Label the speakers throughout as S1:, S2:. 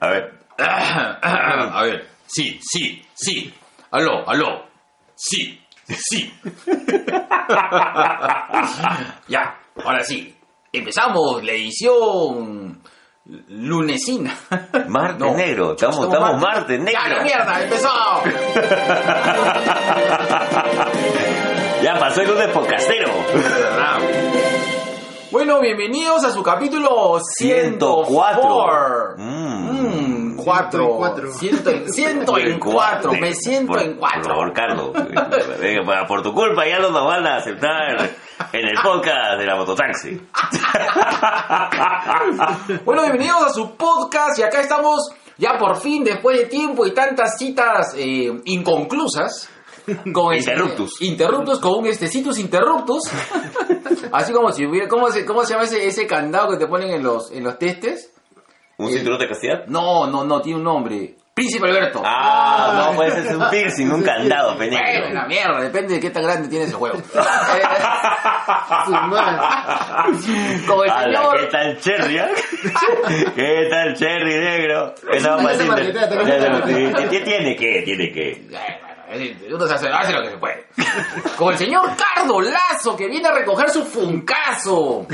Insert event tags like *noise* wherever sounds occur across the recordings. S1: A ver.
S2: A ver, sí, sí, sí. Aló, aló. Sí, sí. *laughs* ya, ahora sí. Empezamos la edición lunesina. Mm.
S1: Martes
S2: No,
S1: negro. Estamos,
S2: estamos
S1: estamos
S2: martes.
S1: martes
S2: ¡Ya, la
S1: negro.
S2: mierda! ¡Empezó!
S1: *laughs* Ya pasó el lunes por casero.
S2: Bueno, bienvenidos a su capítulo
S1: 104.
S2: 104.
S1: Mm.
S2: Mm, cuatro. Ciento en- ciento en cuatro. Me siento
S1: por,
S2: en cuatro.
S1: Por favor, Carlos. Venga, pa- Por tu culpa ya no nos van a aceptar en el podcast de la mototaxi.
S2: Bueno, bienvenidos a su podcast y acá estamos ya por fin, después de tiempo y tantas citas eh,
S1: *laughs*
S2: inconclusas. Con este-
S1: Interruptus.
S2: interruptus, con un estecitus
S1: *laughs*
S2: interruptus. Así como si hubiera... ¿Cómo se, cómo se llama ese, ese candado que te ponen en los, en los testes?
S1: ¿Un
S2: Eh,
S1: cinturón de castidad?
S2: No, no, no, tiene un nombre. Príncipe Alberto.
S1: Ah, no, pues es un piercing, un candado,
S2: Bueno,
S1: pendejo.
S2: la mierda, depende de qué tan grande tienes el
S1: *laughs*
S2: juego. Eh, *laughs*
S3: Su madre.
S2: Como el
S1: Ala,
S2: señor.
S1: ¿Qué tal
S2: *laughs*
S1: Cherry? ah? ¿Qué tal Cherry negro? Esa
S3: Ya se
S1: va a
S3: marquetea, te lo
S1: ¿Qué qué tiene que? ¿Tiene que?
S2: Eh, bueno, Uno se hace, hace lo que se puede. Como el señor Cardo Lazo que viene a recoger su funcazo.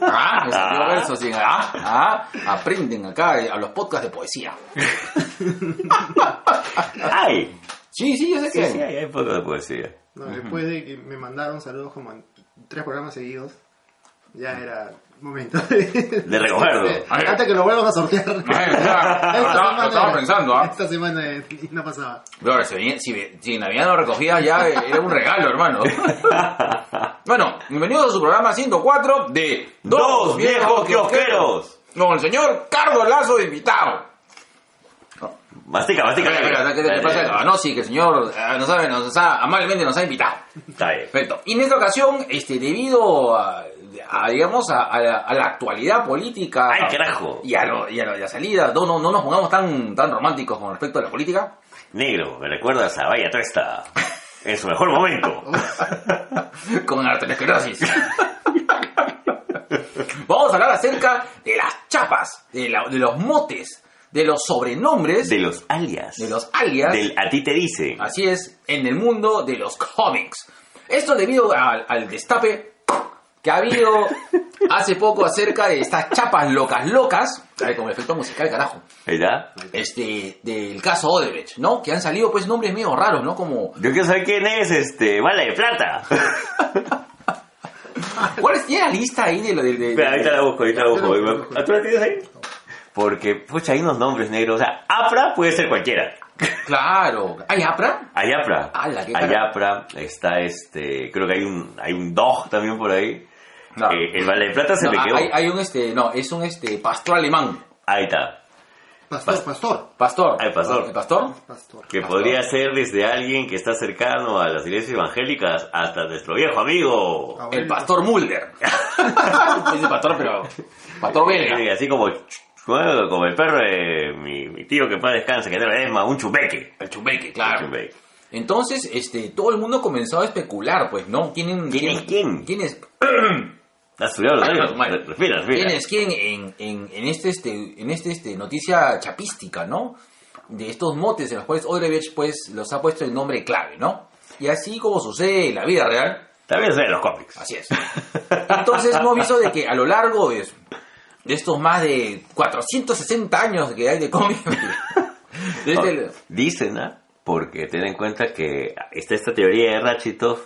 S2: Ah, me salió
S1: Ah.
S2: verso así, ah, ah, aprenden acá eh, a los podcasts de poesía.
S1: ¡Ay!
S2: Sí, sí, yo sé
S1: Sí,
S2: que.
S1: sí, hay, hay poco de poesía.
S3: No, después de que me mandaron saludos como en tres programas seguidos, ya era momento de...
S1: De recogerlo.
S3: Hasta que lo vuelvan a sortear.
S2: Ay, o sea,
S3: *laughs* Esta
S2: lo estaba-
S3: semana-
S2: lo estaba pensando, ¿ah?
S3: Esta semana eh, no pasaba.
S2: Pero si, venía- si, ve- si en Navidad no recogía ya eh, era un regalo, hermano. bueno, bienvenidos a su programa 104 de
S1: *laughs* ¡Dos viejos kiosqueros!
S2: Con el señor Cardo Lazo de invitado.
S1: Mastica, mastica.
S2: Espera, espera, ¿qué te pasa? Ah, No, sí, que el señor eh, nos ha, nos ha- amablemente nos ha invitado.
S1: Está bien.
S2: Perfecto. Y en esta ocasión, este, debido a, a, digamos, a, a la, a la actualidad política
S1: ¡Ay, carajo!
S2: y a, lo- y a lo- y a la salida, no, no, no nos pongamos tan, tan románticos con respecto a la política. *laughs*
S1: Negro, me recuerdas a Vaya Testa. En su mejor momento.
S2: con arteriosclerosis. *laughs* Vamos a hablar acerca de las chapas, de, la- de los motes, de los sobrenombres,
S1: De los alias.
S2: de los alias.
S1: Del a ti te dice.
S2: Así es, en el mundo de los cómics. Esto debido al, al destape que ha habido hace poco acerca de estas chapas locas locas, a ver, con el efecto musical, carajo,
S1: Ahí está.
S2: este, del caso Odebrecht, ¿no? Que han salido pues nombres medio raros, ¿no? Como,
S1: Yo quiero saber quién es este. Bala de plata.
S2: ¿cuál es? ¿Tiene la lista ahí de lo del... de-
S1: Espera, ahorita la busco, ahorita la busco.
S3: Ahorita la busco.
S1: ¿Ah, ¿Tú la tienes ahí? Porque, pucha, hay unos nombres negros. O sea, Apra puede ser cualquiera.
S2: Claro. ¿Hay APRA?
S1: Ayapra.
S2: ¡Hala, qué carajo!
S1: Ayapra. Está este. Creo que hay un, hay un dog también por ahí.
S2: No.
S1: Eh, el Bala de plata se
S2: No,
S1: me quedó.
S2: hay, hay un este, no, es un este pastor alemán.
S1: Ahí está.
S3: Pastor, pastor.
S2: Pastor.
S1: Ah, el pastor.
S2: ¿El pastor?
S3: Pastor.
S1: Que
S2: Ajá.
S1: podría ser desde alguien que está cercano a las iglesias evangélicas hasta nuestro viejo amigo.
S3: Ah,
S2: El pastor
S1: *laughs*
S2: Mulder. Dice pastor, pero. Pastor
S1: Sí,
S2: belga.
S1: así como, como el perro de mi, mi tío que para descansa, que no le desma, un chupeque.
S2: El chubeque,
S1: Un
S2: claro.
S1: chupeque.
S2: Entonces, este, todo el mundo comenzó a especular, pues, ¿no? ¿Quién,
S1: ¿Quién es quién?
S2: ¿Quién es
S1: Está estudiado los
S2: Ay,
S1: nervios.
S2: no, madre.
S1: Respira, respira.
S2: quién es quién en, en, en este, este, en este, este noticia chapística, ¿no? De estos motes en los cuales Odebrecht, pues, los ha puesto el nombre clave, ¿no? Y así como sucede en la vida real,
S1: También se ven los cómics.
S2: Así
S1: *laughs*
S2: es. Entonces hemos visto de que a lo largo de, de estos más de 460 años que hay de cómic, *laughs* de este-
S1: No, Dicen, ¿ah? Porque ten en cuenta que está esta teoría de Ratchitoff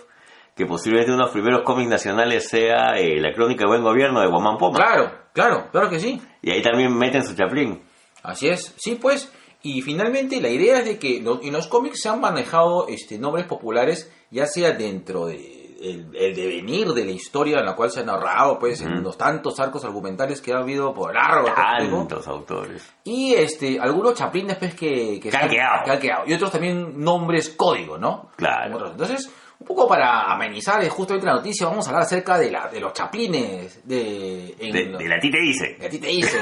S1: que posiblemente uno de los primeros cómics nacionales sea eh, la crónica de buen gobierno de Guamán Poma.
S2: claro, claro, claro que sí.
S1: Y ahí también meten su chaplín.
S2: Así es, sí pues. Y finalmente la idea es de que lo- en los cómics se han manejado este, nombres populares, ya sea dentro de el, el devenir de la historia en la cual se ha narrado, pues, en los tantos arcos argumentales que ha habido por largo tiempo.
S1: Tantos autores.
S2: Y este, algunos chaplines pues, que, que,
S1: Que han quedado.
S2: que han quedado. Y otros también nombres código, ¿no?
S1: Claro.
S2: Como otros. Entonces, un poco para amenizar eh, justamente la noticia, vamos a hablar acerca de, la, de los chaplines. De, en-
S3: *laughs*
S1: De, de la ti te dice.
S2: que a ti te dicen.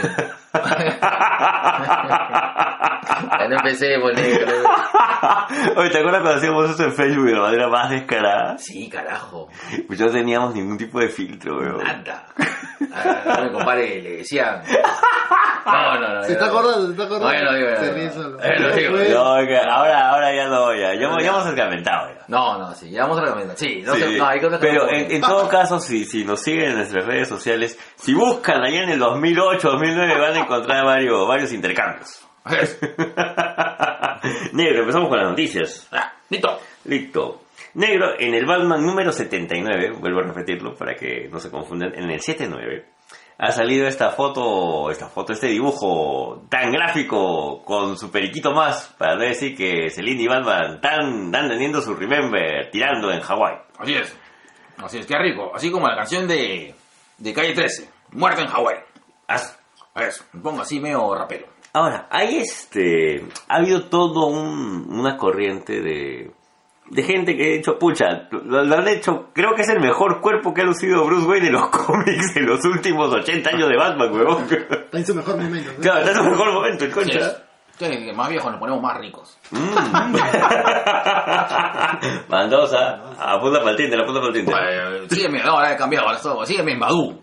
S4: no empecemos, negro.
S1: Oye, ¿te acuerdas cuando hacíamos eso en Facebook de la manera más descarada?
S4: Sí, carajo.
S1: Pues no teníamos ningún tipo de filtro, weón.
S4: Nada. A
S2: Ah,
S4: a mi compadre le decían. No, no, no.
S3: Se
S4: yo
S3: está
S4: no-
S3: acordando, se está acordando.
S4: No, yo no digo, yo no
S3: Se
S4: digo.
S3: ríe solo.
S4: Eh, lo digo,
S3: Fue-
S1: No, que ahora, ahora ya no, ya. Ya, hemos- ya hemos segmentado, ya.
S4: No, no, sí, ya vamos a recomendar. Sí, no
S1: Sí,
S4: sé, no, hay que
S1: pero en, en
S4: *laughs*
S1: todo caso, si, si nos siguen en nuestras redes sociales, si buscan allá en el 2008, 2009, van a encontrar varios, varios intercambios. *laughs* Negro, empezamos con las noticias.
S4: Ah, Listo.
S1: Listo. Negro, en el Batman número 79, vuelvo a repetirlo para que no se confundan, en el 79, ha salido esta foto, esta foto, este dibujo tan gráfico con su periquito más, para no decir que Celine y Batman están, están teniendo su remember, tirando en Hawái.
S2: Así es. Así es, qué rico. Así como la canción de, de Calle 13, Muerte en Hawái.
S1: As-
S2: Eso, me pongo así medio rapero.
S1: Ahora, hay este. Ha habido todo un, una corriente de. De gente que ha dicho, pucha, lo, lo han hecho. Creo que es el mejor cuerpo que ha lucido Bruce Wayne en los *laughs* cómics en los últimos 80 años de Batman, weón.
S3: Está en su mejor momento. ¿no?
S1: *laughs* Claro, está en su mejor momento, el
S2: Sí,
S1: concha.
S2: ustedes que más viejos nos ponemos más ricos.
S1: Mandosa, apunta para el Tinder, apunta para el Tinder.
S2: Eh, sígueme, no, ahora he cambiado, ahora soy, sígueme en Badú.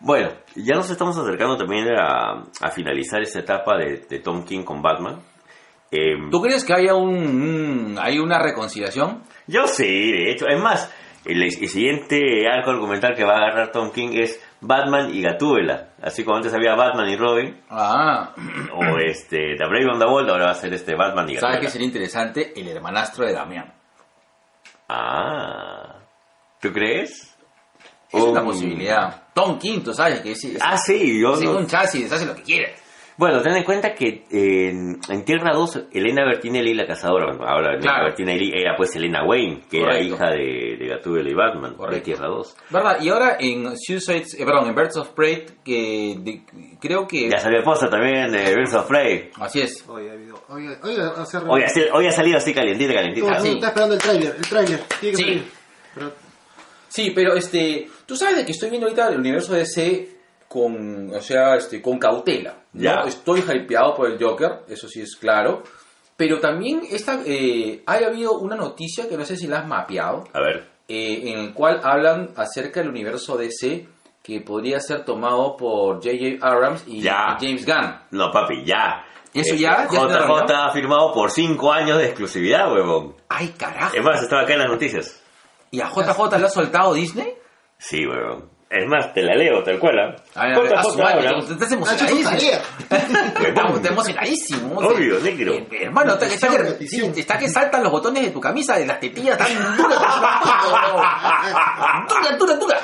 S1: Bueno, ya nos estamos acercando también a, a finalizar esta etapa de, de Tom King con Batman. Em,
S2: ¿Tú crees que haya un, un- hay una reconciliación?
S1: Yo sí, de hecho. Es más, el, el siguiente arco argumental que va a agarrar Tom King es Batman y Gatúbela. Así como antes había Batman y Robin,
S2: Ah, *clears throat*
S1: o este, The Brave and the Bold, ahora va a ser este Batman y
S2: ¿sabes qué
S1: Gatúbela.
S2: sería interesante? El hermanastro de Damián.
S1: Ah, ¿tú crees?
S2: Es una
S1: Um,
S2: posibilidad. Tom Quinto, ¿sabes? Que ese,
S1: Ah, sí, yo
S2: ese
S1: no-
S2: es un chasis, hace lo que quiere.
S1: Bueno, ten en cuenta que en, en Tierra 2, Elena Bertinelli, la cazadora, bueno, ahora Elena
S2: Claro.
S1: Bertinelli era pues Elena Wayne, que
S2: Correcto.
S1: era hija de, de Gatúbela y Batman, de
S2: Correcto.
S1: Tierra 2.
S2: ¿Verdad? Y ahora en Suicide, eh, perdón, en Birds of Prey, que de- creo que...
S1: Ya salió esposa también de Birds of Prey.
S2: Así es.
S3: Oye, ha habido- oye, oye, o sea,
S1: Hoy ha, sido- hoy ha salido así calientita,
S3: todo el
S1: calientita.
S3: mundo
S2: sí.
S3: está esperando el tráiler, el tráiler. Tiene que
S2: Sí.
S3: salir. Pero
S2: Sí, pero este, tú sabes de que estoy viendo ahorita el universo DC con, o sea, este, con cautela. ¿no?
S1: Ya.
S2: Estoy hypeado por el Joker, eso sí es claro. Pero también esta, eh, hay habido una noticia que no sé si la has mapeado,
S1: A ver.
S2: eh, en el cual hablan acerca del universo DC que podría ser tomado por J.J. Abrams y
S1: Ya.
S2: James Gunn.
S1: No, papi, ya.
S2: ¿Eso
S1: Eh,
S2: ya? ¿Ya está
S1: JJ
S2: reunión?
S1: ha firmado por 5 años de exclusividad, huevón.
S2: ¡Ay, carajo!
S1: Es más, estaba acá en las noticias.
S2: ¿Y a JJ le ha soltado Disney?
S1: Sí, huevón. Es más, te la leo tal cual. ¿ah?
S2: A ver, a ver, a su
S1: JJ
S2: madre,
S1: habla.
S2: te- te- estás
S3: ha hecho su
S2: emocionadísimo.
S3: tarea.
S2: *laughs* Estamos emocionadísimos.
S1: Obvio, negro.
S2: Eh, Hermano, está, está
S3: Repetición,
S2: que,
S3: repetición.
S2: está que saltan los botones de tu camisa, de las tetillas tan duras. Dura, dura, dura.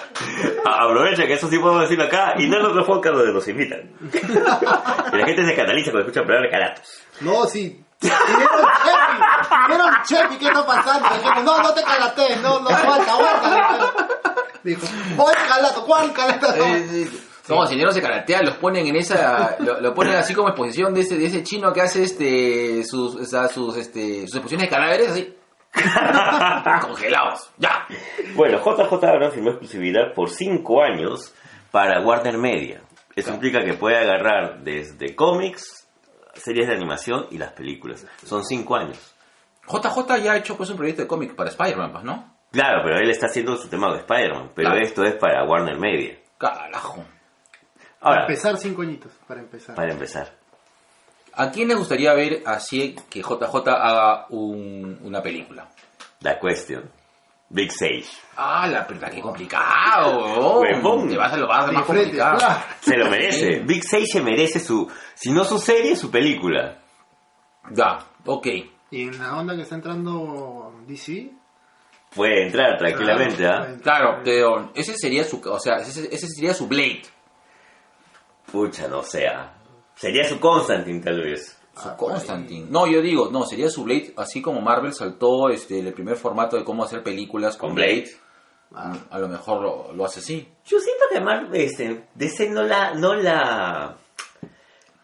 S1: A- Aprovecha que eso sí podemos decirlo acá y no en otros podcasts donde nos
S2: *laughs*
S1: invitan. y la gente se cataliza cuando escucha hablar de caratos.
S3: No, sí. Vieron Chepi, vieron Chepi, ¿qué está pasando? Dijimos, no, no te calates, no, no, aguanta, aguanta. Dijo, voy calato, Juan calato.
S2: Eh, eh, No, si no se karatean, los ponen en esa, lo, lo ponen así como exposición de ese, de ese chino que hace este sus, o sea, sus, este, sus exposiciones de cadáveres *laughs* así. Congelados. Ya.
S1: Bueno, JJ Abrams firmó exclusividad por 5 años para Warner Media. Eso implica que puede agarrar desde cómics, series de animación y las películas. Son 5 años.
S2: JJ ya ha hecho pues un proyecto de cómic para Spider-Man, pues, ¿no?
S1: Claro, pero él está haciendo su tema de Spider-Man, pero
S2: Claro.
S1: esto es para Warner Media.
S2: Carajo.
S3: Para
S1: Ahora,
S3: empezar cinco añitos, para empezar.
S1: para empezar.
S2: ¿A quién le gustaría ver así que JJ haga un- una película?
S1: La cuestión. Big Sage.
S2: Ah, la puta, qué complicado.
S1: Huevón.
S2: weón. Te vas a lo vas a hacer más
S3: Diferente,
S2: complicado.
S3: claro.
S1: Se lo merece. Big Sage se merece su, si no su serie, su película.
S2: Ya, ok.
S3: Y en la onda que está entrando DC,
S1: Puede entrar tranquilamente, ¿ah?
S2: Claro, pero ese sería su, o sea, ese, ese sería su Blade.
S1: Pucha, no sea. Sería su Constantine, tal vez.
S2: Su Constantine. No, yo digo, no, sería su Blade, así como Marvel saltó este, el primer formato de cómo hacer películas con,
S1: Con Blade.
S2: Blade.
S3: ah,
S2: A lo mejor lo, lo hace así.
S1: Yo siento que Marvel, este, DC no la, no la,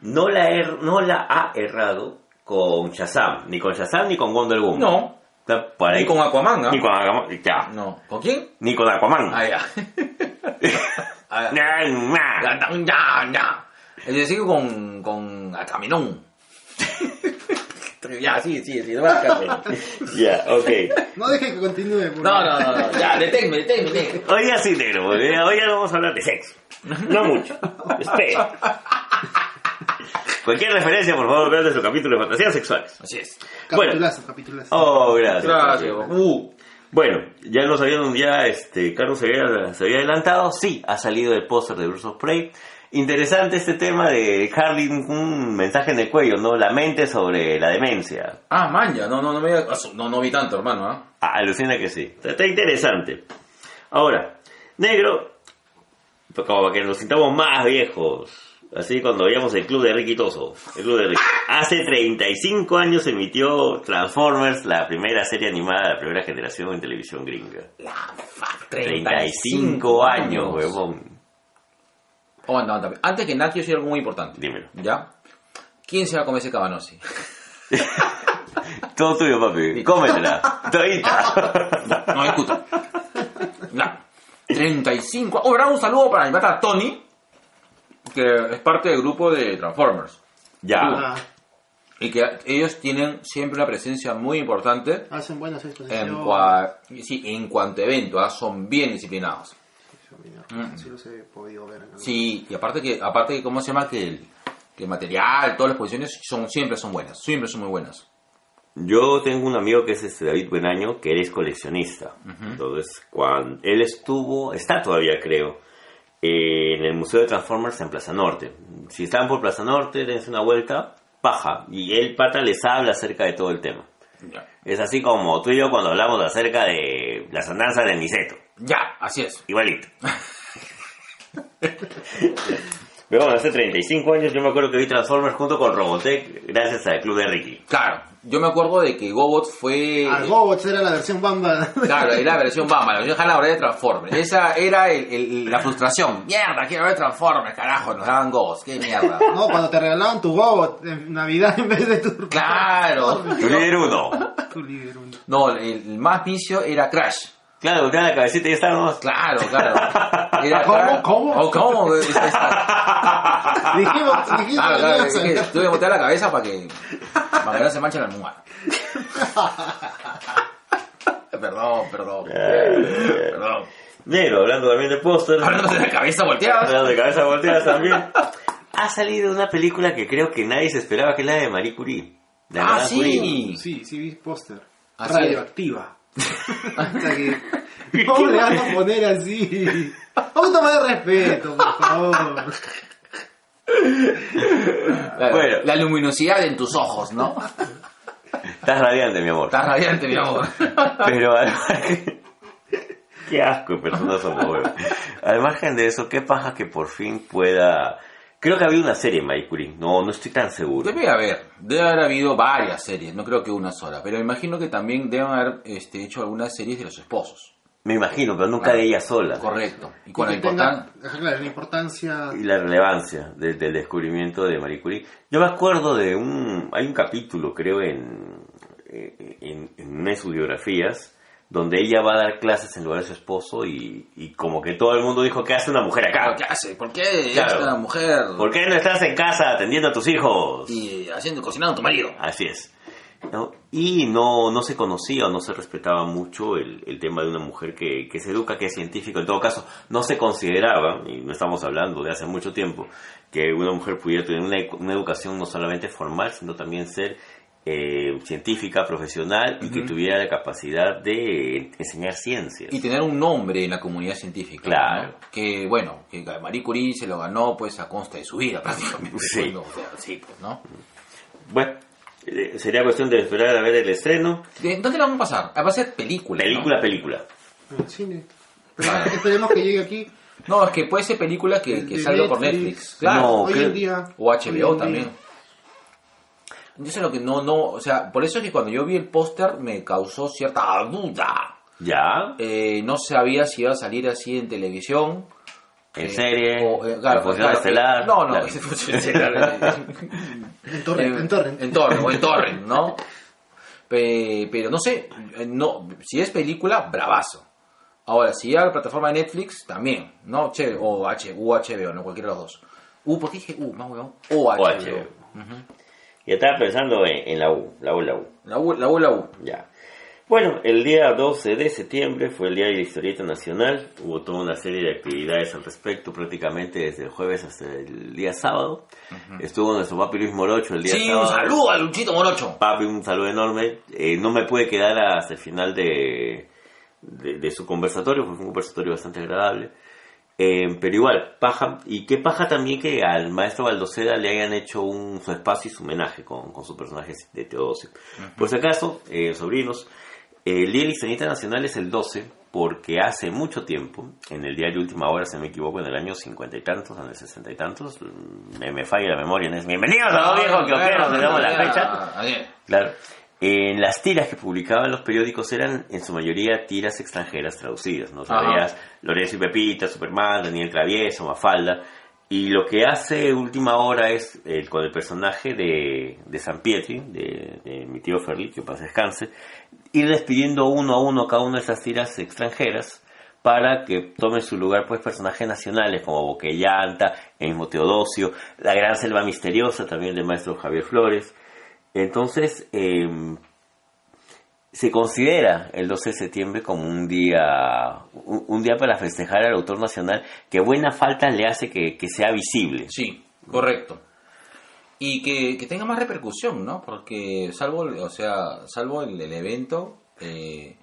S1: no la, er- no la ha errado con Shazam, ni con Shazam ni con Wonder Woman.
S2: No.
S1: Está por ahí.
S2: Y con Aquaman, ¿ah?
S1: Ni con Aquaman, ya.
S2: No. ¿Con quién? *laughs*
S1: Ni con Aquaman.
S2: Ah, ya. Ah, ya.
S1: Nah, nah.
S2: Ya, ya, ya. Es decir, con, con *laughs* Acaminón.
S4: Ya, sí, sí, sí, no vas a caer.
S1: Ya, ok.
S3: No dejen que continúe. por
S2: No,
S3: favor.
S2: no, no, no, ya, deténme, deténme, deténme.
S1: Hoy día sí, negro, porque hoy ya no vamos a hablar de sexo. No mucho. Espera.
S2: *laughs*
S1: Cualquier referencia, por favor, vean nuestro capítulo de fantasías sexuales.
S2: Así es.
S3: Capitulazo, capitulazo.
S1: Oh, gracias. Uh.
S2: Gracias, Goku.
S1: Bueno, ya lo sabían, ya este, Carlos se había, se había adelantado. Sí, ha salido el póster de Bruce of Prey. Interesante este tema de Harley, un mensaje en el cuello, ¿no? La mente sobre la demencia.
S2: Ah, manja, no, no, no me digas- ah, su- No, no vi tanto, hermano, ¿ah?
S1: Ah, alucina que sí. Está, está interesante. Ahora, negro, pues como que nos sintamos más viejos. Así cuando veíamos el club de Ricky Toso, el club de Ricky. Hace 35 años emitió Transformers, la primera serie animada de la primera generación en televisión gringa. 35 años, huevón.
S2: Oh, anda, anda. Antes que nada, quiero decir algo muy importante.
S1: Dímelo.
S2: ¿Ya? ¿Quién se va a comer ese
S1: *laughs*
S2: cabanossi?
S1: Todo tuyo, papi. Cómetela. *laughs* Todita.
S2: No, escucha. Ya. 35. Oh, ¿verdad? un saludo para mi pata Tony, que es parte del grupo de Transformers.
S1: ya.
S3: Ah,
S2: Y que ellos tienen siempre una presencia muy importante
S3: hacen buenas
S2: en,
S3: exposiciones.
S2: cua- sí, en cuanto a evento. ¿ah? Son bien disciplinados.
S3: Sí los he podido ver. en algún-
S2: Mm. Sí, y aparte que, aparte que, ¿cómo se llama? Que el, que el material, todas las posiciones son, siempre son buenas. Siempre son muy buenas.
S1: Yo tengo un amigo que es este David Buenaño, que él es coleccionista. Entonces, cuando él estuvo, está todavía creo, eh, en el Museo de Transformers en Plaza Norte. Si están por Plaza Norte, dense una vuelta, paja. Y él, pata, les habla acerca de todo el tema.
S2: Ya.
S1: Es así como tú y yo cuando hablamos acerca de las andanzas de Niceto.
S2: Ya, así es.
S1: Igualito. Pero bueno, hace 35 años yo me acuerdo que vi Transformers junto con Robotech gracias al club de
S2: *laughs*
S1: Ricky.
S2: Claro, yo me acuerdo de que Gobot fue.
S3: Al Gobots Ah, era la versión Bamba.
S2: Claro, era la versión Bamba, la versión Hanna de Transformers. Esa era el- el- la frustración. Mierda, quiero ver Transformers, carajo, nos daban Gobots, qué mierda.
S3: *laughs* No, cuando te regalaban tu Gobot en Navidad en vez de tu.
S2: Claro.
S1: Tu líder uno.
S3: Tu líder, uno.
S2: No, el, el más vicio era Crash.
S1: Claro, porque era la cabecita y estábamos.
S2: Claro, claro. Era
S3: ¿Cómo?
S2: Crash.
S3: ¿Cómo?
S2: Oh, ¿Cómo? Es- es- es- Claro, *laughs*
S3: Dijimos, dijimos que
S2: Ah, claro,
S3: íbamos
S2: es
S3: a
S2: que
S3: ver.
S2: tuve que botar la cabeza para que, para que no se manche la almohada. *laughs* Perdón, perdón.
S1: Eh,
S2: Perdón.
S1: Negro, hablando también de póster.
S2: Hablando de la cabeza volteada.
S1: Hablando de cabeza volteada también.
S2: *laughs*
S1: Ha salido una película que creo que nadie se esperaba, que es la de Marie Curie. La
S2: Ah,
S1: Madame Curie.
S2: sí. ¿Ah,
S3: Sí, sí, vi póster.
S2: Así *laughs*
S3: Radioactiva. Hasta que. *laughs* ¿Cómo le van a poner así? Vamos a tomar respeto, por favor.
S2: Claro,
S1: Bueno.
S2: La luminosidad en tus ojos, ¿no?
S1: Estás radiante, mi amor.
S2: Estás radiante, mi *laughs* amor.
S1: Pero al margen... *laughs* Qué asco, de personas somos, weón. Al margen de eso, qué paja que por fin pueda... Creo que había una serie de Marie Curie. No, no estoy tan seguro.
S2: Debe haber, debe haber habido varias series, no creo que una sola, pero me imagino que también deben haber este, hecho algunas series de los esposos.
S1: Me imagino, pero nunca de ella sola.
S2: Correcto. Y *laughs* con la
S3: Que tenga-
S2: importancia.
S3: ajá, Claro, la importancia.
S1: y la relevancia de- del descubrimiento de Marie Curie. Yo me acuerdo de un, hay un capítulo creo en, eh, en, en una de sus biografías donde ella va a dar clases en lugar de su esposo y, y como que todo el mundo dijo, ¿qué hace una mujer acá?
S2: ¿Qué hace? ¿Por qué
S1: Claro.
S2: esta mujer
S1: ¿Por qué no estás en casa atendiendo a tus hijos?
S2: y eh, haciendo cocinando a tu marido?
S1: Así es. ¿no? Y no, no se conocía o no se respetaba mucho el, el tema de una mujer que, que se educa, que es científica. En todo caso, no se consideraba, y no estamos hablando de hace mucho tiempo, que una mujer pudiera tener una, edu- una educación no solamente formal, sino también ser eh, científica, profesional y que tuviera la capacidad de enseñar ciencias.
S2: Y tener un nombre en la comunidad científica.
S1: Claro.
S2: ¿no? Que bueno, que Marie Curie se lo ganó pues a consta de su vida *laughs* prácticamente.
S1: Sí.
S2: ¿no? O sea, sí, pues, ¿no?
S1: Bueno, eh, sería cuestión de esperar a ver el estreno.
S2: ¿De- ¿Dónde la van a pasar? Ah, Va a ser película. ¿no?
S1: Película, película.
S3: en el cine. Pero esperemos que llegue aquí.
S2: *laughs* No, es que puede ser película que, que
S3: De
S2: salga por
S3: Netflix.
S2: Netflix. Claro.
S1: No,
S3: hoy
S1: creo-
S3: en día.
S2: Oh, O
S3: hoy en
S2: HBO
S3: día.
S2: también. Yo sé lo que no, no, o sea, por eso es que cuando yo vi el póster me causó cierta duda.
S1: Ya,
S2: Eh, no sabía si iba a salir así en televisión.
S1: en
S2: eh,
S1: serie,
S2: o, eh,
S1: en función
S2: claro,
S1: estelar.
S2: eh, No, no, *laughs*
S1: claro. *laughs*
S2: en función estelar. eh,
S3: En Torrent. en Torrent.
S2: En torre, o en torre, ¿no? Pe- pero no sé, eh, no, si es película, bravazo. Ahora, si llega a la plataforma de Netflix, también, ¿no? Che, o H, u HBO, ¿no? Cualquiera de los dos. U, ¿por qué dije U? Más huevón. O
S1: O
S2: H.
S1: H. Ya estaba pensando en, en la U, la U, la U.
S2: La U, la U, la U.
S1: Ya. Bueno, el día 12 de septiembre fue el Día de la Historieta Nacional. Hubo toda una serie de actividades al respecto, prácticamente desde el jueves hasta el día sábado. Estuvo nuestro papi Luis Morocho el día
S2: Sí,
S1: sábado.
S2: un saludo a Luchito Morocho.
S1: Papi, un saludo enorme. Eh, no me pude quedar hasta el final de, de, de su conversatorio, fue un conversatorio bastante agradable. Eh, pero igual, paja, y qué paja también que al maestro Baldocera le hayan hecho un, su espacio y su homenaje con, con su personaje de Teodosio. Por si acaso, eh, sobrinos, eh, el Día de la Historieta Nacional es el 12 porque hace mucho tiempo, en el diario Última Hora, si no me equivoco, en el año cincuenta y tantos, en el sesenta y tantos, me, me falla la memoria, ¿no? Bienvenidos a los viejos que ojeros, tenemos la fecha.
S2: Ah,
S1: Claro. En las tiras que publicaban los periódicos eran en su mayoría tiras extranjeras traducidas, ¿no? O sea,
S2: Ajá.
S1: veías Lorenzo y Pepita, Superman, Daniel Travieso, Mafalda. Y lo que hace Última Hora es eh, con el personaje de, de San Pietri, de, de mi tío Ferli, que pasa descanse, ir despidiendo uno a uno cada una de esas tiras extranjeras para que tomen su lugar pues personajes nacionales como Boquellanta, el mismo Teodosio, La Gran Selva Misteriosa también del maestro Javier Flores. Entonces, eh, se considera el 12 de septiembre como un día, un, un día para festejar al autor nacional que buena falta le hace que, que sea visible.
S2: Sí, correcto. Y que, que tenga más repercusión, ¿no? Porque salvo, el- o sea, salvo el, el evento, eh,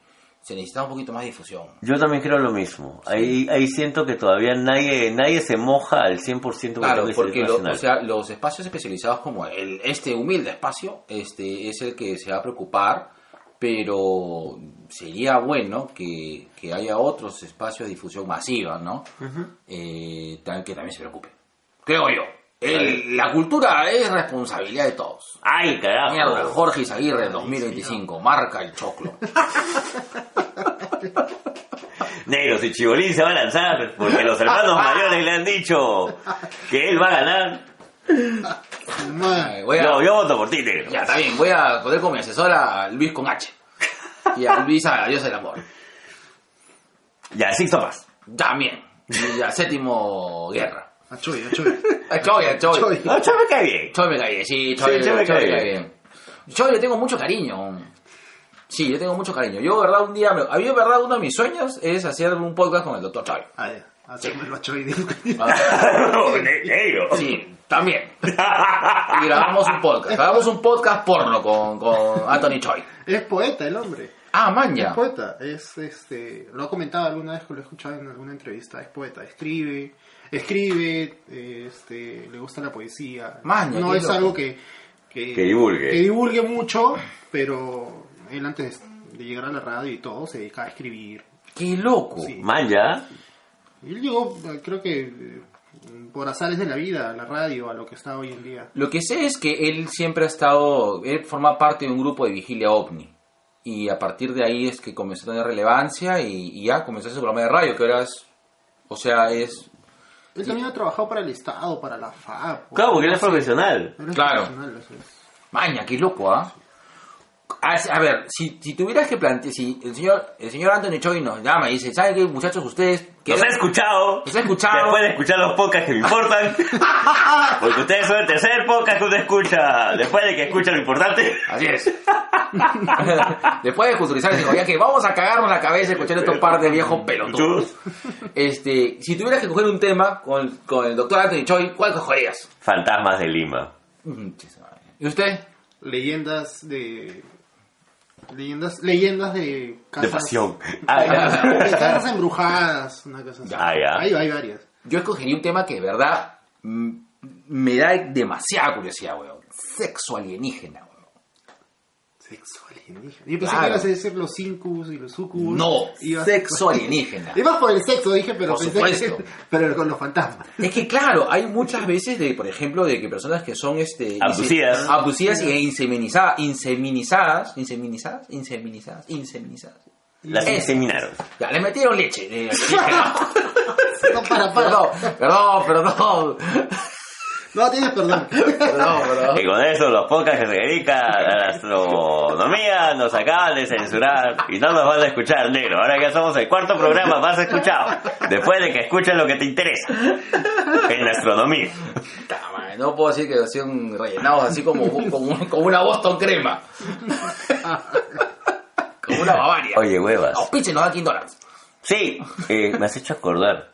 S2: se necesita un poquito más de difusión.
S1: Yo también creo lo mismo. Ahí, ahí siento que todavía nadie, nadie se moja al 100% con
S2: Claro,
S1: el
S2: porque lo-
S1: nacional.
S2: o sea, los espacios especializados como el, este humilde espacio este es el que se va a preocupar, pero sería bueno que, que haya otros espacios de difusión masiva, ¿no? Eh, tan- que también se preocupen. Creo yo. El- la cultura es responsabilidad de todos.
S1: Ay, carajo.
S2: Mierda, Jorge Izaguirre 2025, marca el choclo.
S1: Negro, si Chibolín se va a lanzar, porque los
S2: *laughs*
S1: hermanos mayores le han dicho que él va a ganar.
S3: Su madre.
S2: Ay, Eh, voy a-
S1: Yo, yo voto por ti, negro.
S2: Ya, está bien, voy a poner como mi asesora a Luis con H. Y a Luis a la diosa del amor.
S1: Ya, Sixto Paz.
S2: También. Y a séptimo guerra. Eh,
S3: Achuy,
S2: *laughs*
S3: achuy.
S2: A Choy, a Choy.
S3: Choy.
S1: No, yo me cae bien. *laughs*
S2: Choy me cae bien, sí, Choy,
S1: Sí, Choy me
S2: Choy
S1: cae
S2: me cae
S1: bien.
S2: bien. Choy le tengo mucho cariño. Sí, yo tengo mucho cariño. Yo, verdad, un día... Me... A mí, de verdad, uno de mis sueños es hacer un podcast con el doctor Choy.
S3: Ah, ya. Hacémoslo
S2: *laughs*
S3: achuy. digo.
S2: Ah.
S1: Ne- negro.
S2: Sí, también. Y grabamos un podcast. Grabamos un podcast porno con, con Anthony Choy.
S3: Es poeta el hombre.
S2: Ah, man,
S3: Es
S2: ya.
S3: poeta. Es, este, lo he comentado alguna vez, que lo he escuchado en alguna entrevista. Es poeta. Escribe, escribe, eh, este, le gusta la poesía.
S2: Maña,
S3: no
S2: qué
S3: es
S2: loco.
S3: algo que, que,
S1: Que divulgue.
S3: que divulgue mucho, pero él antes de llegar a la radio y todo se dedica a escribir.
S2: Qué loco.
S3: Sí.
S1: Man, ya.
S3: Él llegó, eh, creo que eh, por azares de la vida, a la radio, a lo que está hoy en día.
S2: Lo que sé es que él siempre ha estado, él forma parte de un grupo de vigilia ovni. Y a partir de ahí es que comenzó a tener relevancia y, y ya comenzó su programa de radio, que ahora es, o sea, es,
S3: Él también ha trabajado para el Estado, para la FAP.
S1: Claro, porque él es profesional.
S3: Él es
S2: Claro.
S3: profesional, o sea,
S2: maña, qué loco, ¿ah? A, a ver, si, si tuvieras que plantear, si el señor, el señor Anthony Choi nos llama y dice, ¿saben qué, muchachos, ustedes? que
S1: Los he escuchado.
S2: Los he escuchado.
S1: Después de escuchar los podcasts que
S2: *laughs*
S1: me importan. Porque ustedes son el tercer podcast que uno escucha. Después de que escucha lo importante.
S2: Así es. *laughs* Después de culturizar, dijo, ya que vamos a cagarnos la cabeza escuchando estos par de viejos pelotudos. Este, si tuvieras que coger un tema con, con el doctor Anthony Choi, ¿cuál cogerías?
S1: Fantasmas de Lima.
S2: Mm, chis, madre. ¿Y usted?
S3: leyendas de leyendas leyendas de casas
S1: De
S3: *laughs*
S1: pasión.
S3: de
S1: Ah, ya.
S3: casas- de casas embrujadas una cosa así.
S1: Ah, ya.
S3: hay, hay varias
S2: Yo escogería un tema que de verdad mm, me da demasiada curiosidad, weón. Sexo alienígena, weón.
S3: sexo alienígena yo pensé
S2: Claro.
S3: que ibas a decir los incus y los sucubus
S2: No,
S3: Ibas-
S2: sexo
S3: *laughs*
S2: alienígena.
S3: ibas por el sexo dije pero
S2: Por
S3: pensé que,
S2: supuesto.
S3: *laughs* pero con los fantasmas
S2: *laughs* Es que claro, hay muchas veces de, por ejemplo, de que personas que son este
S1: Abducidas.
S2: inse- abducidas y inseminizadas, inseminizadas, inseminizadas, inseminizadas, inseminizadas.
S1: Las
S2: Ese.
S1: inseminaron.
S2: Ya, le metieron leche. *laughs* eh,
S3: no para para
S2: perdón, perdón, perdón.
S3: No tienes
S2: *laughs*
S3: perdón.
S2: No, pero...
S1: Y con eso los podcasts que se dedican a la astronomía nos acaban de censurar y no nos van a escuchar, negro. Ahora que somos el cuarto programa más escuchado, después de que escuchen lo que te interesa en astronomía.
S2: Puta madre, No puedo decir que sean rellenados así como, como, como una Boston crema. como una Bavaria.
S1: Oye, huevas.
S2: Auspicio nos da 15 dólares.
S1: Sí, eh, me has hecho acordar.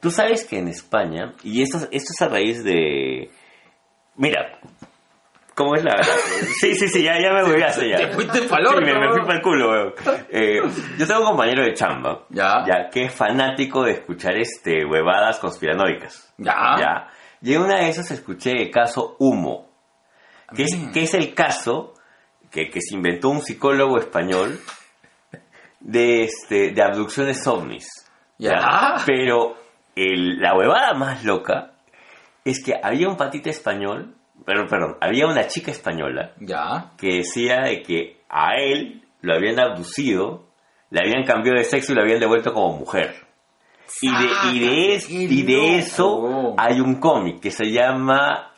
S1: Tú sabes que en España, y esto, esto es a raíz de... Mira, ¿cómo es la... Sí, sí, sí, ya, ya me voy a hacer ya.
S2: Te fuiste pa'l orto,
S1: Sí, me, me fui
S2: weón.
S1: pa'l culo, weón. Eh, yo tengo un compañero de chamba,
S2: Ya.
S1: ya que es fanático de escuchar este huevadas conspiranoicas.
S2: Ya.
S1: Ya. Y en una de esas escuché el caso Humo, que es, que es el caso que, que se inventó un psicólogo español de, este, de abducciones ovnis.
S2: Ya. Ah.
S1: Pero el- la huevada más loca es que había un patita español, pero, perdón, había una chica española
S2: Ya.
S1: que decía de que a él lo habían abducido, le habían cambiado de sexo y lo habían devuelto como mujer. Y de, y de, es-
S2: qué
S1: y de
S2: loco.
S1: eso hay un cómic que se llama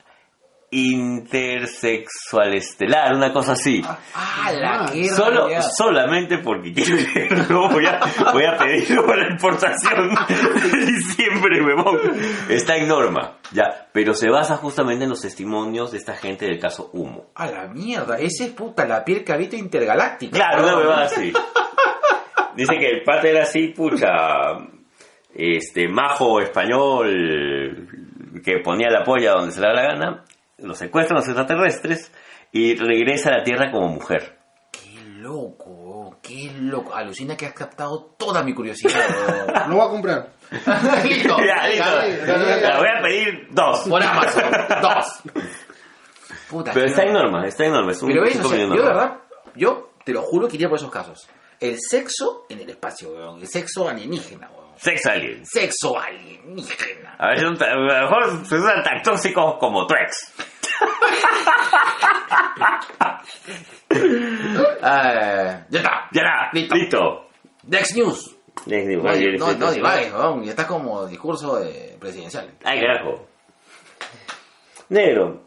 S1: Intersexual Estelar, una cosa así.
S2: ¡Ah, la
S3: Ah,
S2: qué
S1: Solo,
S2: rabia.
S1: solamente porque quiero leerlo, voy a, voy a pedirlo para la importación
S2: *laughs*
S1: de diciembre, huevón. Está en norma, ya. Pero se basa justamente en los testimonios de esta gente del caso Humo.
S2: ¡A la mierda! Ese es puta la piel que habita intergaláctica.
S1: Claro, una huevada así. Dice que el pata era así, puta. Este, majo español que ponía la polla donde se le da la gana, lo secuestran los extraterrestres y regresa a la Tierra como mujer.
S2: ¡Qué loco! weón, ¡Qué loco! Alucina que has captado toda mi curiosidad.
S1: *laughs*
S2: weón. *laughs*
S3: Lo voy a comprar.
S2: Listo.
S1: Ya, listo.
S3: ya, ya, ya.
S1: La voy a pedir dos.
S2: Por Amazon. Dos. Puta.
S1: Pero
S2: qué
S1: está en
S2: rabia.
S1: norma, está en norma. Es un
S2: Pero ves,
S1: es un
S2: o sea,
S1: convenio
S2: yo de
S1: normal.
S2: verdad, yo te lo juro que iría por esos casos. El sexo en el espacio, weón. El sexo alienígena, weón.
S1: Sex aliens.
S2: Sexo alienígena.
S1: A veces, son tan- a lo mejor se usan tan tóxicos como tu ex.
S2: Ah, ya está.
S1: Ya nada,
S2: Listo.
S1: listo.
S2: Dex News. No, no, no divagues, weón. Ya está como discurso de presidencial.
S1: Ay, carajo. Negro,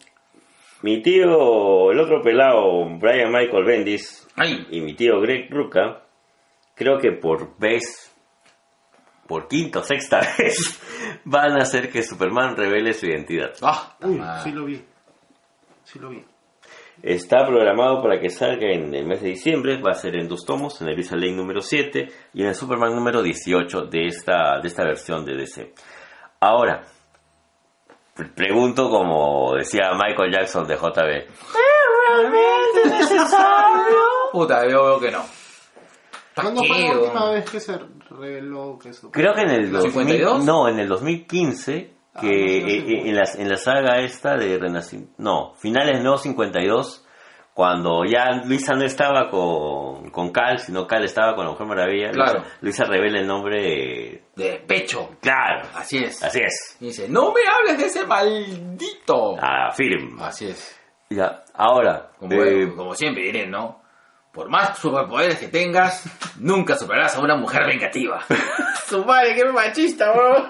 S1: mi tío, el otro pelado, Brian Michael Bendis,
S2: Ay,
S1: y mi tío Greg Ruca, creo que por vez, por quinta o sexta *laughs* vez, van a hacer que Superman revele su identidad.
S2: Ah,
S3: Uy,
S2: ah,
S3: sí lo vi. Sí lo vi.
S1: Está programado para que salga en el mes de diciembre, va a ser en dos tomos, en el Lisa Lane número 7 y en el Superman número 18 de esta, de esta versión de DC. Ahora, pre- pregunto como decía Michael Jackson de JB.
S2: Puta, veo, veo que no.
S3: ¿Cuándo fue la
S2: Taqueo.
S3: última vez que se reveló que eso?
S1: Creo que en el
S2: 52?
S1: 2000, no, en el 2015,
S3: Ah,
S1: que
S3: no, no sé.
S1: eh, eh, en, la, en la saga esta de Renacimiento, no, finales no 52, cuando ya Luisa no estaba con, con Cal, sino Cal estaba con la Mujer Maravilla,
S2: Claro.
S1: Luisa, Luisa revela el nombre, de-
S2: De pecho.
S1: claro,
S2: Así es.
S1: así es,
S2: Y dice, no me hables de ese maldito.
S1: Ah. afirma.
S2: Así es.
S1: Ya, ahora,
S2: Como,
S1: eh,
S2: como siempre diré, ¿no? Por más superpoderes que tengas, nunca superarás a una mujer vengativa. Su madre, qué machista, bro.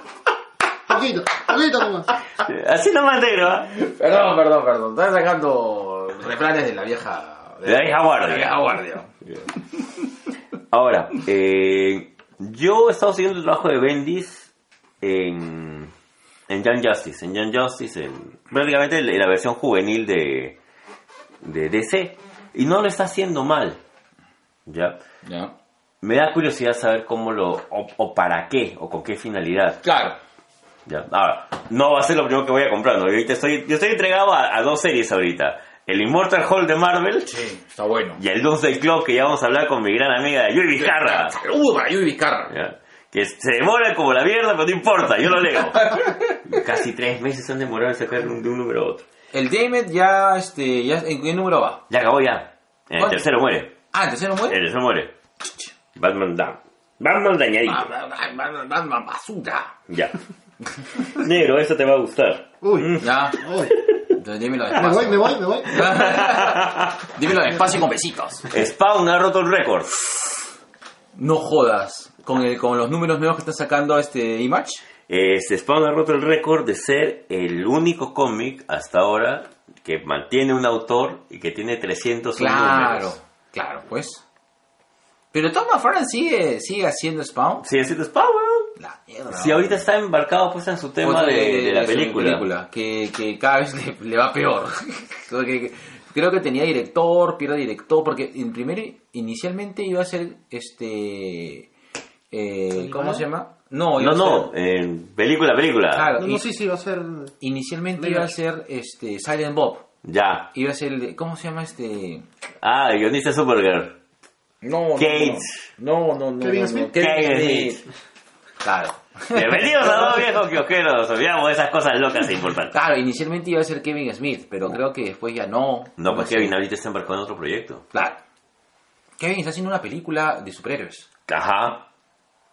S3: Poquito, poquito nomás.
S1: eh, así nomás negro, ¿ah?
S2: Perdón, perdón, perdón. Estás sacando refranes de la vieja.
S1: De la vieja guardia.
S2: de la vieja guardia.
S1: Ahora, eh, yo he estado siguiendo el trabajo de Bendis en, en Young Justice, en Young Justice, en, prácticamente en la versión juvenil de, de DC, y no lo está haciendo mal, ¿ya?
S2: Ya.
S1: Me da curiosidad saber cómo lo, o, o para qué, o con qué finalidad,
S2: Claro.
S1: ¿ya? Ahora, no va a ser lo primero que voy a comprar, ¿no? Yo, ahorita estoy, yo estoy entregado a, a dos series ahorita, el Immortal Hall de Marvel
S2: Sí, está bueno.
S1: y el Doomsday Clock, que ya vamos a hablar con mi gran amiga Yuri Vizcarra.
S2: Uh, Rayo y Vizcarra.
S1: ¿ya? Que se demora como la mierda, pero no importa, yo lo leo. Casi tres meses han demorado en sacar un- de un número a otro.
S2: El Damed ya, este, ya, ¿en qué número va?
S1: Ya acabó ya. En el
S2: ¿Cuál?
S1: tercero muere.
S2: Ah, ¿en tercero
S1: En
S2: muere?
S1: el tercero muere. Batman down. Batman
S2: Ah,
S1: dañadito.
S2: Batman, Batman, basura.
S1: Ya. Negro, eso te va a
S3: *laughs*
S1: gustar.
S3: Uy,
S2: Ya.
S3: uy.
S2: Entonces, dímelo
S3: Me voy,
S2: despacio.
S3: me voy, me voy.
S2: *laughs* dímelo despacio y con besitos.
S1: Spawn ha roto el récord.
S2: No jodas. con, el, con los números nuevos que está sacando este Image.
S1: Este Spawn ha roto el récord de ser el único cómic hasta ahora que mantiene un autor y que tiene 300
S2: Claro,
S1: números.
S2: claro, pues. Pero Tom McFarlane sigue, sigue haciendo Spawn.
S1: Sí, así es Spawn, weón.
S2: La mierda.
S1: Si ahorita está embarcado pues en su tema
S2: Otro
S1: de, de la
S2: su
S1: película.
S2: que, que cada vez le, le va peor. *laughs* Creo que- creo que tenía director, pierde director, porque en primero inicialmente iba a ser este... eh, ¿Cómo se llama? No, iba
S1: No,
S2: a
S1: no,
S2: ser-
S1: en película, película.
S2: Claro,
S3: No,
S2: y-
S3: no sé si va a ser.
S2: inicialmente
S3: Mira.
S2: iba a ser este Silent Bob.
S1: Ya.
S2: Iba a ser, el- ¿cómo se llama este?
S1: Ah, el guionista
S2: *laughs*
S1: de Supergirl.
S2: No, no,
S1: Gates.
S2: no, no, no,
S3: Kevin
S2: no, no,
S3: Smith.
S1: Kevin
S2: Claro,
S1: Bienvenidos a dos viejos kiosqueros. Olvidamos esas cosas locas e importantes.
S2: claro, inicialmente iba a ser Kevin Smith, pero creo que después ya no.
S1: No, pues
S2: sé.
S1: Kevin ahorita está embarcado en otro proyecto.
S2: Claro. Kevin está haciendo una película de superhéroes.
S1: Ajá.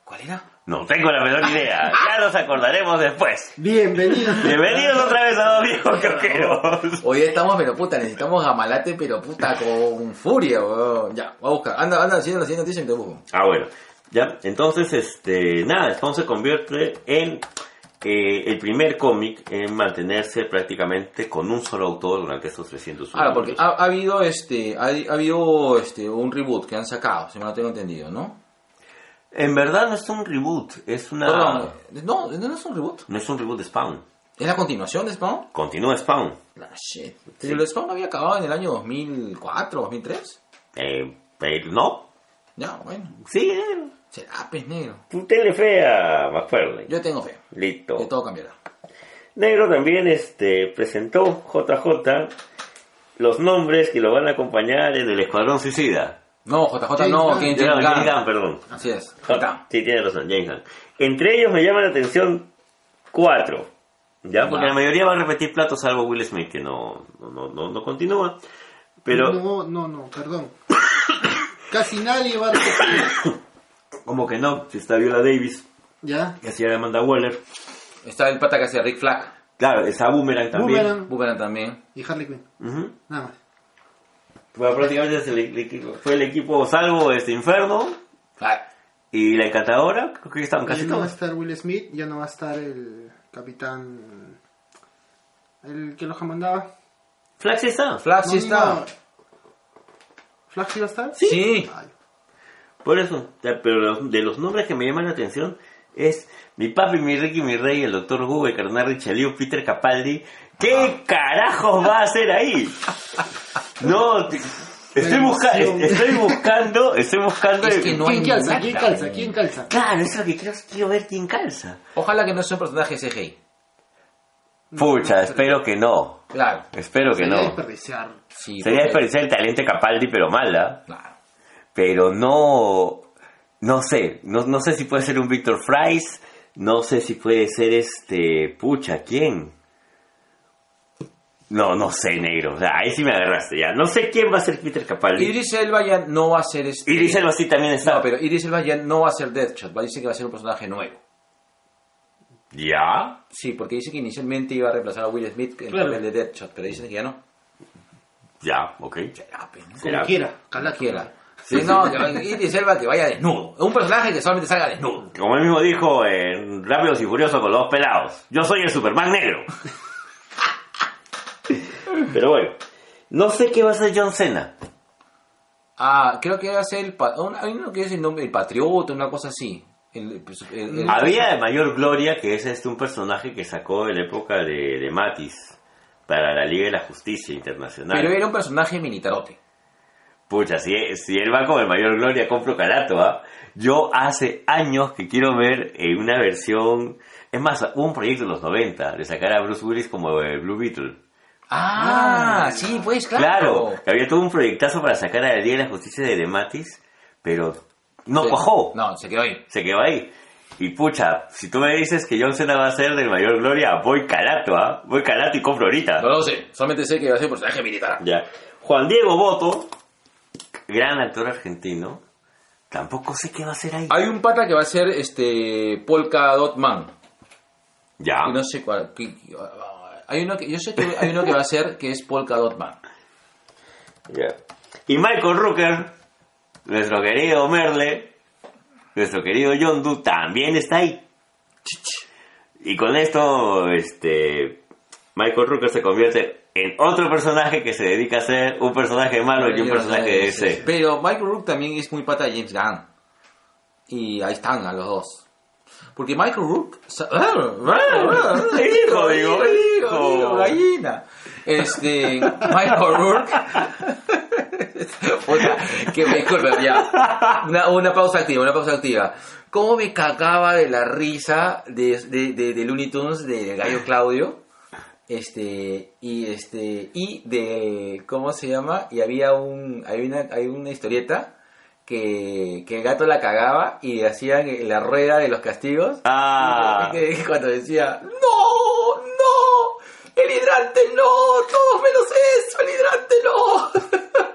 S2: ¿Cuál era?
S1: No tengo la menor idea. Ya nos acordaremos después.
S3: Bienvenido.
S1: Bienvenidos otra vez a dos viejos kiosqueros.
S2: Hoy estamos, pero puta, necesitamos gamalate, pero puta, con furia, weón. Ya, voy a buscar. Anda, anda, haciendo la siguiente noticia y te busco.
S1: Ah, bueno. Ya, entonces, este, nada, Spawn se convierte en eh, el primer cómic en mantenerse prácticamente con un solo autor durante estos 300
S2: Ahora, Ah, porque
S1: números.
S2: ha, ha habido este, ha, ha habido este, un reboot que han sacado, si me lo tengo entendido, ¿no?
S1: En verdad no es un reboot, es una...
S2: Perdón, no, no es un reboot.
S1: No es un reboot de Spawn.
S2: ¿Es la continuación de Spawn?
S1: Continúa Spawn.
S2: La shit. Pero el Spawn había acabado en el año 2004, 2003.
S1: Eh, pero no,
S2: Ya, bueno.
S1: sí, eh,
S2: Será pez negro.
S1: tú tenle fe a McFarlane.
S2: Yo tengo fe.
S1: Listo.
S2: Que todo cambiará.
S1: Negro también este, presentó JJ los nombres que lo van a acompañar en el Escuadrón Suicida.
S2: No, JJ,
S3: James
S2: no,
S3: Gunn.
S2: que
S1: No,
S2: James
S1: James
S2: Gunn.
S1: Gunn, perdón.
S2: Así es. Gunn.
S1: Sí, tiene razón, James Gunn. Entre ellos me llama la atención cuatro. ¿Ya? Porque
S2: Ya.
S1: la mayoría va a repetir platos salvo Will Smith, que no, no, no, no- no continúa. Pero
S3: No, no, no, perdón. *coughs* Casi nadie va a repetir.
S1: como que no, si está Viola Davis,
S3: ¿Ya?
S1: que hacía de Amanda Waller.
S2: Está el pata que hace Rick Flag.
S1: Claro, está Boomerang también.
S3: Boomerang
S2: Boomerang también.
S3: y Harley Quinn.
S1: Ujú.
S3: Nada más.
S1: Bueno, prácticamente es el- el equipo- fue el equipo salvo este Inferno
S2: Ah,
S1: y la encantadora, creo que estaban casi
S3: ya no va a
S1: todos.
S3: estar Will Smith, ya no va a estar el capitán. El que los mandaba.
S1: Flash sí está.
S2: Flag sí
S3: No,
S2: está.
S3: no. ¿Flash sí va a estar?
S2: Sí.
S3: Ay,
S1: Por eso, ya, pero los- de los nombres que me llaman la atención es mi papi, mi Ricky, mi rey, el doctor Who, el carnal Richelieu, Peter Capaldi.
S2: Ah.
S1: ¿Qué carajos va a hacer ahí? No, te- estoy, busca-
S3: Revisión.
S1: estoy buscando, estoy buscando.
S2: Es
S1: el-
S2: que no hay
S3: ¿Quién calza?
S2: nada.
S3: ¿Quién calza? ¿Quién calza?
S1: Claro, eso es lo que quiero, quiero ver quién calza.
S2: Ojalá que no sea un personaje CGI.
S1: Pucha, espero que no.
S2: Claro.
S1: Espero que
S3: Sería
S1: no.
S3: desperdiciar.
S2: Sí,
S1: Sería
S2: porque-
S1: desperdiciar el talento de Capaldi, pero ¿ah? mala.
S2: Claro.
S1: Pero no. No sé. No, no sé si puede ser un Victor Fries. No sé si puede ser este. Pucha, ¿quién? No, no sé, negro. O sea, ahí sí me agarraste ya. No sé quién va a ser Peter Capaldi.
S2: Idris Elba ya no va a ser este.
S1: Y Elba sí también está.
S2: No, pero Idris Elba ya no va a ser Deathshot. Va a decir que va a ser un personaje nuevo.
S1: ¿Ya?
S2: Sí, porque dice que inicialmente iba a reemplazar a Will Smith en
S3: Claro.
S2: el papel de Deathshot, pero dicen que ya no.
S1: Ya, ok.
S2: Será, pe, ¿no?
S1: Será.
S3: Como quiera,
S2: La
S3: calato.
S2: quiera. Sí, no, que vaya- Idris Elba que vaya desnudo. Un personaje que solamente salga desnudo.
S1: Como él mismo dijo en Rápidos y Furiosos con los dos pelados, yo soy el Superman negro. Pero bueno, no sé qué va a ser John Cena.
S2: Ah, creo que va a ser el. pa- un- Hay uno que es el nombre, el patriota, una cosa así. El- pues, el- el-
S1: Había de mayor gloria que es este un personaje que sacó en la época de, de Matis para la Liga de la Justicia Internacional.
S2: Pero era un personaje militarote.
S1: Pucha, si, si él va con el mayor gloria, compro calato, ¿ah? Yo hace años que quiero ver eh, una versión... Es más, hubo un proyecto en los 90 de sacar a Bruce Willis como el Blue Beetle.
S2: Ah, sí, pues claro.
S1: Claro, que había todo un proyectazo para sacar a la Liga de la Justicia de Dematis, pero no
S2: Sí.
S1: cuajó,
S2: No, se quedó ahí.
S1: se quedó ahí. Y pucha, si tú me dices que John Cena va a ser del mayor gloria, voy calato, ¿ah? Voy calato y compro ahorita.
S2: No lo sé, solamente sé que va a ser un personaje militar.
S1: Ya. Juan Diego Boto, gran actor argentino, tampoco sé qué va a hacer ahí.
S2: Hay un pata que va a ser este Polka Dot Man.
S1: Ya.
S2: Y no sé cuál. que- que- ah, Hay uno que, yo sé que hay uno que va a ser que es Polka Dot Man.
S1: Ya. Y Michael Rooker, nuestro querido Merle, nuestro querido John Doe también está ahí. Y con esto, este, Michael Rooker se convierte en otro personaje que se dedica a ser un personaje malo y Ah, un personaje de ese.
S2: Pero Michael Rook también es muy pata de James Gunn. Y ahí están a los dos. Porque Michael Rook. sa- ah,
S1: Hijo, digo, hijo.
S2: gallina. Este. Michael Rook. *laughs* Puta, que me disculpen, ya. Una, una pausa activa, una pausa activa. ¿Cómo me cagaba de la risa de, de, de, de Looney Tunes del gallo Claudio? Este, y este, y de, ¿cómo se llama? Y había un, hay una, hay una historieta que, que el gato la cagaba y hacían la rueda de los castigos.
S1: Ah,
S2: Y que *laughs* cuando decía, no, no, el hidrante no, todos menos eso, el hidrante no.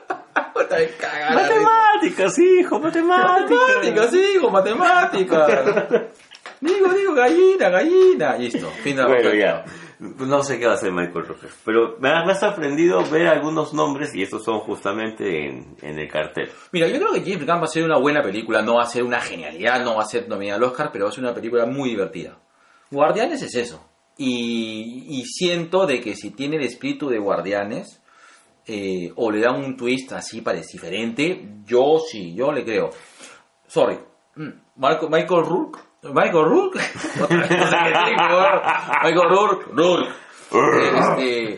S2: *laughs* Puta, me caga la risa.
S1: matemáticas, hijo, matemáticas.
S2: Matemáticas, hijo,
S1: *laughs*
S2: matemáticas. Digo, digo, gallina, gallina. Listo, fin de la
S1: Bueno,
S2: pausa.
S1: ya. Pues No sé qué va a hacer Michael Rooker. Pero me ha, me ha sorprendido ver algunos nombres y estos son justamente en, en el cartel.
S2: Mira, yo creo que James Gunn va a ser una buena película, no va a ser una genialidad, no va a ser nominada al Oscar, pero va a ser una película muy divertida. Guardianes es eso. Y, y siento de que si tiene el espíritu de Guardianes, eh, o le dan un twist así parece diferente, yo sí, yo le creo. Sorry. Mm, Marco- Michael Rourke. Michael Rourke. *laughs* Otra vez, no sé qué digo, Michael Rourke. Rourke. Este,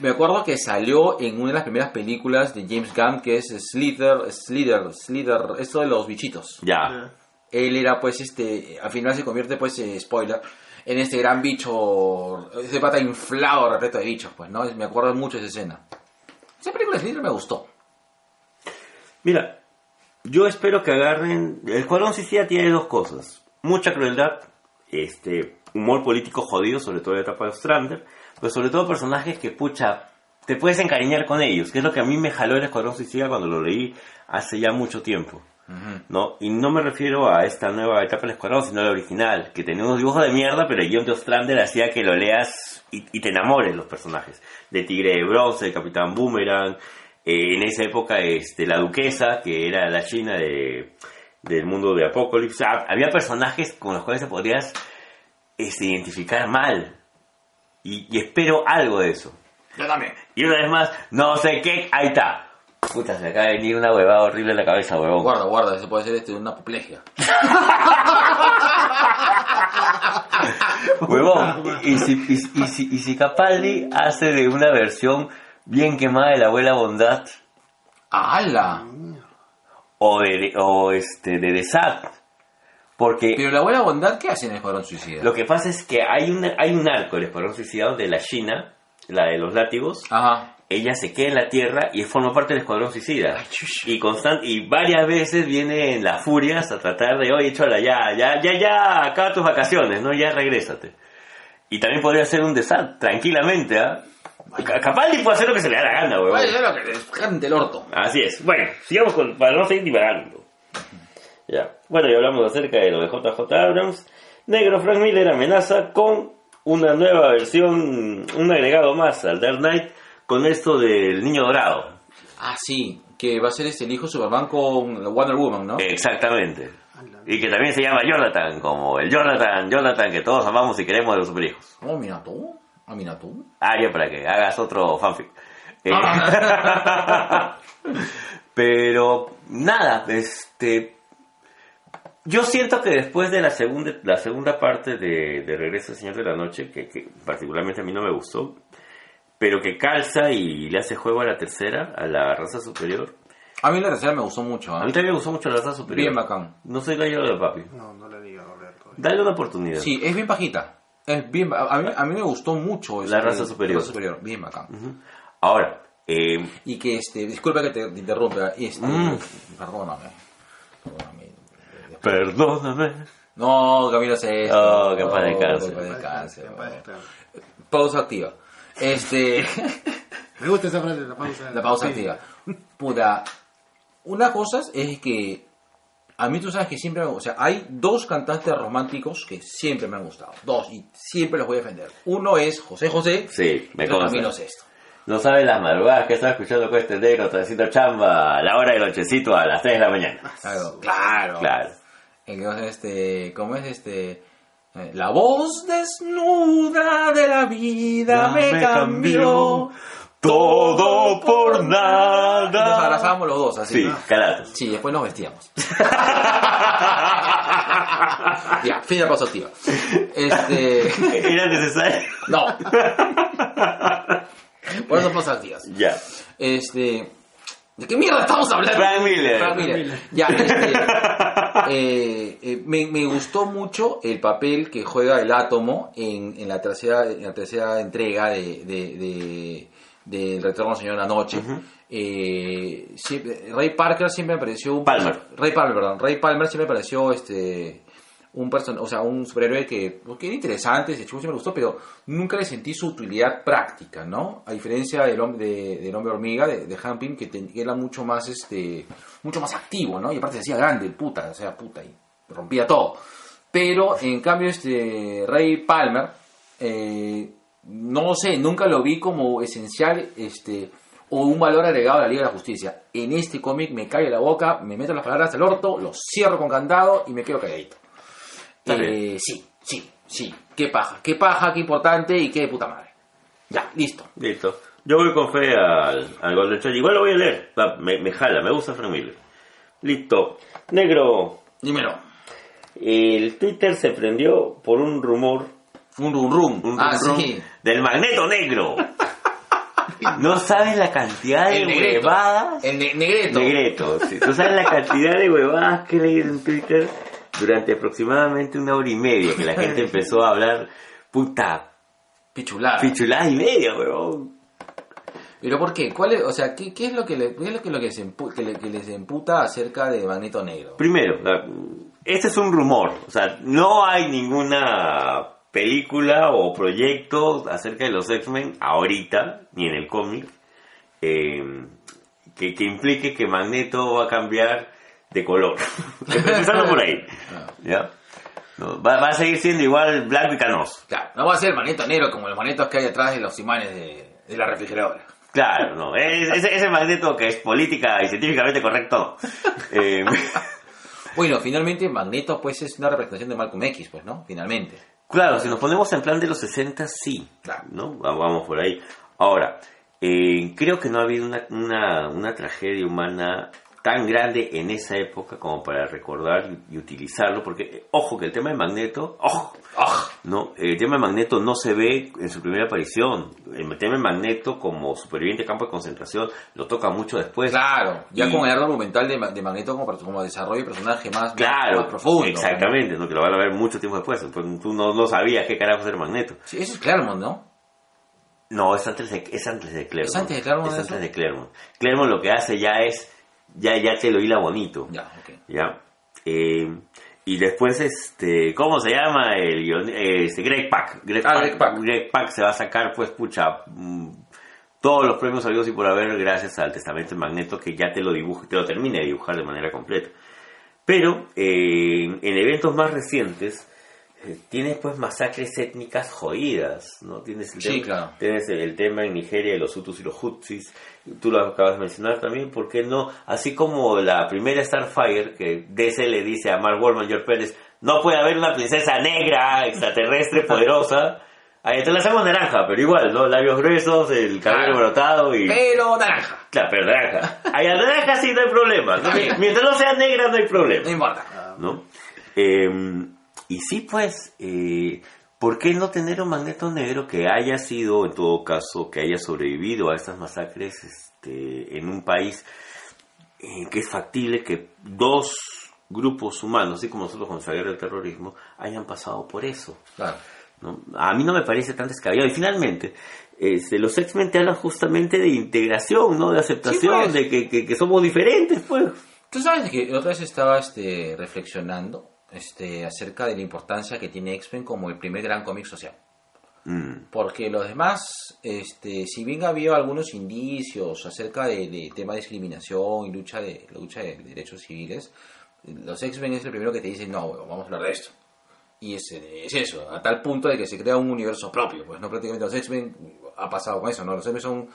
S2: me acuerdo que salió en una de las primeras películas de James Gunn que es Slither, Slither, Slither, esto de los bichitos.
S1: Ya.
S2: Él era pues este, al final se convierte pues, eh, spoiler, en este gran bicho, ese pata inflado repleto de bichos, pues, ¿no? Me acuerdo mucho de esa escena. Esa película de Slither me gustó.
S1: Mira, yo espero que agarren. El Escuadrón Suicida tiene dos cosas: mucha crueldad, este humor político jodido, sobre todo en la etapa de Strander, pero sobre todo personajes que pucha. Te puedes encariñar con ellos, que es lo que a mí me jaló el Escuadrón Suicida cuando lo leí hace ya mucho tiempo. ¿no? Y no me refiero a esta nueva etapa del escuadrón, sino a la original, que tenía unos dibujos de mierda, pero el guión de Ostrander hacía que lo leas y, y te enamores los personajes. De Tigre de Bronce, de Capitán Boomerang, eh, en esa época este, la Duquesa, que era la China de, del mundo de Apocalipsis. Ah, había personajes con los cuales te podías este, identificar mal. Y, y espero algo de eso.
S4: Yo también.
S1: Y una vez más, no sé qué, ahí está. Puta, se me acaba de venir una huevada horrible en la cabeza, huevón.
S2: Guarda, guarda, eso puede ser este, una apoplejia.
S1: Huevón, y, y si, y, y si, y si Capaldi hace de una versión bien quemada de la abuela Bondad
S2: ¡Hala!
S1: o de, o este, de The Sad, porque
S2: Pero la abuela bondad, ¿qué hace en el Escuadrón Suicida?
S1: lo que pasa es que hay un, hay un arco del Escuadrón Suicidado de la China, la de los látigos,
S2: Ajá.
S1: ella se queda en la Tierra y forma parte del Escuadrón Suicida. Y constant y varias veces vienen las furias a tratar de, oye, chola, ya, ya, ya, ya, acá tus vacaciones, ¿no? Ya regrésate. Y también podría ser un desastre, tranquilamente, ¿ah? Ca- Capaldi puede hacer lo que se le da la gana, weón.
S2: Bueno, yo lo que es gente el orto.
S1: Así es. Bueno, sigamos con, para no seguir divagando. Ya. Bueno, y hablamos acerca de lo de JJ Abrams. Negro Frank Miller amenaza con una nueva versión, un agregado más al Dark Knight con esto del niño dorado.
S2: Ah, sí, que va a ser este el hijo de Superman con Wonder Woman, ¿no?
S1: Exactamente. Y que también se llama Jonathan, como el Jonathan, Jonathan que todos amamos y queremos de los superhijos.
S2: Oh, mira tú. Ah, mira tú.
S1: Ah, ya para que hagas otro fanfic. Eh, pero nada, este. Yo siento que después de la segunda, la segunda parte de, de Regreso al Señor de la Noche, que, que particularmente a mí no me gustó, pero que calza y le hace juego a la tercera, a la raza superior.
S2: *laughs* A mí la tercera me gustó mucho,
S1: A
S2: ¿ah?
S1: mí también me gustó mucho la raza superior.
S2: Bien bacán.
S1: No soy gallo de papi.
S3: No, no le digo, Roberto.
S1: Dale una oportunidad.
S2: Sí, es bien pajita. Es bien, ba- a, mí, a mí me gustó mucho
S1: La raza superior.
S2: raza superior. Bien bacán.
S1: Ahora, eh,
S2: Y que, este, disculpa que te, te interrumpa. Este,
S1: Mm.
S2: Perdóname. Perdóname.
S1: perdóname.
S2: No, Camilo Sesto.
S1: Oh, que en paz descanse.
S2: que en paz descanse,
S3: Que paz descanse.
S2: Pausa activa. Este. *laughs*
S3: Me gusta esa frase, la pausa.
S2: La pausa
S3: Sí.
S2: activa. Puta. Una cosa es que a mí tú sabes que siempre me O sea, hay dos cantantes románticos que siempre me han gustado. Dos, y siempre los voy a defender. Uno es José José.
S1: Sí, me
S2: y otro
S1: consta.
S2: Camilo Sesto.
S1: No sabes las madrugadas que estaba escuchando
S2: Ah,
S1: con este negro, haciendo chamba a la hora del nochecito a las 3 de la mañana.
S2: Claro, claro.
S1: Claro.
S2: el que hace este, ¿cómo es este? Eh, La voz desnuda de la vida me, cambió.
S1: todo por nada.
S2: Nos abrazábamos los dos, así.
S1: Sí,
S2: ¿no?
S1: calados.
S2: Sí, después nos vestíamos. *laughs* ya, fin de paso, tío. Este. *laughs*
S1: Era necesario.
S2: No. Por eso pasan tías.
S1: *laughs* Ya.
S2: Este. ¿De qué mierda estamos hablando?
S1: Frank Miller.
S2: Frank Miller. Ya, este,
S1: *laughs*
S2: eh, eh, me, me gustó mucho el papel que juega el átomo en, en la, tercera, en la tercera entrega de, de, de- del Retorno del Señor de la Noche. Eh, siempre- Ray Parker siempre me pareció un
S1: Palmer.
S2: Ray Palmer, perdón. Ray Palmer siempre me pareció este un person, o sea, un superhéroe que, pues, que era interesante, ese chico siempre me gustó, pero nunca le sentí su utilidad práctica, ¿no? A diferencia del hombre de, del hombre hormiga de, de Hank Pym, que, ten- que era mucho más este mucho más activo, ¿no? Y aparte se hacía grande, el puta, o sea, puta y rompía todo. Pero en cambio este Ray Palmer eh, no sé, nunca lo vi como esencial este o un valor agregado a la Liga de la Justicia. En este cómic me cae la boca, me meto las palabras al orto, lo cierro con candado y me quedo calladito.
S1: Está
S2: Eh, sí, sí, sí. Qué paja, qué paja, qué importante y qué de puta madre. Ya, listo.
S1: Listo. Yo voy con fe al, al Golden Child. Igual lo voy a leer. Va, Me, me jala, me gusta Frank Miller. Listo. Negro.
S2: Dímelo.
S1: El Twitter se prendió por un rumor
S2: Un rum rum.
S1: un
S2: ah,
S1: rum
S2: sí.
S1: rum del magneto
S2: *laughs*
S1: negro. No sabes la cantidad de
S2: El negreto.
S1: huevadas.
S2: El ne- negreto.
S1: Negreto, sí. No sabes la cantidad de huevadas que he leído en Twitter durante aproximadamente una hora y media que la gente empezó a hablar puta
S2: Pichular.
S1: pichulada y media, huevón.
S2: Pero ¿por qué? ¿Cuál es, o sea, ¿qué, qué es lo que, le- qué es lo que, lo que les empu- que le- que les emputa acerca de Magneto Negro?
S1: Primero, la- este es un rumor, o sea, no hay ninguna película o proyecto acerca de los X-Men ahorita, ni en el cómic, eh, que, que implique que Magneto va a cambiar de color. Empezando por ahí. ¿ya? No, va, va a seguir siendo igual blanco y canoso.
S2: Claro, no va a ser Magneto Negro como los magnetos que hay atrás de los imanes de, de la refrigeradora.
S1: Claro, no. es- Ese, ese magneto que es política y científicamente correcto. no. Eh,
S2: Bueno, finalmente Magneto pues es una representación de Malcolm X, pues, ¿no? Finalmente.
S1: Claro, si nos ponemos en plan de los 60, sí.
S2: Claro.
S1: ¿no? Va- Vamos por ahí. Ahora, eh, creo que no ha habido una, una- una tragedia humana tan grande en esa época como para recordar y utilizarlo, porque, eh, ojo, que el tema de Magneto, ojo, no, Eh, el tema de Magneto no se ve en su primera aparición. El tema de Magneto como superviviente de campo de concentración lo toca mucho
S2: Pues,
S1: después.
S2: Claro, ya
S1: Y-
S2: con el arco argumental de, Ma- de Magneto como, per- como desarrollo de personaje más,
S1: Claro,
S2: más profundo.
S1: exactamente, ¿no? que lo van a ver mucho tiempo después. Pues, tú no, no sabías qué carajo era Magneto.
S2: Sí, eso es Claremont, ¿no?
S1: No, es antes de, es antes de Clermont.
S2: ¿Es antes de Clermont
S1: Es
S2: eso?
S1: antes de Clermont. Clermont lo que hace ya es, ya, ya te lo hila bonito. Ya.
S2: Ya, ok.
S1: Eh, y después, este, ¿cómo se llama? El guion- este, Greg Pack. Greg,
S2: Ah, Greg Pak.
S1: Greg Pak se va a sacar, pues, pucha, mm, todos los premios sabidos y por haber gracias al testamento de Magneto que ya te lo dibuja, te lo termina de dibujar de manera completa. Pero eh, en eventos más recientes eh, tienes pues masacres étnicas jodidas, ¿no? Tienes el,
S2: Sí,
S1: tema,
S2: claro.
S1: tienes el, el tema en Nigeria de los Hutus y los Hutsis, tú lo acabas de mencionar también, ¿por qué no? Así como la primera Starfire, que DC le dice a Mark Wolman, George Pérez, no puede haber una princesa negra, extraterrestre, poderosa. Ahí te la hacemos naranja, pero igual, ¿no? Labios gruesos, el cabello
S2: Claro.
S1: brotado y...
S2: Pero naranja,
S1: Claro, pero naranja. A la naranja sí no hay problema. ¿no? Mientras no sea negra no hay
S2: no
S1: problema,
S2: importa.
S1: ¿no? Eh, y sí, pues, eh, ¿por qué no tener un magneto negro que haya sido, en todo caso, que haya sobrevivido a estas masacres este, en un país eh, que es factible que dos grupos humanos, así como nosotros con la guerra del terrorismo, hayan pasado por eso?
S2: Claro.
S1: ¿no? A mí no me parece tan descabellado. Y finalmente, este, los X-Men te hablan justamente de integración, ¿no? De aceptación,
S2: Sí, pues.
S1: de que, que- que somos diferentes, pues.
S2: Tú sabes que otra vez estaba este, reflexionando este, acerca de la importancia que tiene X-Men como el primer gran cómic social.
S1: Mm,
S2: Porque los demás, este, si bien había algunos indicios acerca de, de tema de discriminación y lucha de lucha de derechos civiles, los X-Men es el primero que te dicen, no, huevón, vamos a hablar de esto. Y es, eh, es eso, a tal punto de que se crea un universo propio. Pues no, prácticamente los X-Men uh, ha pasado con eso, ¿no? Los X-Men son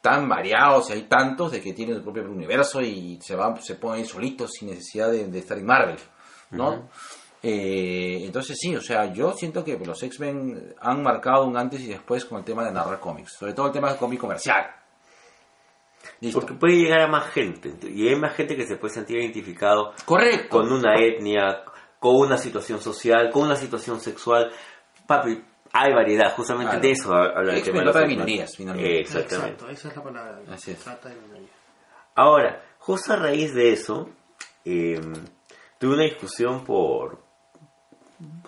S2: tan variados y hay tantos de que tienen su propio universo y se van se ponen solitos sin necesidad de, de estar en Marvel. ¿no? Eh, entonces sí, o sea, yo siento que los X-Men han marcado un antes y después con el tema de narrar cómics, sobre todo el tema del cómic comercial. Listo.
S1: Porque puede llegar a más gente. Y hay más gente que se puede sentir identificado
S2: Correcto.
S1: con una etnia, con una situación social, con una situación sexual. Papi, hay variedad, justamente
S2: Claro.
S1: de eso habla el
S2: X-Men
S1: tema.
S2: trata
S1: de
S2: de
S1: los X-Men.
S2: minorías, finalmente.
S1: Exactamente.
S3: Exacto, esa es la palabra.
S2: Así es.
S3: Trata de minoría.
S1: Ahora, justo a raíz de eso, eh, tuve una discusión por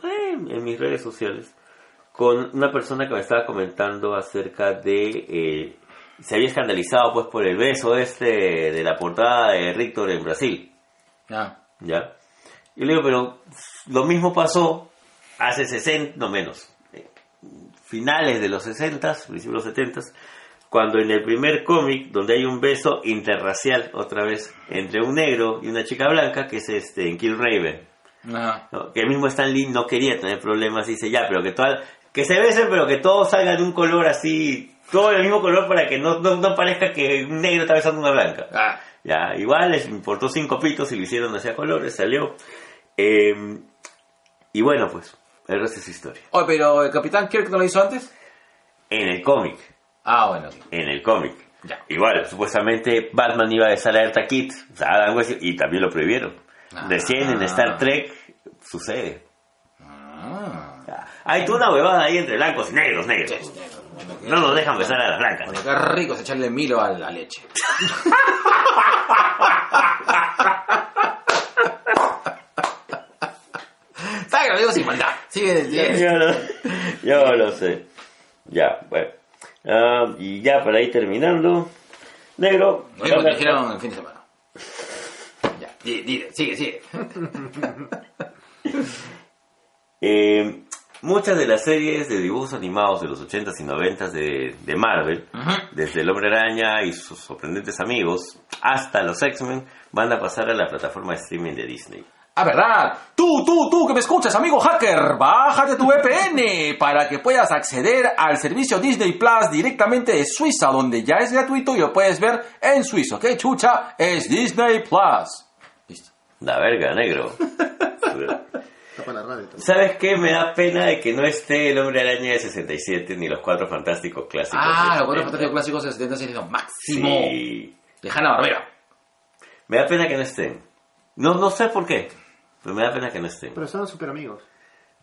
S1: en, en mis redes sociales con una persona que me estaba comentando acerca de eh, se había escandalizado pues por el beso este de la portada de Rictor en Brasil.
S2: Ah,
S1: ¿Ya? Y le digo, pero lo mismo pasó hace 60, no menos, eh, finales de los 60, principios de los 70, cuando en el primer cómic, donde hay un beso interracial, otra vez, entre un negro y una chica blanca, que es este, en Kill Raven,
S2: ah,
S1: ¿no? que el mismo Stan Lee no quería tener problemas, y dice, ya, pero que toda, que se besen, pero que todos salgan de un color así, todo del mismo color para que no, no, no parezca que un negro está besando a una blanca.
S4: Ah,
S1: Ya, igual les importó cinco pitos y lo hicieron hacia colores, salió. Eh, y bueno, pues, el resto es historia.
S2: Oye, Oh, pero el Capitán Kirk no lo hizo antes.
S1: En el cómic,
S2: Ah, bueno. ok.
S1: en el cómic.
S2: Ya.
S1: Igual, supuestamente Batman iba a besar a Erta Kid, o sea, Adam West, y también lo prohibieron.
S2: Ah.
S1: Recién en Star Trek sucede.
S2: Ah.
S1: Ya. Hay toda una huevada ahí entre blancos y negros, negros. No nos dejan besar a las blancas.
S2: Bueno, qué rico es echarle milo a la leche. ¿Sabes que lo digo sin maldad? Sigue, sigue.
S1: *laughs* Yo lo, yo lo sé. Ya, bueno. Ah, y ya para ir terminando. Negro.
S2: Lo mismo que dijeron el fin de semana. Ya, di- dile, sigue, sigue.
S1: Eh, muchas de las series de dibujos animados de los 80s y 90s de, de Marvel, desde El Hombre Araña y sus sorprendentes amigos hasta los X-Men, van a pasar a la plataforma de streaming de Disney.
S2: Ah, ¿verdad? Tú, tú, tú que me escuchas, amigo hacker, bájate tu VPN para que puedas acceder al servicio Disney Plus directamente de Suiza, donde ya es gratuito y lo puedes ver en Suiza. ¿Qué chucha es Disney Plus? Listo.
S1: La verga,
S2: *laughs*
S1: negro.
S3: Está para la radio también.
S1: ¿Sabes qué? Me da pena de que no esté El Hombre Araña de 67 ni los Cuatro Fantásticos Clásicos.
S2: Ah,
S1: de
S2: los cuatro
S1: 70.
S2: fantásticos clásicos de 70 series son máximo.
S1: Sí.
S2: De Hanna Barbera.
S1: Me da pena que no estén. No, no sé por qué, pero me da pena que no estén.
S3: Pero son super amigos.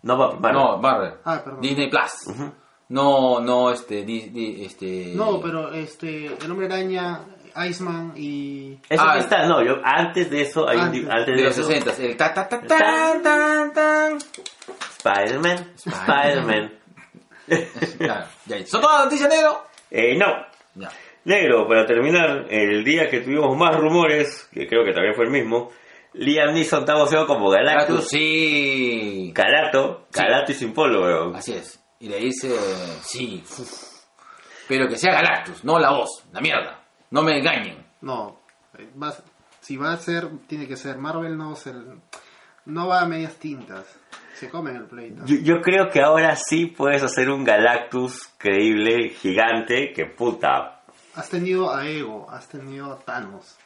S1: No, va Marvel.
S2: No, Barber.
S3: Ah, perdón.
S2: Disney Plus.
S1: Ujú.
S2: No, no, este, di- di- este.
S3: No, pero este, el hombre araña, Iceman y.
S1: Eso
S2: Ah,
S1: sí está, no, yo antes de eso, hay un di-
S3: antes.
S1: antes
S2: De
S1: de
S2: los
S1: eso,
S2: 60 El ta ta ta tan tan tan.
S1: Spider-Man, Spider-Man.
S2: Claro, ya, ya. Son todas las noticias, negro.
S1: Eh, no,
S2: Ya.
S1: negro, para terminar, el día que tuvimos más rumores, que creo que también fue el mismo, Liam Neeson está boceado como
S2: Kratos,
S1: Galactus,
S2: sí.
S1: Calato, Calato y sin polo, weón.
S2: Así es. Y le dice, sí. uf. Pero que sea Galactus, no la voz, la mierda. No me engañen.
S3: No. eh, va a- si va a ser, tiene que ser. Marvel no se, no va a medias tintas. Se comen el pleito.
S1: Yo, yo creo que ahora sí puedes hacer un Galactus creíble, gigante, que puta.
S3: Has tenido a Ego, has tenido a Thanos.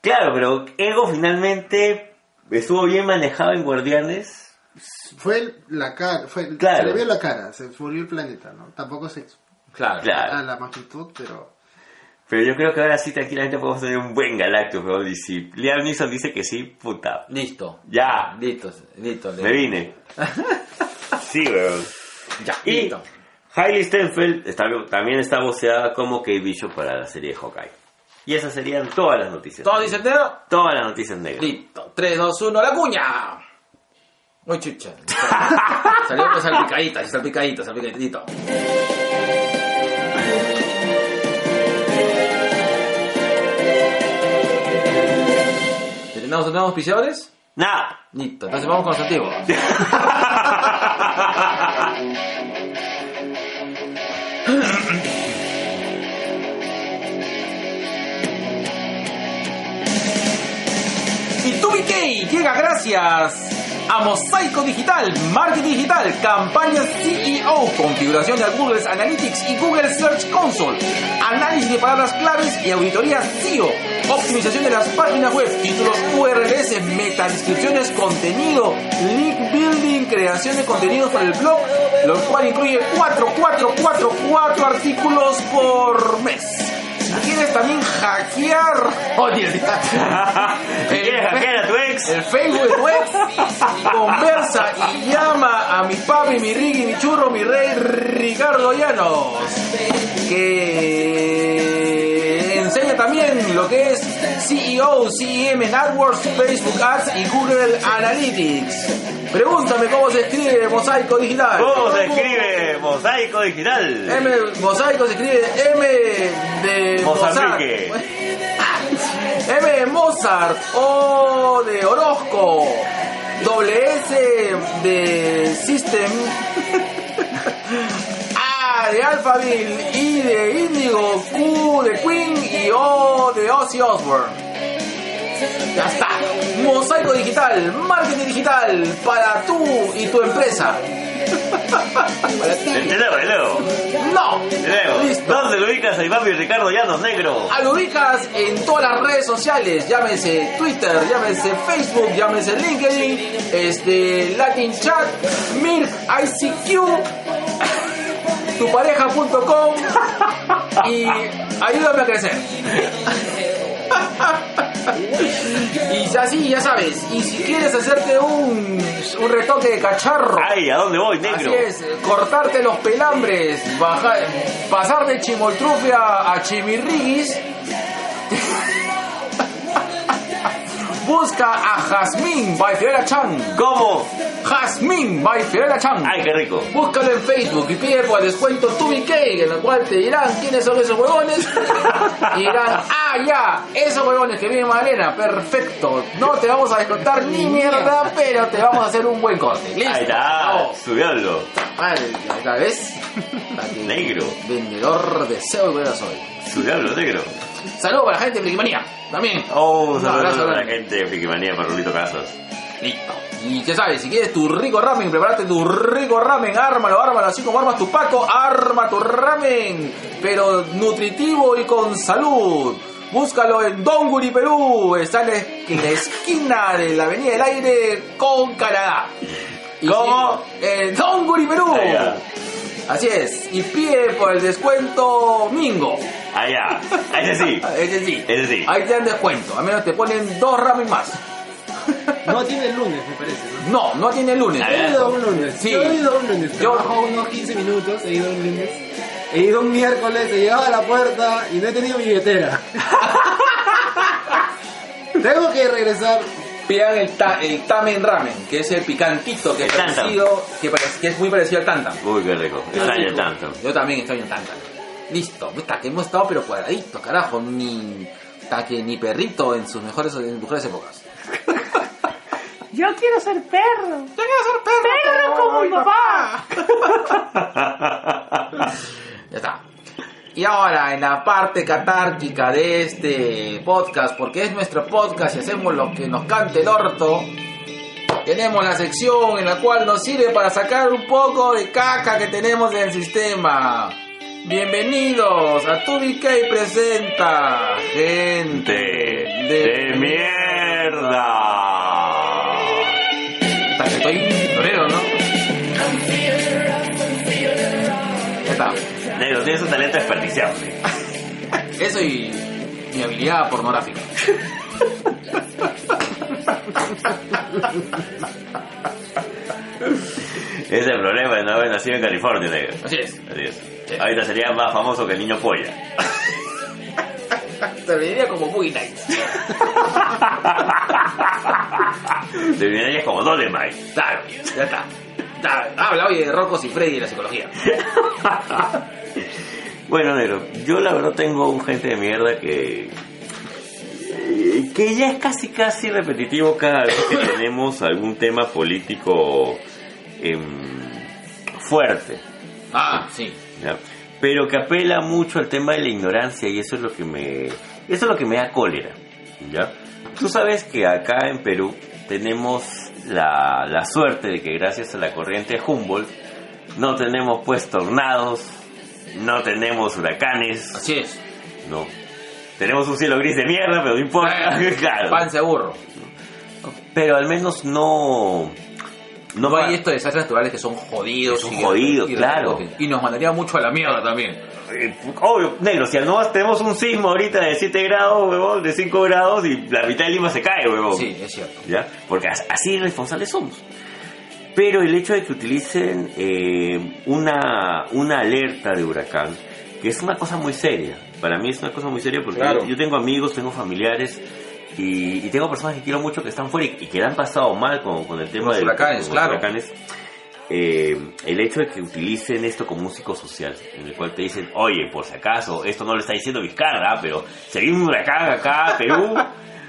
S1: Claro, pero Ego finalmente estuvo bien manejado en Guardianes.
S3: Fue el- la cara, fue, el-
S1: Claro.
S3: se le vio la cara, se murió el planeta, ¿no? Tampoco se
S2: Claro.
S1: Claro.
S3: a la magnitud, pero
S1: Pero yo creo que ahora sí tranquilamente podemos tener un buen Galactus, weón. Y si Liam Neeson dice que sí, puta.
S2: Listo.
S1: Ya,
S2: Listo, listo. *laughs*
S1: me vine. Sí, weón.
S2: Ya,
S1: Y-
S2: listo.
S1: Hailey Steinfeld está- también está voceada como Kate Bishop para la serie de Hawkeye. Y esas serían todas las noticias.
S2: ¿Todo dice entero?
S1: Todas las noticias negras.
S2: Listo. 3, 2, 1, la cuña. Muy chucha. Salió con salpicadita, salpicadita, salpicadito. ¿Tenemos otros auspiciadores?
S1: *laughs* Nada.
S2: Listo, entonces vamos con los antiguos. Y TubiK llega gracias a Mosaico Digital, Marketing Digital, Campañas CEO, configuración de Google Analytics y Google Search Console, análisis de palabras claves y auditoría SEO, optimización de las páginas web, títulos URLs, metadescripciones, contenido, link building, creación de contenidos para el blog, lo cual incluye 4, 4, 4, 4 artículos por mes. Si quieres también hackear *laughs*
S4: Oye, el-
S2: Eh,
S1: ¿Quieres hackear a tu ex?
S2: el Facebook de tu ex, conversa y llama a mi papi, mi Ricky, mi churro, mi rey Ricardo Llanos, que enseña también lo que es E CEO, CEM en AdWords, Facebook Ads y Google Analytics. Pregúntame cómo se escribe Mosaico Digital.
S1: ¿Cómo se
S2: eh,
S1: escribe Mosaico Digital?
S2: M, Mosaico se escribe M de
S1: Mozambique.
S2: Mozart. *laughs* M de Mozart, O de Orozco, WS de System, *laughs* A de Alphaville, I de Indigo, Q de Queen y O de Ozzy Osbourne. Ya está. Mosaico digital, marketing digital para tú y tu empresa. *laughs* Para ti.
S1: Te leo, te leo.
S2: No.
S1: Te leo.
S2: eh, Listo.
S1: ¿Dónde lo ubicas a mi papi Ricardo Llanos Negro?
S2: Ah, Lo ubicas en todas las redes sociales, llámese Twitter, llámese Facebook, llámese LinkedIn, este, Latin Chat, Milk, ICQ, tupareja.com y ayúdame a crecer. Y así, ya sabes, y si quieres hacerte un, un retoque de cacharro,
S1: Ay, ¿a dónde voy,
S2: Así
S1: negro?
S2: es, cortarte los pelambres, bajar, pasar de chimoltrufia a chimirriguis. *laughs* Busca a Jazmín by Fiorella Chan.
S1: ¿Cómo?
S2: Jazmín by Fiorella Chan.
S1: Ay, qué rico.
S2: Búscalo en Facebook y pide por descuento Tubi Cake, en el cual te dirán quiénes son esos huevones. Y dirán, ah, ya, esos huevones que vienen en Magdalena, perfecto. No te vamos a descontar ni mierda, pero te vamos a hacer un buen corte. Listo.
S1: Ahí está,
S2: Vamos.
S1: subiéndolo.
S2: Madre, ¿la ves? Para que-
S1: Negro.
S2: Vendedor de SEO que soy.
S1: Su diablo negro.
S2: Saludos para la gente de Frikimanía. También.
S1: Oh, un
S2: Un
S1: saludo
S2: abrazo
S1: a la
S2: grande.
S1: gente de Frikimanía para Rulito Casas.
S2: Listo. Y ya sabes, si quieres tu rico ramen, prepárate tu rico ramen, ármalo, ármalo, así como armas tu paco, arma tu ramen, pero nutritivo y con salud. Búscalo en Donguri, Perú, está en la esqu- en la esquina de la Avenida del Aire con Canadá. Y
S1: ¿Cómo?
S2: sí, En Donguri, Perú.
S1: Allá.
S2: Así es, y pide por el descuento Mingo.
S1: Allá. Ese sí.
S2: Ah, *laughs* Ese sí.
S1: Ese sí.
S2: Ahí te dan descuento, a menos te ponen dos ramen más.
S3: No tiene el lunes, me parece.
S2: No,
S3: ¿no?
S2: no tiene lunes.
S1: A
S3: Yo he ido un lunes.
S2: Sí.
S3: Yo he ido un lunes.
S2: Yo-
S3: Trabajo unos 15 minutos, he ido un lunes. He ido un miércoles, he llegado a la puerta y no he tenido mi
S1: *laughs*
S3: billetera. Tengo que regresar.
S2: Pidan el, ta- el tamen ramen, que es el picantito que, es
S1: El tantan.
S2: parecido, que, parec- que es muy parecido al tantan.
S1: Uy, qué rico. Extraño
S2: Rico.
S1: tanto.
S2: Yo también extraño el tantan. Listo, puta, que hemos estado pero cuadraditos, carajo, ni ta que ni perrito en sus mejores, en sus mejores épocas.
S5: Yo quiero ser perro.
S2: Yo quiero ser perro,
S5: Perro como mi papá.
S2: Ya está. Y ahora en la parte catártica de este podcast, porque es nuestro podcast y hacemos lo que nos cante el orto, tenemos la sección en la cual nos sirve para sacar un poco de caca que tenemos en el sistema. Bienvenidos a TubiK presenta
S1: De,
S2: gente
S1: de mierda.
S2: Puta, que Estoy torero, ¿no? Ya está.
S1: Negro, tienes un talento desperdiciable.
S2: Eso y mi habilidad pornográfica.
S1: Ese es el problema de no haber nacido en California, negro.
S2: Así es.
S1: Así es. Ahorita sería más famoso que el niño polla.
S2: Te vería como muy nice.
S1: Deberías como Dolemite.
S2: Claro, ya está. Ya, ah, Habla hoy de Rocco y Freddy y la psicología.
S1: Bueno, negro, yo la verdad tengo un gente de mierda que. eh, que ya es casi casi repetitivo cada vez que *laughs* tenemos algún tema político em, fuerte,
S2: Ah, sí.
S1: ¿ya? pero que apela mucho al tema de la ignorancia y eso es lo que me. eso es lo que me da cólera. ¿ya? Tú sabes que acá en Perú tenemos la, la suerte de que gracias a la corriente Humboldt no tenemos pues tornados, no tenemos huracanes,
S2: Así es.
S1: no. Tenemos un cielo gris de mierda, pero no importa. *laughs* claro.
S2: Panza de burro.
S1: Pero al menos no.
S2: No,
S1: No pa-
S2: hay estos desastres naturales que son jodidos.
S1: Son
S2: y-
S1: jodidos,
S2: y-
S1: claro.
S2: Y nos mandaría mucho a la mierda también.
S1: eh, Obvio, negro, si al no tenemos un sismo ahorita de 7 grados, huevón, de 5 grados y la mitad de Lima se cae, huevón.
S2: Sí, es cierto.
S1: ¿ya? Porque as- así irresponsables somos. Pero el hecho de que utilicen eh, una, una alerta de huracán, que es una cosa muy seria, para mí es una cosa muy seria porque
S2: Claro.
S1: yo, yo tengo amigos, tengo familiares y, y tengo personas que quiero mucho que están fuera y, y que la han pasado mal con, con el tema
S2: los
S1: del-
S2: huracanes,
S1: con los
S2: claro.
S1: huracanes. Eh, el hecho de que utilicen esto como un psicosocial, en el cual te dicen, oye, por si acaso, esto no lo está diciendo Vizcarra, ¿ah? pero se viene un huracán acá, Perú,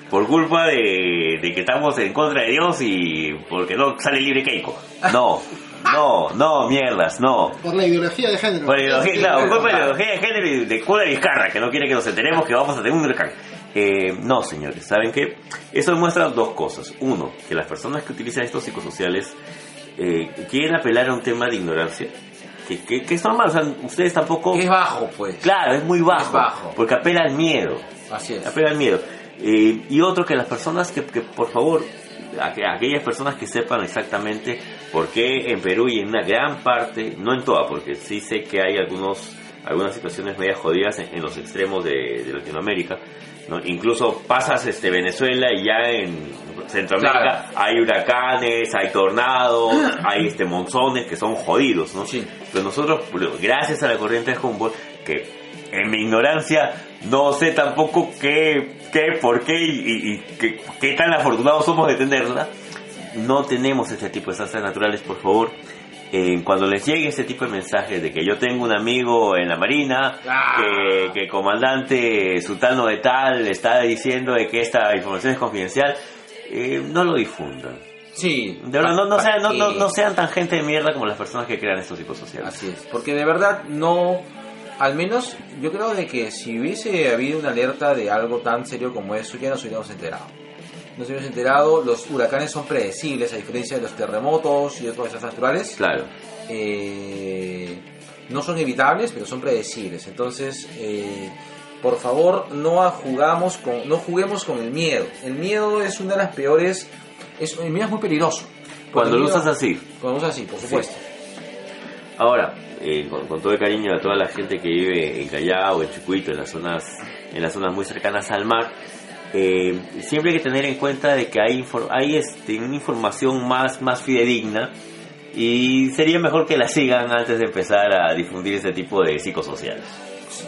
S1: por culpa de, de que estamos en contra de Dios y porque no sale libre Keiko. No, no, no, mierdas, no.
S3: Por la ideología de género.
S1: Por ideología, claro,
S3: Sí,
S1: culpa de ideología de género y de Cuba de Vizcarra, que no quiere que nos enteremos que vamos a tener un huracán. Eh, no, señores, ¿saben qué? Eso demuestra dos cosas. Uno, que las personas que utilizan estos psicosociales eh, quieren apelar a un tema de ignorancia, que, que- que es normal, o sea, ustedes tampoco...
S2: Es bajo, pues.
S1: Claro, es muy bajo,
S2: Es bajo.
S1: porque apela al miedo.
S2: Así es.
S1: Apela al miedo. Eh, y otro que las personas que, que, por favor, aqu- aquellas personas que sepan exactamente por qué en Perú y en una gran parte, no en toda, porque sí sé que hay algunos algunas situaciones media jodidas en, en los extremos de, de Latinoamérica, ¿no? incluso pasas este Venezuela y ya en Centroamérica hay huracanes, hay tornados, hay este monzones que son jodidos, ¿no?
S2: Sí.
S1: Pero nosotros, gracias a la corriente de Humboldt, que en mi ignorancia no sé tampoco qué, qué por qué y, y- y qué, qué tan afortunados somos de tenerla, no tenemos este tipo de desastres naturales, por favor. Eh, cuando les llegue este tipo de mensajes de que yo tengo un amigo en la marina,
S4: Ah.
S1: que, que el comandante sultano de tal está diciendo de que esta información es confidencial, eh, no lo difundan.
S2: Sí.
S1: De verdad, no, no,
S2: ¿Para
S1: sean, no, no-
S2: qué?
S1: no sean tan gente de mierda como las personas que crean estos psicosociales.
S2: Así es, porque de verdad no, al menos yo creo de que si hubiese habido una alerta de algo tan serio como eso, ya nos hubiéramos enterado. Nos hubiéramos enterado, los huracanes son predecibles, a diferencia de los terremotos y otros desastres naturales.
S1: Claro.
S2: Eh, no son evitables, pero son predecibles. Entonces, eh, por favor, no jugamos con, no juguemos con el miedo. El miedo es una de las peores, es, el miedo es muy peligroso.
S1: Cuando
S2: El
S1: lo
S2: miedo-
S1: usas así.
S2: Cuando lo usas así, por supuesto.
S1: Ahora, eh, con, con todo el cariño a toda la gente que vive en Callao, en Chucuito, en las zonas, en las zonas muy cercanas al mar, eh, siempre hay que tener en cuenta de que hay, infor- hay este, una información más, más fidedigna y sería mejor que la sigan antes de empezar a difundir este tipo de psicosociales.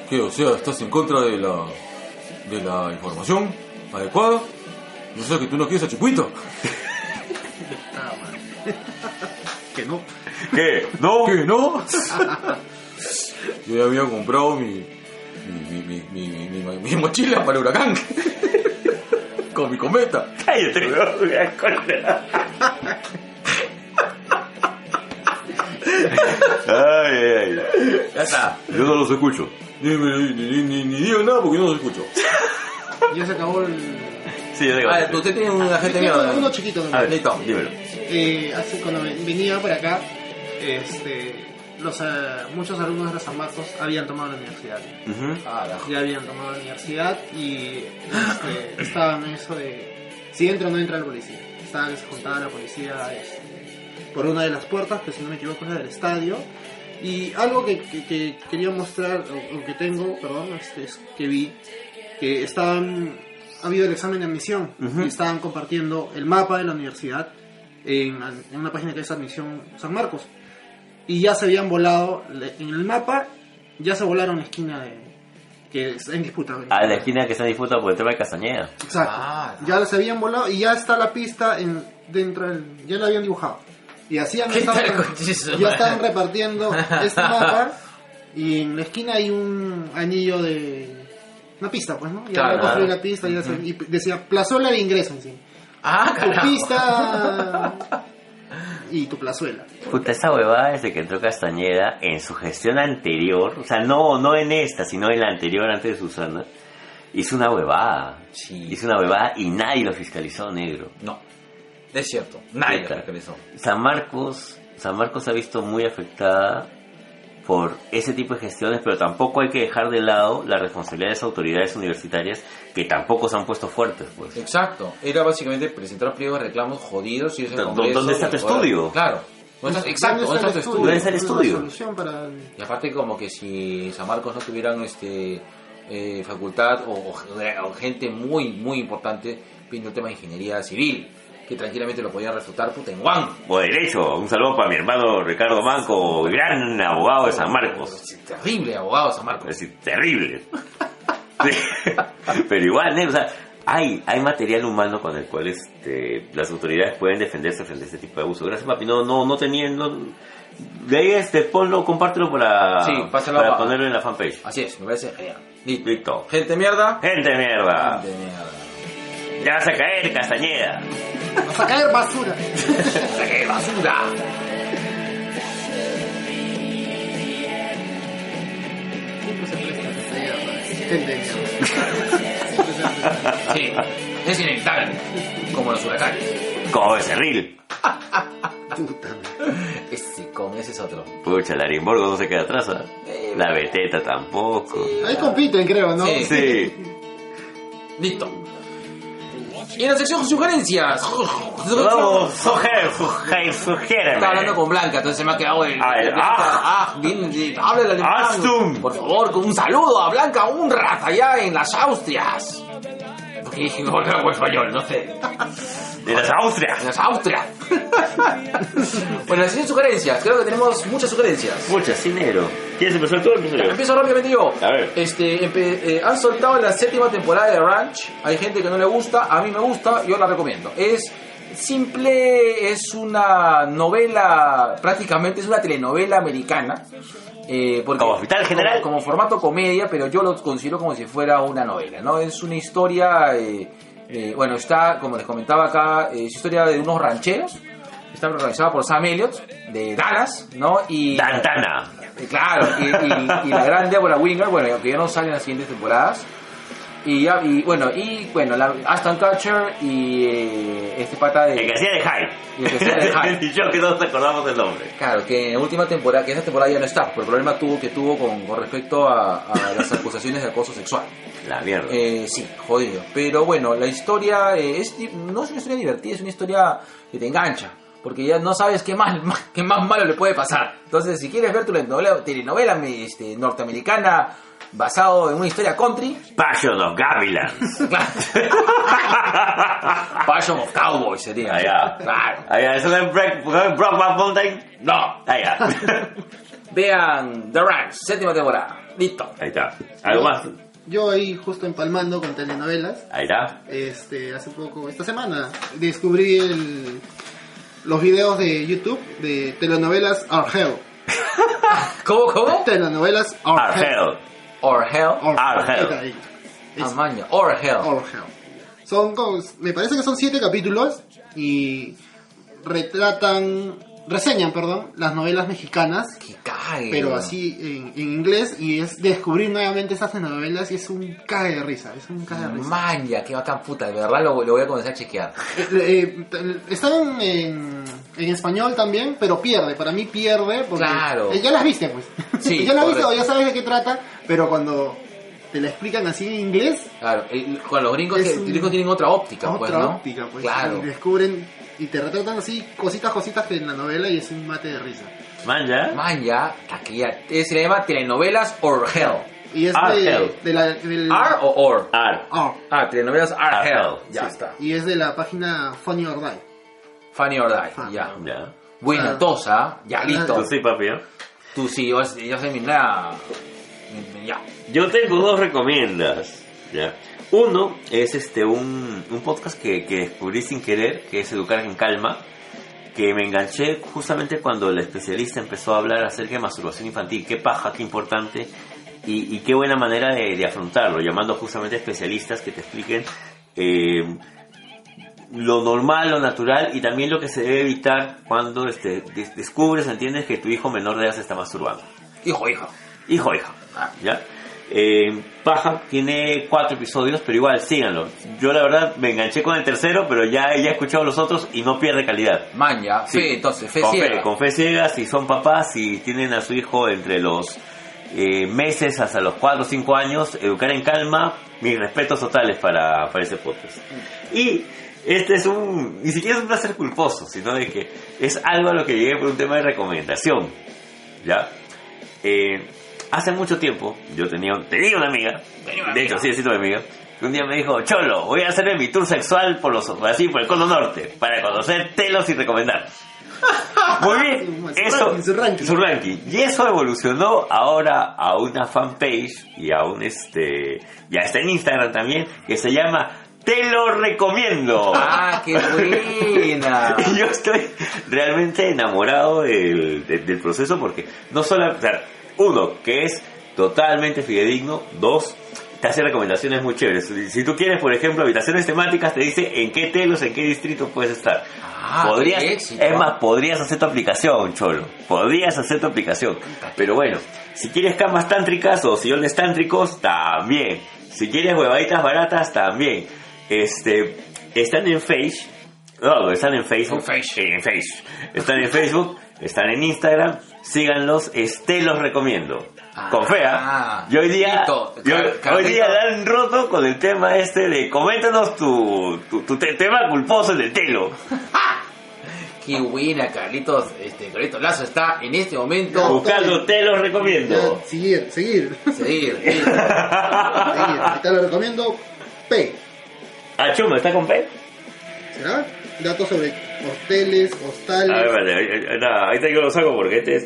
S2: que o sea estás en contra de la de la información adecuada yo sé que tú no quieres a Chiquito
S3: Que no.
S1: ¿Qué? ¿No?
S2: que no *laughs* yo ya había comprado mi mi, mi, mi, mi, mi- mi- mi mochila para el huracán *laughs* con mi cometa
S1: *laughs* Cállate, Ay, ay, ay.
S2: ya está
S1: Yo no los escucho.
S2: ni, ni, ni- ni- ni digo nada porque yo no los escucho
S3: Ya se acabó el.
S1: Sí, yo digo.
S2: ah, tú usted tiene una gente
S3: Yo tengo uno
S2: mierda
S3: chiquito
S1: A
S3: nomás.
S1: ver,
S2: Listo.
S1: dímelo.
S3: Eh, hace, cuando ven- venía para acá, este, los, eh, muchos alumnos de los San Marcos habían tomado la universidad.
S1: Ujú.
S2: Ah, la
S3: Ya habían tomado la universidad y este, estaban en eso de si entra o no entra la policía. Estaban se juntaba la policía este, por una de las puertas, que si no me equivoco es la del estadio. Y algo que, que- que quería mostrar, o, o que tengo, perdón, este, es que vi, que estaban, ha habido el examen de admisión,
S1: Ujú.
S3: y estaban compartiendo el mapa de la universidad en, en una página que es Admisión San Marcos. Y ya se habían volado, le- en el mapa, ya se volaron la esquina de, que está en disputa.
S1: A la esquina que se disputa por el tema de Castañeda.
S3: Exacto.
S2: Ah,
S3: ya las habían volado y ya está la pista en, dentro del, ya la habían dibujado. Y hacían
S4: ¿Qué
S3: estaban-
S4: tal, conchizo?
S3: ya están repartiendo este mapa y en la esquina hay un anillo de una pista, pues, ¿no? Ya
S2: Claro,
S3: habían construido
S2: claro.
S3: la pista ya se- y decía plazuela de ingreso en sí.
S2: ah
S3: Tu
S2: carajo
S3: pista y tu plazuela.
S1: Puta, esa huevada desde que entró Castañeda en su gestión anterior, o sea, no, no en esta, sino en la anterior antes de Susana, hizo una huevada.
S2: Sí.
S1: Hizo una huevada y nadie lo fiscalizó, negro.
S2: no es cierto nadie lo fiscalizó
S1: San Marcos, San Marcos se ha visto muy afectada por ese tipo de gestiones, pero tampoco hay que dejar de lado las responsabilidades de las autoridades universitarias que tampoco se han puesto fuertes, pues.
S2: Exacto. Era básicamente presentar pliegos de reclamos jodidos y es el
S1: ¿Dó-
S2: Congreso
S1: dónde está tu
S2: y ahora-
S1: estudio?
S2: Claro. ¿Dónde está- exacto, ¿dónde está tu estudio?
S1: ¿Dónde está el estudio?
S3: Es una solución para el-
S2: Y aparte como que si San Marcos no tuvieran este eh, facultad o, o- o gente muy, muy importante viendo el tema de ingeniería civil, que tranquilamente lo podían refutar puta en Juan.
S1: O derecho, un saludo para mi hermano Ricardo Manco, gran abogado de San Marcos.
S2: Es terrible abogado San
S1: Es
S2: Marcos.
S1: decir, terrible. *laughs* Sí. Pero igual, ¿eh? o sea, hay, hay material humano con el cual este, las autoridades pueden defenderse frente a este tipo de abuso. Gracias, papi. No, no, no teniendo. De ahí este, ponlo, compártelo para,
S2: Sí, pásalo
S1: para
S2: a-
S1: ponerlo en la fanpage.
S2: Así es, me parece genial. Listo.
S1: Listo.
S2: Gente mierda.
S1: Gente mierda,
S2: Gente mierda.
S1: ya vas a caer, Castañeda.
S3: Vas a caer basura.
S2: ¡Qué basura!
S3: Siempre se presta a esa idea, ¿no? Tendencia. Siempre se presta.
S2: Sí, es inevitable. Como los huracanes.
S1: *laughs* Como becerril.
S2: Ese con ese es otro.
S1: Pucha, Larimborgo no se queda atrás. ¿ah? La Beteta tampoco.
S3: *laughs* Ahí compiten, creo, ¿no?
S2: Sí.
S1: Sí. *laughs*
S2: Listo. Y en la sección sugerencias.
S1: Vamos,
S2: Estaba
S1: sugiere, sugiere, sugiere.
S2: hablando con Blanca, entonces se me ha quedado el.
S1: Ah, el- ah.
S2: ah, bien, bien, háblale de
S1: Haz
S2: Blanca.
S1: tú.
S2: Por favor, con un saludo a Blanca Unrat allá en las Austrias. Porque dije, no, no, español, no sé.
S1: De las Austrias.
S2: En las Austrias. *laughs* bueno, las sugerencias. Creo que tenemos muchas sugerencias.
S1: Muchas, sin negro. ¿Quieres empezar tú o empiezo yo?
S2: Empiezo rápidamente yo.
S1: A ver.
S2: Este, empe- eh, han soltado la séptima temporada de Ranch. Hay gente que no le gusta, a mí me gusta, yo la recomiendo. Es simple, es una novela, prácticamente es una telenovela americana. Eh, porque-
S1: Como Hospital General.
S2: Como, como formato comedia, pero yo lo considero como si fuera una novela, ¿no? Es una historia, eh, eh, bueno, está, como les comentaba acá, eh, es historia de unos rancheros. Está protagonizada por Sam Elliott, de Dallas, ¿no? Y
S1: Dantana.
S2: eh, Claro, y, y- y la gran Deborah Winger, bueno, que ya no sale en las siguientes temporadas. Y, ya- y bueno, y bueno, la, Aston Kutcher y eh, este pata de...
S1: El que hacía de Hyde.
S2: El que hacía de Hyde.
S1: *laughs* Y yo que no nos acordamos del nombre.
S2: Claro, que en la última temporada, que esa temporada ya no está, por el problema tuvo que tuvo con, con respecto a, a las acusaciones de acoso sexual.
S1: La mierda.
S2: Eh, sí, jodido. Pero bueno, la historia eh, es, di- no es una historia divertida, es una historia que te engancha. Porque ya no sabes qué más, *laughs* ma- qué más malo le puede pasar. Entonces, si quieres ver tu telenovela, telenovela me- este, norteamericana basado en una historia country, *laughs*
S1: Passion of Gavilans.
S2: Passion of Cowboy sería.
S1: Allá.
S2: Claro.
S1: Allá, ¿eso no es Break- no es Brockback Mountain? No. Allá.
S2: *laughs* Vean The Ranch, séptima temporada. Listo.
S1: Ahí está. ¿Algo más?
S3: Yo ahí justo empalmando con telenovelas.
S1: Ahí está.
S3: Este, hace poco, esta semana, descubrí el- los videos de YouTube de telenovelas Our Hell.
S2: ¿Cómo, cómo?
S3: Telenovelas Our, Hell.
S1: Argel.
S2: Or Hell.
S3: Our
S1: Our Hell.
S3: Hell. Ahí. Es
S2: Amaño. Or Hell.
S3: Our Hell. Son como- me parece que son siete capítulos y retratan, reseñan, perdón, las novelas mexicanas
S2: Que cae.
S3: pero así en, en inglés y es descubrir nuevamente esas novelas y es un cae de risa, es un cae de risa.
S2: Maña, qué bacán puta, de verdad lo, lo voy a comenzar a chequear.
S3: Eh, eh, t- están en, en español también, pero pierde, para mí pierde porque
S2: Claro.
S3: eh, ya las viste pues.
S2: Sí,
S3: *laughs* ya las viste
S2: correcto.
S3: o ya sabes de qué trata, pero cuando te la explican así en inglés,
S2: Claro, el- con los gringos,
S3: Es
S2: los
S3: un-
S2: gringos tienen otra óptica,
S3: otra
S2: pues, ¿no?
S3: óptica pues.
S2: Claro.
S3: Y descubren y te retratan así cositas, cositas que en la novela y es un mate de risa.
S1: Man, ya.
S2: Maña, taquilla. eh, Se le llama telenovelas or hell.
S3: Y es
S1: Our
S3: de,
S1: Hell.
S3: de la... del-
S2: R o or.
S1: Ar.
S3: Our.
S2: Ah, telenovelas are
S1: Are
S2: hell.
S1: hell,
S2: Ya
S3: Sí.
S2: está.
S3: Y es de la página Funny or Die.
S2: Funny or die.
S3: Funny.
S2: Ya.
S1: Ya.
S2: Bueno,
S3: Ah.
S2: entonces, ah, ya
S3: Ah,
S2: listo.
S1: Tú sí, papi. ¿eh?
S2: Tú sí, yo, yo soy mi nada. mi- mi- Ya.
S1: Yo tengo dos recomiendas. ¿ya? Uno es este un, un podcast que, que descubrí sin querer, que es Educar en Calma, que me enganché justamente cuando el especialista empezó a hablar acerca de masturbación infantil. Qué paja, qué importante y, y qué buena manera de, de afrontarlo, llamando justamente a especialistas que te expliquen eh, lo normal, lo natural y también lo que se debe evitar cuando este, des- descubres, entiendes que tu hijo menor de edad se está masturbando
S2: Hijo, hijo.
S1: hijo hija. ¿Ya? Eh, Paja tiene cuatro episodios, pero igual síganlo. Yo la verdad me enganché con el tercero, pero ya, ya he escuchado los otros y no pierde calidad.
S2: Maña,
S1: Sí.
S2: fe, entonces, fe
S1: con, Fe,
S2: ciega.
S1: con fe ciega, si son papás, si tienen a su hijo entre los eh, meses hasta los 4 o 5 años, educar en calma, mis respetos totales para, para ese podcast. Y este es un, ni siquiera es un placer culposo, sino de que es algo a lo que llegué por un tema de recomendación. ¿Ya? Eh, hace mucho tiempo yo tenía, tenía una amiga, de hecho, sí, sí, tuve amiga, que un día me dijo, Cholo, voy a hacerme mi tour sexual por los así por el cono norte, para conocer telos y recomendar. Muy bien,
S3: Su
S1: eso,
S3: ranking, su ranking.
S1: su ranking. Y eso evolucionó ahora a una fanpage y a un este, ya está en Instagram también, que se llama Te lo recomiendo.
S2: Ah, qué buena.
S1: *laughs* Y yo estoy realmente enamorado del, de- del proceso porque no solo, o sea, uno, que es totalmente fidedigno, dos, te hace recomendaciones muy chéveres. Si- Si tú quieres, por ejemplo, habitaciones temáticas, te dice en qué telos, en qué distrito puedes estar.
S2: Ah,
S1: podrías,
S2: qué éxito.
S1: es más, podrías hacer tu aplicación, Cholo. Podrías hacer tu aplicación. Pero bueno, si quieres camas tántricas o sillones tántricos, también. Si quieres huevaditas baratas, también. Este, están en Face. No, están en Facebook.
S4: En Face.
S1: Eh, en Face. Están en Facebook, están en Instagram. Síganlos, este los recomiendo. Con fea.
S2: Ah,
S1: Y hoy día,
S2: Carlito,
S1: y hoy-
S2: Car-
S1: hoy día
S2: Carlito.
S1: la han roto con el tema este de coméntanos tu, tu, tu te- tema culposo del telo.
S2: Qué buena, Carlitos. Este, Carlitos Lazo está en este momento.
S1: Buscando te los recomiendo.
S3: Ya, Seguir, seguir. *laughs*
S2: Seguir.
S3: seguir. Te lo recomiendo. P.
S1: *laughs* Ah, Chuma, ¿está con P?
S3: ¿Será? Datos sobre hoteles,
S1: A ver,
S3: hostales.
S1: vale, ahí- ahí- nada, ahorita yo lo saco porque este es,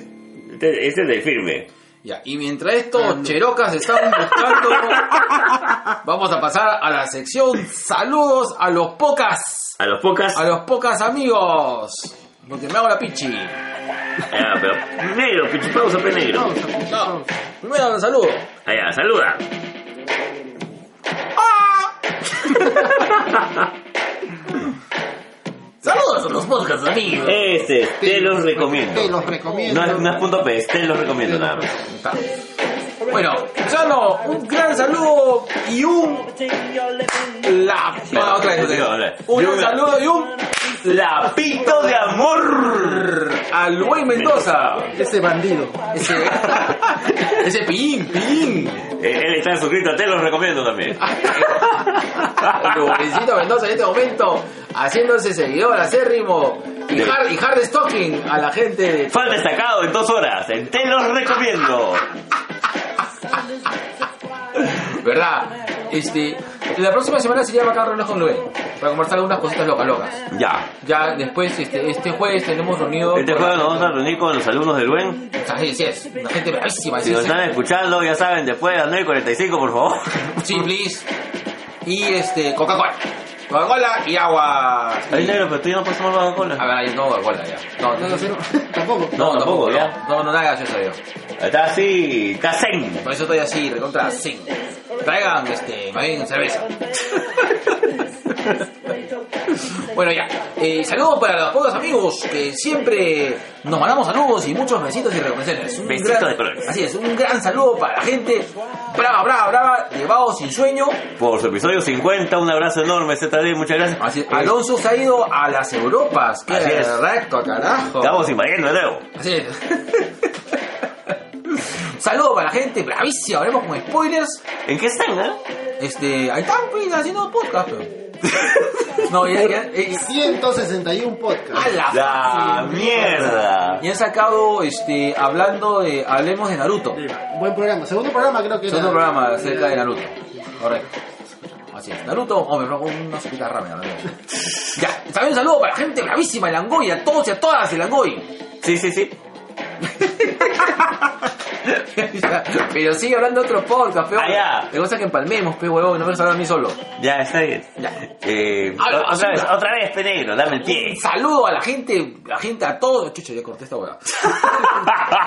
S1: este, este es de firme.
S2: Ya, y mientras estos cherocas están buscando, vamos a pasar a la sección Saludos a los pocas.
S1: A los pocas.
S2: A los pocas amigos. Porque me hago la pichi.
S1: Ah, pero negro, pichipausa, pe negro.
S3: Vamos, vamos, vamos.
S2: Primero un saludo.
S1: Allá, saluda.
S2: Saludos a los pocas amigos.
S1: Este es, te los
S3: Te
S1: recomiendo.
S3: los recomiendo.
S1: No es, no es punto P, es te los recomiendo nada más.
S2: Está. Bueno, Chano, un gran saludo y un la ah, otra vez, otra vez. Un gran saludo y un
S1: Lapito de amor.
S2: al Luis Mendoza.
S3: Ese bandido.
S2: Ese, *laughs* ese pillín, pillín.
S1: Eh, Él, él está suscrito, a te los recomiendo también.
S2: El Luisito Mendoza en este momento haciéndose seguidor acérrimo y
S1: Sí.
S2: hard, y hard stalking a la gente de
S1: *laughs* Falta destacado en dos horas. en Te los recomiendo.
S2: verdad. Este, la próxima semana sería bacán reunirnos con Luis para conversar algunas cositas locas locas.
S1: Ya.
S2: Ya después, este, este jueves tenemos reunido.
S1: Este jueves nos vamos a reunir con los alumnos del buen.
S2: Así es, es, una gente bravísima.
S1: Si
S2: Sí,
S1: lo están escuchando, ya saben, después de las 9.45, por favor.
S2: sí, please. Y este, Coca-Cola. Coca-Cola y agua.
S1: Ay, negro, pero tú ya no puedes tomar
S2: A
S1: Coca-Cola.
S2: ver, ahí no, Coca-Cola ya. No, no,
S3: No, no,
S2: no,
S3: cero. Tampoco.
S1: No, tampoco,
S2: tampoco,
S1: ya.
S2: no, no, no, nada gaseoso yo.
S1: Está así, está zen.
S2: Por eso estoy así, recontra sin. Traigan, este, más bien cerveza. *laughs* Bueno, ya. Eh, saludos para los pocos amigos que siempre nos mandamos saludos y muchos besitos y recomendaciones. Un
S1: Besitos
S2: gran-
S1: de colores.
S2: Así es, un gran saludo para la gente brava, brava, brava, llevado sin sueño.
S1: Por su episodio 50, un abrazo enorme, ZD, muchas gracias. Eh,
S2: Así es, Alonso se ha ido a las Europas. ¡Qué
S1: Así es.
S2: recto, carajo!
S1: Estamos invadiendo de nuevo.
S2: Así es. *laughs* Saludos para la gente bravísima, hablemos con spoilers.
S1: ¿En qué están, eh?
S2: Este, ahí están pues, haciendo podcast. pero. No, ya, ya, eh,
S3: 161
S2: a
S3: podcasts.
S2: la
S1: ¡La mierda!
S2: Y han sacado, este, hablando de, hablemos de Naruto.
S3: Buen programa. Segundo programa creo que
S2: Segundo
S3: era-
S2: programa acerca de Naruto. Correcto. Así es. Naruto, oh, me pongo una sopita de ramen. a la mierda. Ya, también un saludo para la gente bravísima de Langoy, a todos y a todas de Langoy.
S1: Sí,
S2: *laughs*
S1: sí, sí.
S2: Pero sigue hablando de otro podcast, feo.
S1: Ah, ya.
S2: Te gusta que empalmemos, pe huevón, no me vas a hablar a mí solo.
S1: Ya, está bien.
S2: Ya.
S1: Eh,
S2: Ah,
S1: o- otra
S2: basura.
S1: vez, otra vez, pe negro, dame el pie.
S2: *laughs*
S1: *laughs*
S2: Un saludo a la gente, a la gente, a todos. Chucha, ya corté esta hueá.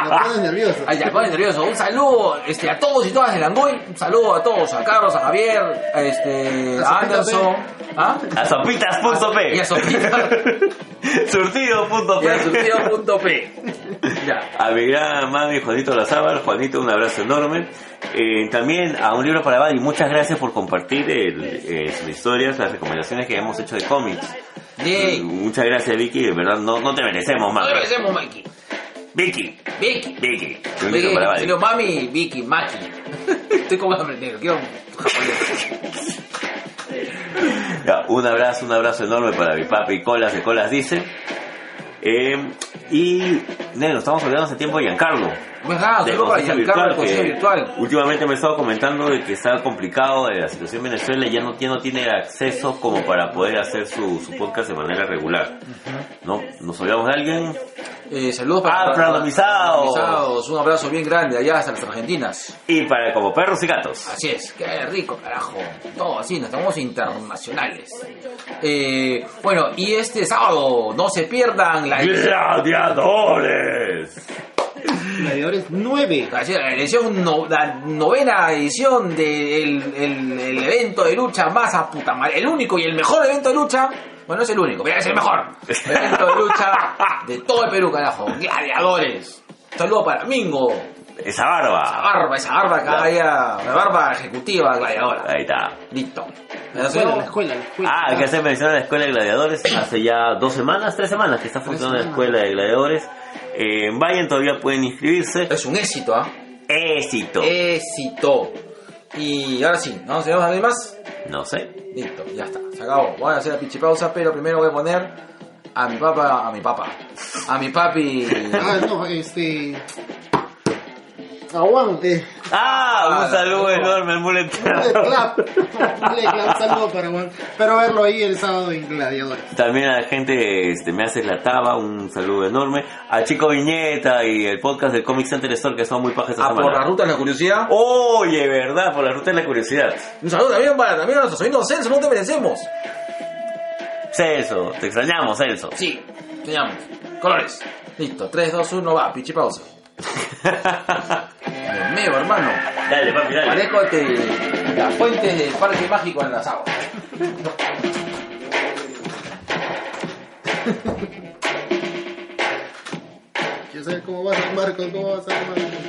S3: Me pones nervioso.
S2: Ay, ya, pone nervioso. Un saludo este, a todos y todas de Langoy. Un saludo a todos, a Carlos, a Javier, a, este,
S3: A
S2: a Anderson. ¿Ah?
S1: A sopitas.p.
S2: Y a
S1: *laughs*
S2: sopitas.
S1: Surtido.p.
S2: Y a surtido.p. Ya.
S1: A mi gran mami Juanito Lazábal, Juanito Francisco, un abrazo enorme. Eh, también a un libro para Badi, muchas gracias por compartir el, eh, sus historias, las recomendaciones que hemos hecho de cómics. Eh,
S2: Yay.
S1: Muchas gracias Vicky, de verdad no, no te merecemos más.
S2: Agradecemos, Mikey.
S1: Vicky,
S2: Vicky.
S1: Vicky, un libro
S2: Vicky,
S1: para Badi.
S2: sino mami, Vicky, Maki. Estoy como hambre negro, quiero un japonés.
S1: Ya, un abrazo, un abrazo enorme para mi papi Colas de Colas dice. Eh, y negro, estamos olvidando hace tiempo de Giancarlo.
S2: ¿Cómo es? Ah,
S1: del
S2: saludo para
S1: Consejo
S2: Giancarlo, el
S1: Virtual,
S2: consejo
S1: que
S2: virtual.
S1: Últimamente me he estado comentando de que está complicado de la situación en Venezuela y ya no, ya no tiene acceso como para poder hacer su, su podcast de manera regular. ¿No? Nos olvidamos de alguien.
S2: Eh, saludos para
S1: Ah,
S2: para-
S1: randomizados.
S2: randomizados. Un abrazo bien grande allá hasta las Argentinas.
S1: Y para como perros y gatos.
S2: Así es, qué rico, carajo. Todo así, nos estamos internacionales. Eh, bueno, y este sábado, no se pierdan la
S1: ¡Gladiadores!
S3: Gladiadores 9.
S2: Así es, La, edición no- la novena edición del el- el evento de lucha más a puta madre. El único y el mejor evento de lucha. Bueno, no es el único, pero es el mejor evento de lucha de todo el Perú, carajo. Gladiadores. Saludo para Mingo.
S1: Esa barba.
S2: Barba, esa barba cada día. La barba ejecutiva gladiadora.
S1: Ahí está.
S2: Listo.
S3: La escuela, la escuela, la escuela.
S1: Ah, hay que hacer mención a la Escuela de Gladiadores. Hace ya dos semanas, tres semanas que está funcionando la Escuela de Gladiadores. Eh, vayan, todavía pueden inscribirse.
S2: Es un éxito, ¿ah?
S1: Éxito.
S2: eh. Éxito. Y ahora sí, ¿no? ¿Se a ver más?
S1: No sé.
S2: Listo, ya está, se acabó. Voy a hacer la pinche pausa, pero primero voy a poner a mi papá, a mi papá, a mi papi.
S3: Ah, no, este. Aguante.
S1: Ah, un
S2: Ah,
S1: saludo
S2: no.
S1: enorme al
S3: Le
S1: muletero.
S3: clap. Le clap, saludo para Juan. Espero verlo ahí el sábado en Gladiadores.
S1: También a la gente este, me hace la taba, un saludo enorme. A Chico Viñeta y el podcast del Comic Center Store que son muy pajas esta
S2: A Ah, por la
S1: semana.
S2: ruta de la curiosidad.
S1: Oye, verdad, por la ruta de la curiosidad.
S2: Un saludo también para también a nuestros amigos Celso, no te merecemos.
S1: Celso, te extrañamos, Celso.
S2: Sí, te llamo. Colores. Listo, 3, 2, 1, va, pinche pausa. Dios mío, hermano.
S1: dale, papi, dale.
S2: Parezco este, la fuente del parque mágico en las aguas.
S3: Yo sé cómo vas a Marcos, cómo vas a Marcos.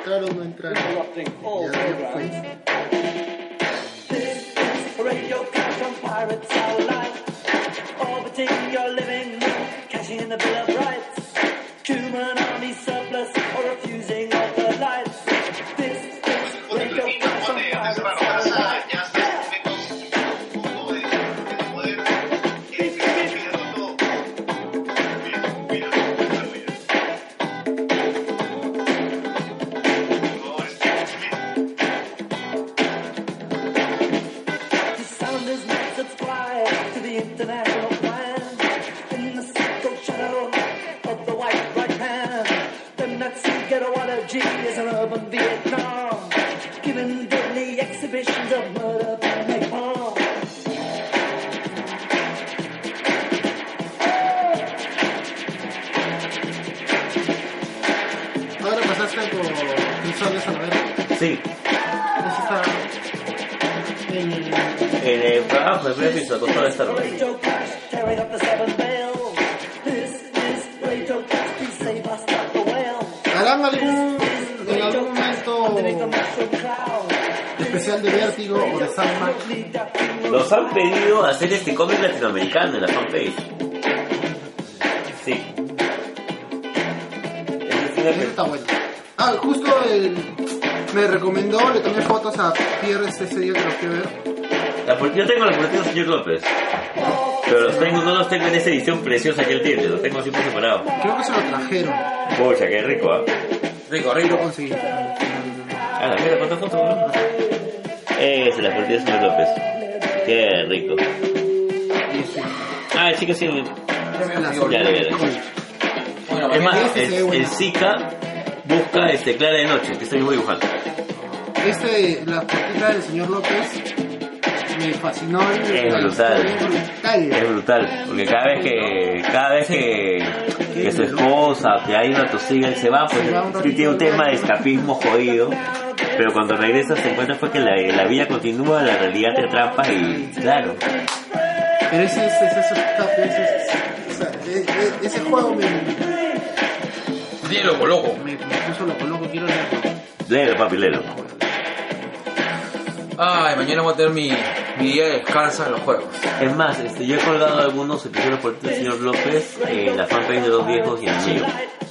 S3: Entrar o no entrar. Ya, pues.
S5: Radio Custom Pirates are alive, orbiting your living room, cashing in the Bill of Rights. Human army surplus or refusing all the lights. This is Radio Custom Pirates are alive. The sound is not subscribed to the international plan. In the central shadow of the white right hand, the Nazi ghettoology is an urban Vietnam. Given deadly exhibitions of murder by napalm.
S3: Ahora pasaste con Crisales a la verga.
S1: Sí,
S3: Eso está. En el.
S1: en el programa fue Prefix, acostado a esta noche.
S5: Radio Clash tearing up the seven bells. This is Radio Clash, please save us, not the whale.
S3: Harán algún.
S5: This is
S3: En
S5: Radio
S3: algún
S5: Clash, underneath the
S3: momento.
S5: mushroom cloud.
S3: Especial de vértigo o de Sandman.
S5: Lovely ducking
S1: Nos han pedido hacer este cómic latinoamericano en la fanpage. Sí. Este Es decir,
S3: Eso está bueno. Ah, justo el. Me recomendó, le tomé fotos a Pierre este ese día que lo quiero ver.
S1: la pol- yo tengo la política del señor López. Pero los tengo, no los tengo en esa edición preciosa que él tiene, los tengo así por separado.
S3: Creo que se lo trajeron.
S1: Pocha, qué rico, ¿ah?
S2: Rico,
S3: Lo
S2: rico.
S3: conseguí.
S1: Ah, la mierda, ¿cuántas fotos? bro? Esa es la partida del señor López. Qué rico.
S3: Y este.
S1: Ah, chicos, sí.
S3: La
S1: Ya, ya, ya.
S2: Bueno,
S1: Es más,
S3: Este se ve
S1: el,
S3: bueno.
S1: el Zika busca este Clara de Noche, que es el mismo dibujante.
S3: Este, la cortita del señor López. Me fascinó.
S1: Es brutal. Es
S3: brutal.
S1: brutal, porque cada vez que cada vez que, que su esposa, que hay una tosiga, él se va, pues sí tiene un tema de escapismo jodido. Pero cuando regresa se encuentra pues que la, la vida continúa, la realidad te atrapa y claro.
S3: Pero ese es ese, ese, escape, ese, es- o sea, e- e- ese juego me,
S2: Diego, loco.
S3: me, me puso loco, loco, quiero leerlo.
S1: Léelo, papi, léelo.
S2: Ay, mañana voy a tener mi, mi día de descanso en los juegos.
S1: Es más, este, yo he colgado algunos episodios por el señor López en la fanpage de Dos Viejos y en el mío.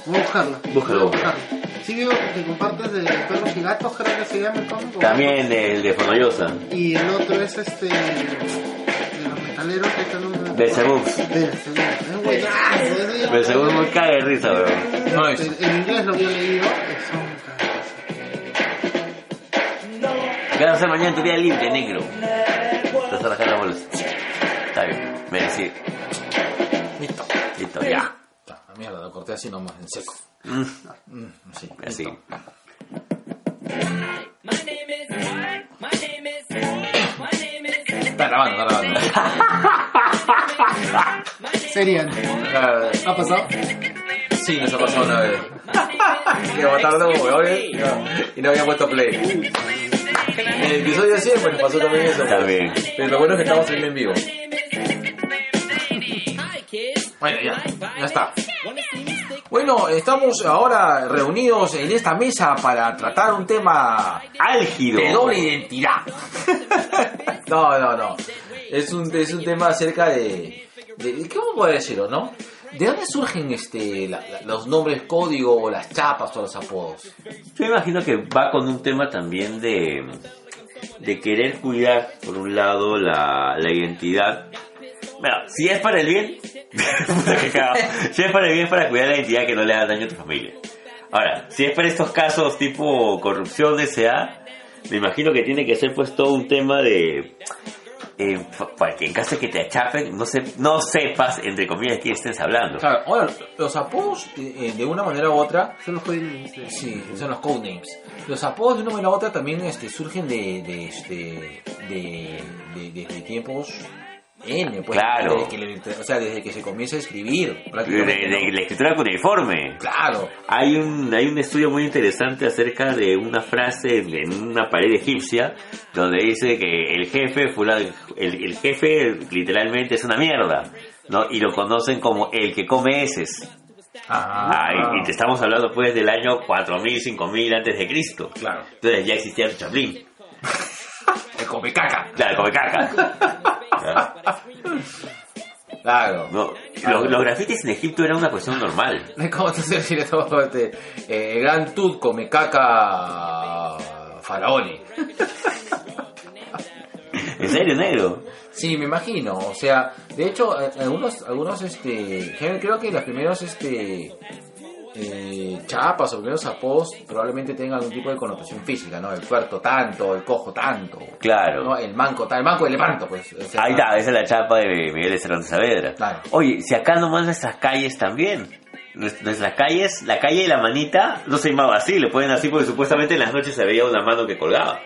S3: Voy a buscarla.
S1: Búscalo,
S3: Voy a buscarla. Sí, digo que compartes de perros y gatos, creo que se llama el cómic. ¿o?
S1: También del de Fonoyosa.
S3: Y el otro es este. De los metaleros que están en.
S1: Belzebub.
S3: Belzebub. Es un buenazo, es un-
S1: Me seguro me cae de risa, weón.
S2: No
S3: Este,
S2: es.
S3: En inglés lo había leído. Es un cagazo.
S1: ¿Qué vas a hacer mañana en tu día libre, negro? Te vas a rajar las bolas. Está bien, me decís.
S2: Listo.
S1: Listo, ya.
S2: Ta, la mierda, lo corté así nomás, en seco.
S1: Mm,
S2: Mm, sí.
S1: Así.
S6: My name is what? My name is My name is
S2: Está grabando, está grabando.
S6: My name
S3: Serian.
S2: Claro.
S3: ¿Ha pasado?
S2: *laughs* Sí, nos ha pasado una *laughs* vez. Que botaron los huevones y no había puesto play. En el episodio 100 pues, nos pasó también eso.
S1: Está bien.
S2: Pero lo bueno es que estamos saliendo en vivo.
S6: Hi kids.
S2: Bueno, ya, ya está.
S6: Wanna see me stick?
S2: Bueno, estamos ahora reunidos en esta mesa para tratar un tema
S1: Álgido.
S2: de doble identidad. *laughs* no, no, no. Es un, es un tema acerca de, de- ¿Cómo puedo decirlo, no? ¿De dónde surgen este, la- la- los nombres código o las chapas o los apodos?
S1: Yo imagino que va con un tema también de, de querer cuidar, por un lado, la, la identidad. Bueno, si es para el bien, *laughs* puta que cagado. si es para el bien, es para cuidar la identidad que no le haga daño a tu familia. Ahora, si es para estos casos tipo corrupción DSA, me imagino que tiene que ser pues todo un tema de... eh, pa- para que en caso de que te achapen, no, se, no sepas, entre comillas, de quién estés hablando.
S2: Claro, ahora, los apodos, eh, eh, de una manera u otra,
S3: Son los códigos en inglés.
S2: Sí, son los codenames. Los apodos de una manera u otra también este, surgen de, de, este, de, de- desde tiempos N, pues.
S1: Claro.
S2: desde que le- o sea, desde que se comienza a escribir.
S1: De, de-
S2: prácticamente,
S1: de
S2: ¿no?
S1: la escritura cuneiforme.
S2: Claro.
S1: Hay un, hay un estudio muy interesante acerca de una frase en, en una pared egipcia donde dice que el jefe, fulano- el, el jefe literalmente es una mierda, ¿no? Y lo conocen como el que come heces.
S2: Ah,
S1: Ah, y- y, te estamos hablando pues del año 4000, 5000 antes de Cristo.
S2: Claro.
S1: Entonces ya existía el chaplín,
S2: *laughs* El comecaca.
S1: la
S2: *laughs*
S1: come caca. ¿Ah?
S2: Claro. *laughs*
S1: No, los, los grafitis en Egipto era una cuestión normal.
S2: ¿Cómo te decir esto? Este, eh, el gran Tut comecaca faraone.
S1: ¿En serio, negro?
S2: Sí, me imagino. O sea, de hecho, a- algunos, algunos, este, gen- creo que los primeros, este, eh, chapas o primeros apodos probablemente tengan algún tipo de connotación física, ¿no? El cuarto tanto, el cojo tanto,
S1: Claro.
S2: ¿no? El manco tal, el manco de Lepanto, pues. o sea,
S1: Ahí está, esa es la chapa de Miguel de Cervantes Saavedra.
S2: Claro.
S1: Oye, si acá nomás nuestras calles también. Nues- Nuestras calles, la calle de la manita no se llamaba así, le ponen así porque supuestamente en las noches se veía una mano que colgaba.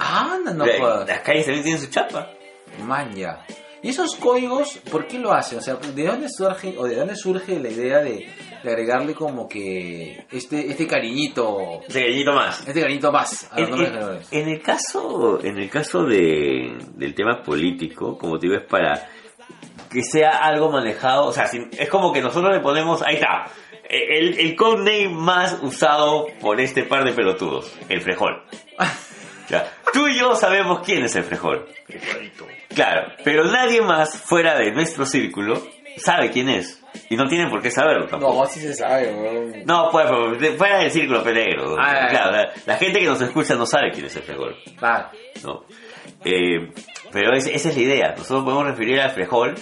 S2: Ah, no, no
S1: O sea,
S2: jodas.
S1: las calles también tienen su chapa.
S2: Maña. ¿Y esos códigos, por qué lo hacen? O sea, ¿de dónde surge, o de dónde surge la idea de, de agregarle como que este, este cariñito,
S1: Ese cariñito más.
S2: este cariñito más a los
S1: En,
S2: nombres
S1: en-
S2: generales?
S1: en el caso, en el caso de, del tema político, como te digo, es para que sea algo manejado, o sea, si- es como que nosotros le ponemos, ahí está, el, el codename más usado por este par de pelotudos, el frejol. Ya, tú y yo sabemos quién es el frejol. Claro, pero nadie más fuera de nuestro círculo sabe quién es. Y no tienen por qué saberlo tampoco.
S2: sí se sabe, weón.
S1: No, pues, pues, de- fuera del círculo peligro.
S2: Ah,
S1: claro, la, la gente que nos escucha no sabe quién es el frejol,
S2: Claro.
S1: ¿no? Eh, pero es- esa es la idea. Nosotros podemos referir al frejol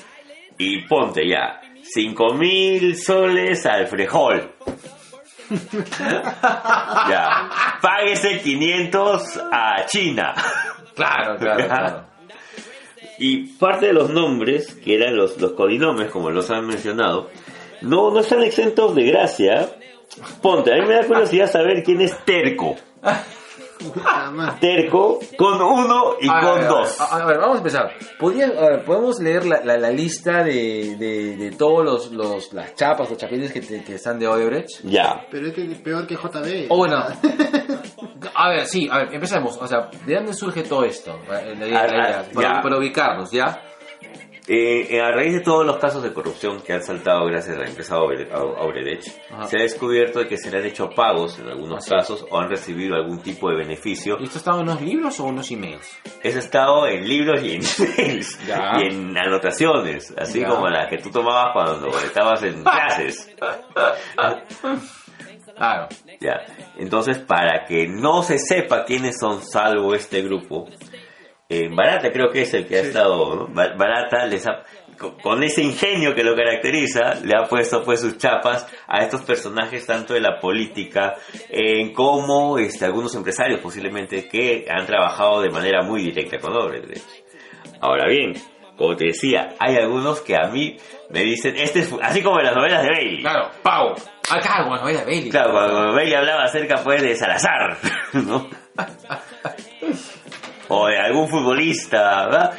S1: y ponte ya. 5.000 soles al frejol. ya. Páguese 500 a China. Ah,
S2: Claro, *laughs*
S1: *laughs*
S2: claro, claro.
S1: Y parte de los nombres, que eran los, los codinomes, como los han mencionado, no, no están exentos de gracia. Ponte, a mí me da curiosidad saber quién es Terco.
S3: Puta madre.
S1: Terco con uno y
S2: A ver, a
S1: con
S2: ver,
S1: dos.
S2: A, a ver, vamos a empezar. Podría- a ver, podemos leer la, la- la lista de, de, de todos los, los- las chapas o chapines que, te- que están de Odebrecht.
S1: Ya.
S3: Pero este es peor que JB.
S1: Oh,
S2: O bueno, a ver, sí, a ver, empecemos. O sea, ¿de dónde surge todo esto? Eh, La- la- la-
S1: Ah,
S2: la-
S1: ah,
S2: para,
S1: ya.
S2: para ubicarnos, ¿ya?
S1: Eh, eh, a raíz de todos los casos de corrupción que han saltado gracias a la empresa Aure- Au- Auredech,
S4: Ajá.
S1: se ha descubierto de que se le han hecho pagos en algunos casos o han recibido algún tipo de beneficio.
S4: ¿Y esto estaba en unos libros o unos emails?
S1: Eso ha estado en libros y en *laughs* emails
S4: Ya.
S1: y en anotaciones, así
S4: Ya.
S1: como las que tú tomabas cuando estabas
S4: *laughs*
S1: en clases.
S4: Claro.
S1: Ya. Entonces, para que no se sepa quiénes son salvo este grupo, eh, Barata creo que es el que ha estado, ¿no? Ba- Barata les ha, co- con ese ingenio que lo caracteriza, le ha puesto pues sus chapas a estos personajes tanto de la política eh, como este, algunos empresarios posiblemente que han trabajado de manera muy directa con Odebrecht. Ahora bien, como te decía, hay algunos que a mí me dicen, este es, fu- así como en las novelas de Bailey.
S4: Claro, Pau. Ah, claro, bueno, era Bailey.
S1: Claro, cuando Bailey hablaba acerca pues de Salazar, *laughs* ¿no? O de algún futbolista, ¿verdad?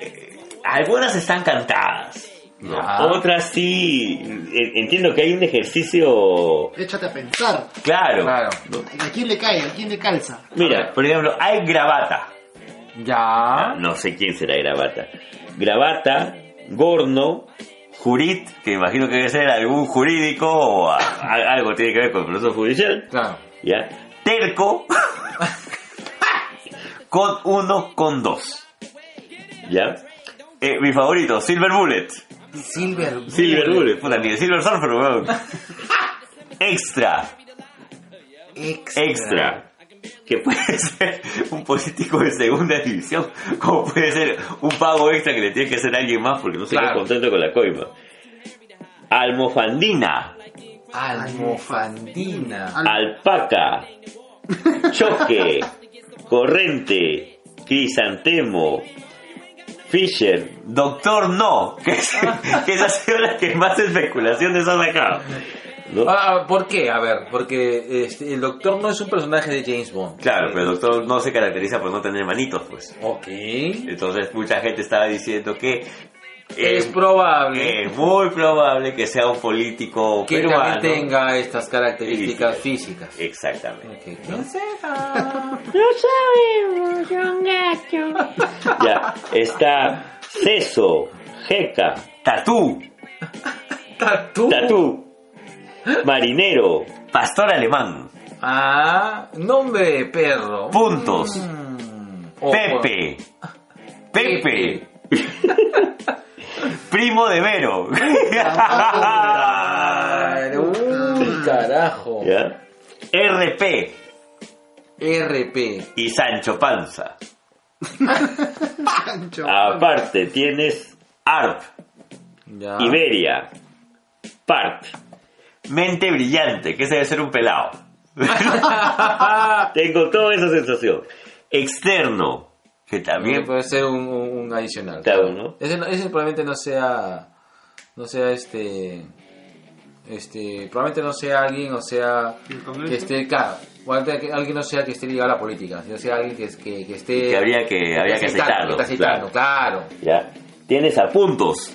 S1: Eh, Algunas están cantadas, ¿no?
S4: Ya.
S1: otras sí, en- entiendo que hay un ejercicio
S3: Échate a pensar.
S1: claro.
S4: Claro.
S1: ¿no?
S3: ¿A quién le cae? ¿A quién le calza?
S1: Mira, por ejemplo, hay
S2: ¿Ah?
S1: Gravata, Ah,
S4: Ya.
S1: no sé quién será Gravata, Gravata, Gorno, Jurit, que imagino que debe ser algún jurídico o a- a- algo tiene que ver con el proceso judicial.
S4: Claro.
S1: ¿Ya? *laughs* Terco. con uno, con dos. ¿Ya? Eh, mi favorito, Silver Bullet.
S4: Silver.
S1: Silver Bullet. Puta, ni de Silver Surfer, *laughs* weón. Extra.
S4: Extra.
S1: Extra. Que puede *laughs* ser un político de segunda división. Como puede ser un pago extra que le tiene que hacer a alguien más porque no se queda
S4: Claro.
S1: contento con la coima. Almofandina.
S4: Almofandina.
S1: alpaca, choque, corrente, crisantemo, Fisher, doctor no, que, es- que esa ha sido la que más especulaciones ha sacado. ¿no?
S4: Ah, ¿Por qué? A ver, porque este, el doctor no es un personaje de James Bond.
S1: Claro, pero el doctor no se caracteriza por no tener manitos, pues.
S4: Ok.
S1: Entonces mucha gente estaba diciendo que
S4: Es
S1: eh,
S4: probable
S1: es muy probable que sea un político
S4: que
S1: peruano.
S4: también tenga estas características físicas.
S1: Exactamente.
S4: Ok, ¿quién
S2: *laughs*
S1: Ya, está Ceso, Jeca, Tatú,
S4: Tatú.
S1: Tatú. Marinero. Pastor alemán.
S4: Ah, nombre de perro.
S1: Puntos.
S4: Mm. Ojo.
S1: Pepe. Pepe. *laughs* Primo de
S4: *laughs*
S1: Vero.
S4: Ay, uy, carajo.
S1: ¿Ya? RP
S4: RP.
S1: y Sancho Panza.
S3: Pancho.
S1: Ah. Aparte tienes ARP,
S4: Ya.
S1: Ah. Iberia, PARP, Mente Brillante, que ese debe ser un pelado. *laughs* Tengo toda esa sensación. Externo, que también
S4: También puede ser un, un- un adicional.
S1: Claro, ¿no?
S4: Ese, no- ese probablemente no sea. No sea este. Este. Probablemente no sea alguien, o sea.
S3: ¿El Congreso?
S4: Que esté. Claro. probablemente que alguien no sea que esté ligado a la política, sino sea alguien que, es- que, que esté.
S1: que habría que, habría que aceptarlo.
S4: está aceitando, claro.
S1: Ya. Tienes a puntos,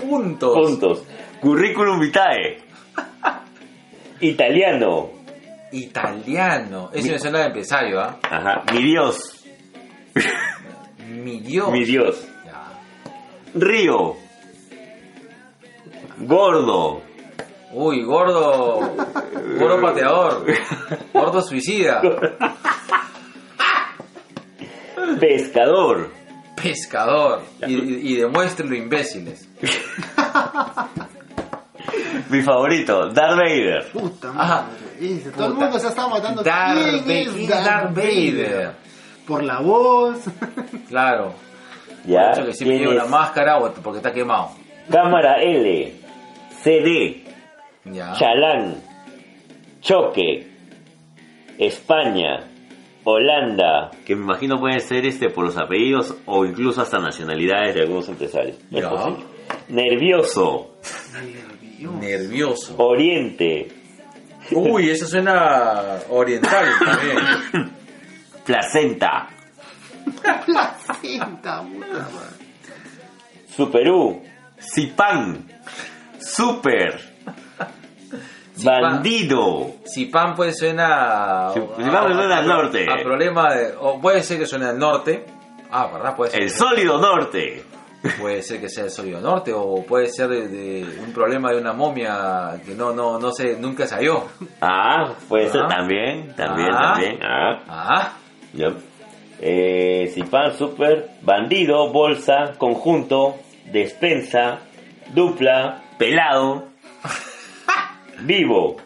S4: Puntos.
S1: puntos. Curriculum *laughs* vitae. Italiano.
S4: Italiano. Ese me suena de empresario, ¿ah?
S1: Ajá. Mi Dios.
S4: Mi Dios.
S1: Mi Dios.
S4: Ya.
S1: Río. *laughs* Gordo.
S4: Uy, gordo. Gordo pateador. Gordo suicida.
S1: Pescador.
S4: Pescador. Y, y, y demuéstrenlo, imbéciles.
S1: Mi favorito, Darth Vader.
S3: Puta
S4: Ah,
S3: madre. Dice, todo el
S4: puta.
S3: mundo se está matando.
S4: Darth,
S3: ¿Quién
S4: Vader.
S3: es Darth Vader? Por la voz. *laughs*
S4: Claro.
S1: Ya.
S4: Mucho que siempre lleva
S1: Tienes
S4: una máscara o porque está quemado.
S1: cámara L. CD.
S4: Ya.
S1: Chalán, Choque, España, Holanda. Que me imagino pueden ser este por los apellidos o incluso hasta nacionalidades de algunos empresarios. Es
S4: Ya.
S1: posible. Nervioso, *laughs*
S4: Nervioso.
S1: Oriente,
S4: Uy, eso suena oriental también.
S1: Placenta,
S3: Placenta, puta madre.
S1: Superú, Zipán, Super,
S4: Zipán.
S1: Bandido.
S4: Si pan pues suena.
S1: Si- si pan suena al norte.
S4: A problema de. O puede ser que suene al norte. Ah, ¿verdad? Puede ser.
S1: El sólido norte.
S2: Puede ser que sea el sólido norte o puede ser de, de un problema de una momia que no, no, no sé, nunca se halló.
S1: Ah, puede ser
S2: Ah.
S1: también, también,
S2: Ah.
S1: también. Ah,
S2: Ah,
S1: ya. Eh, Zipan, super, bandido, bolsa, conjunto, despensa, dupla,
S2: *laughs*
S1: pelado, vivo,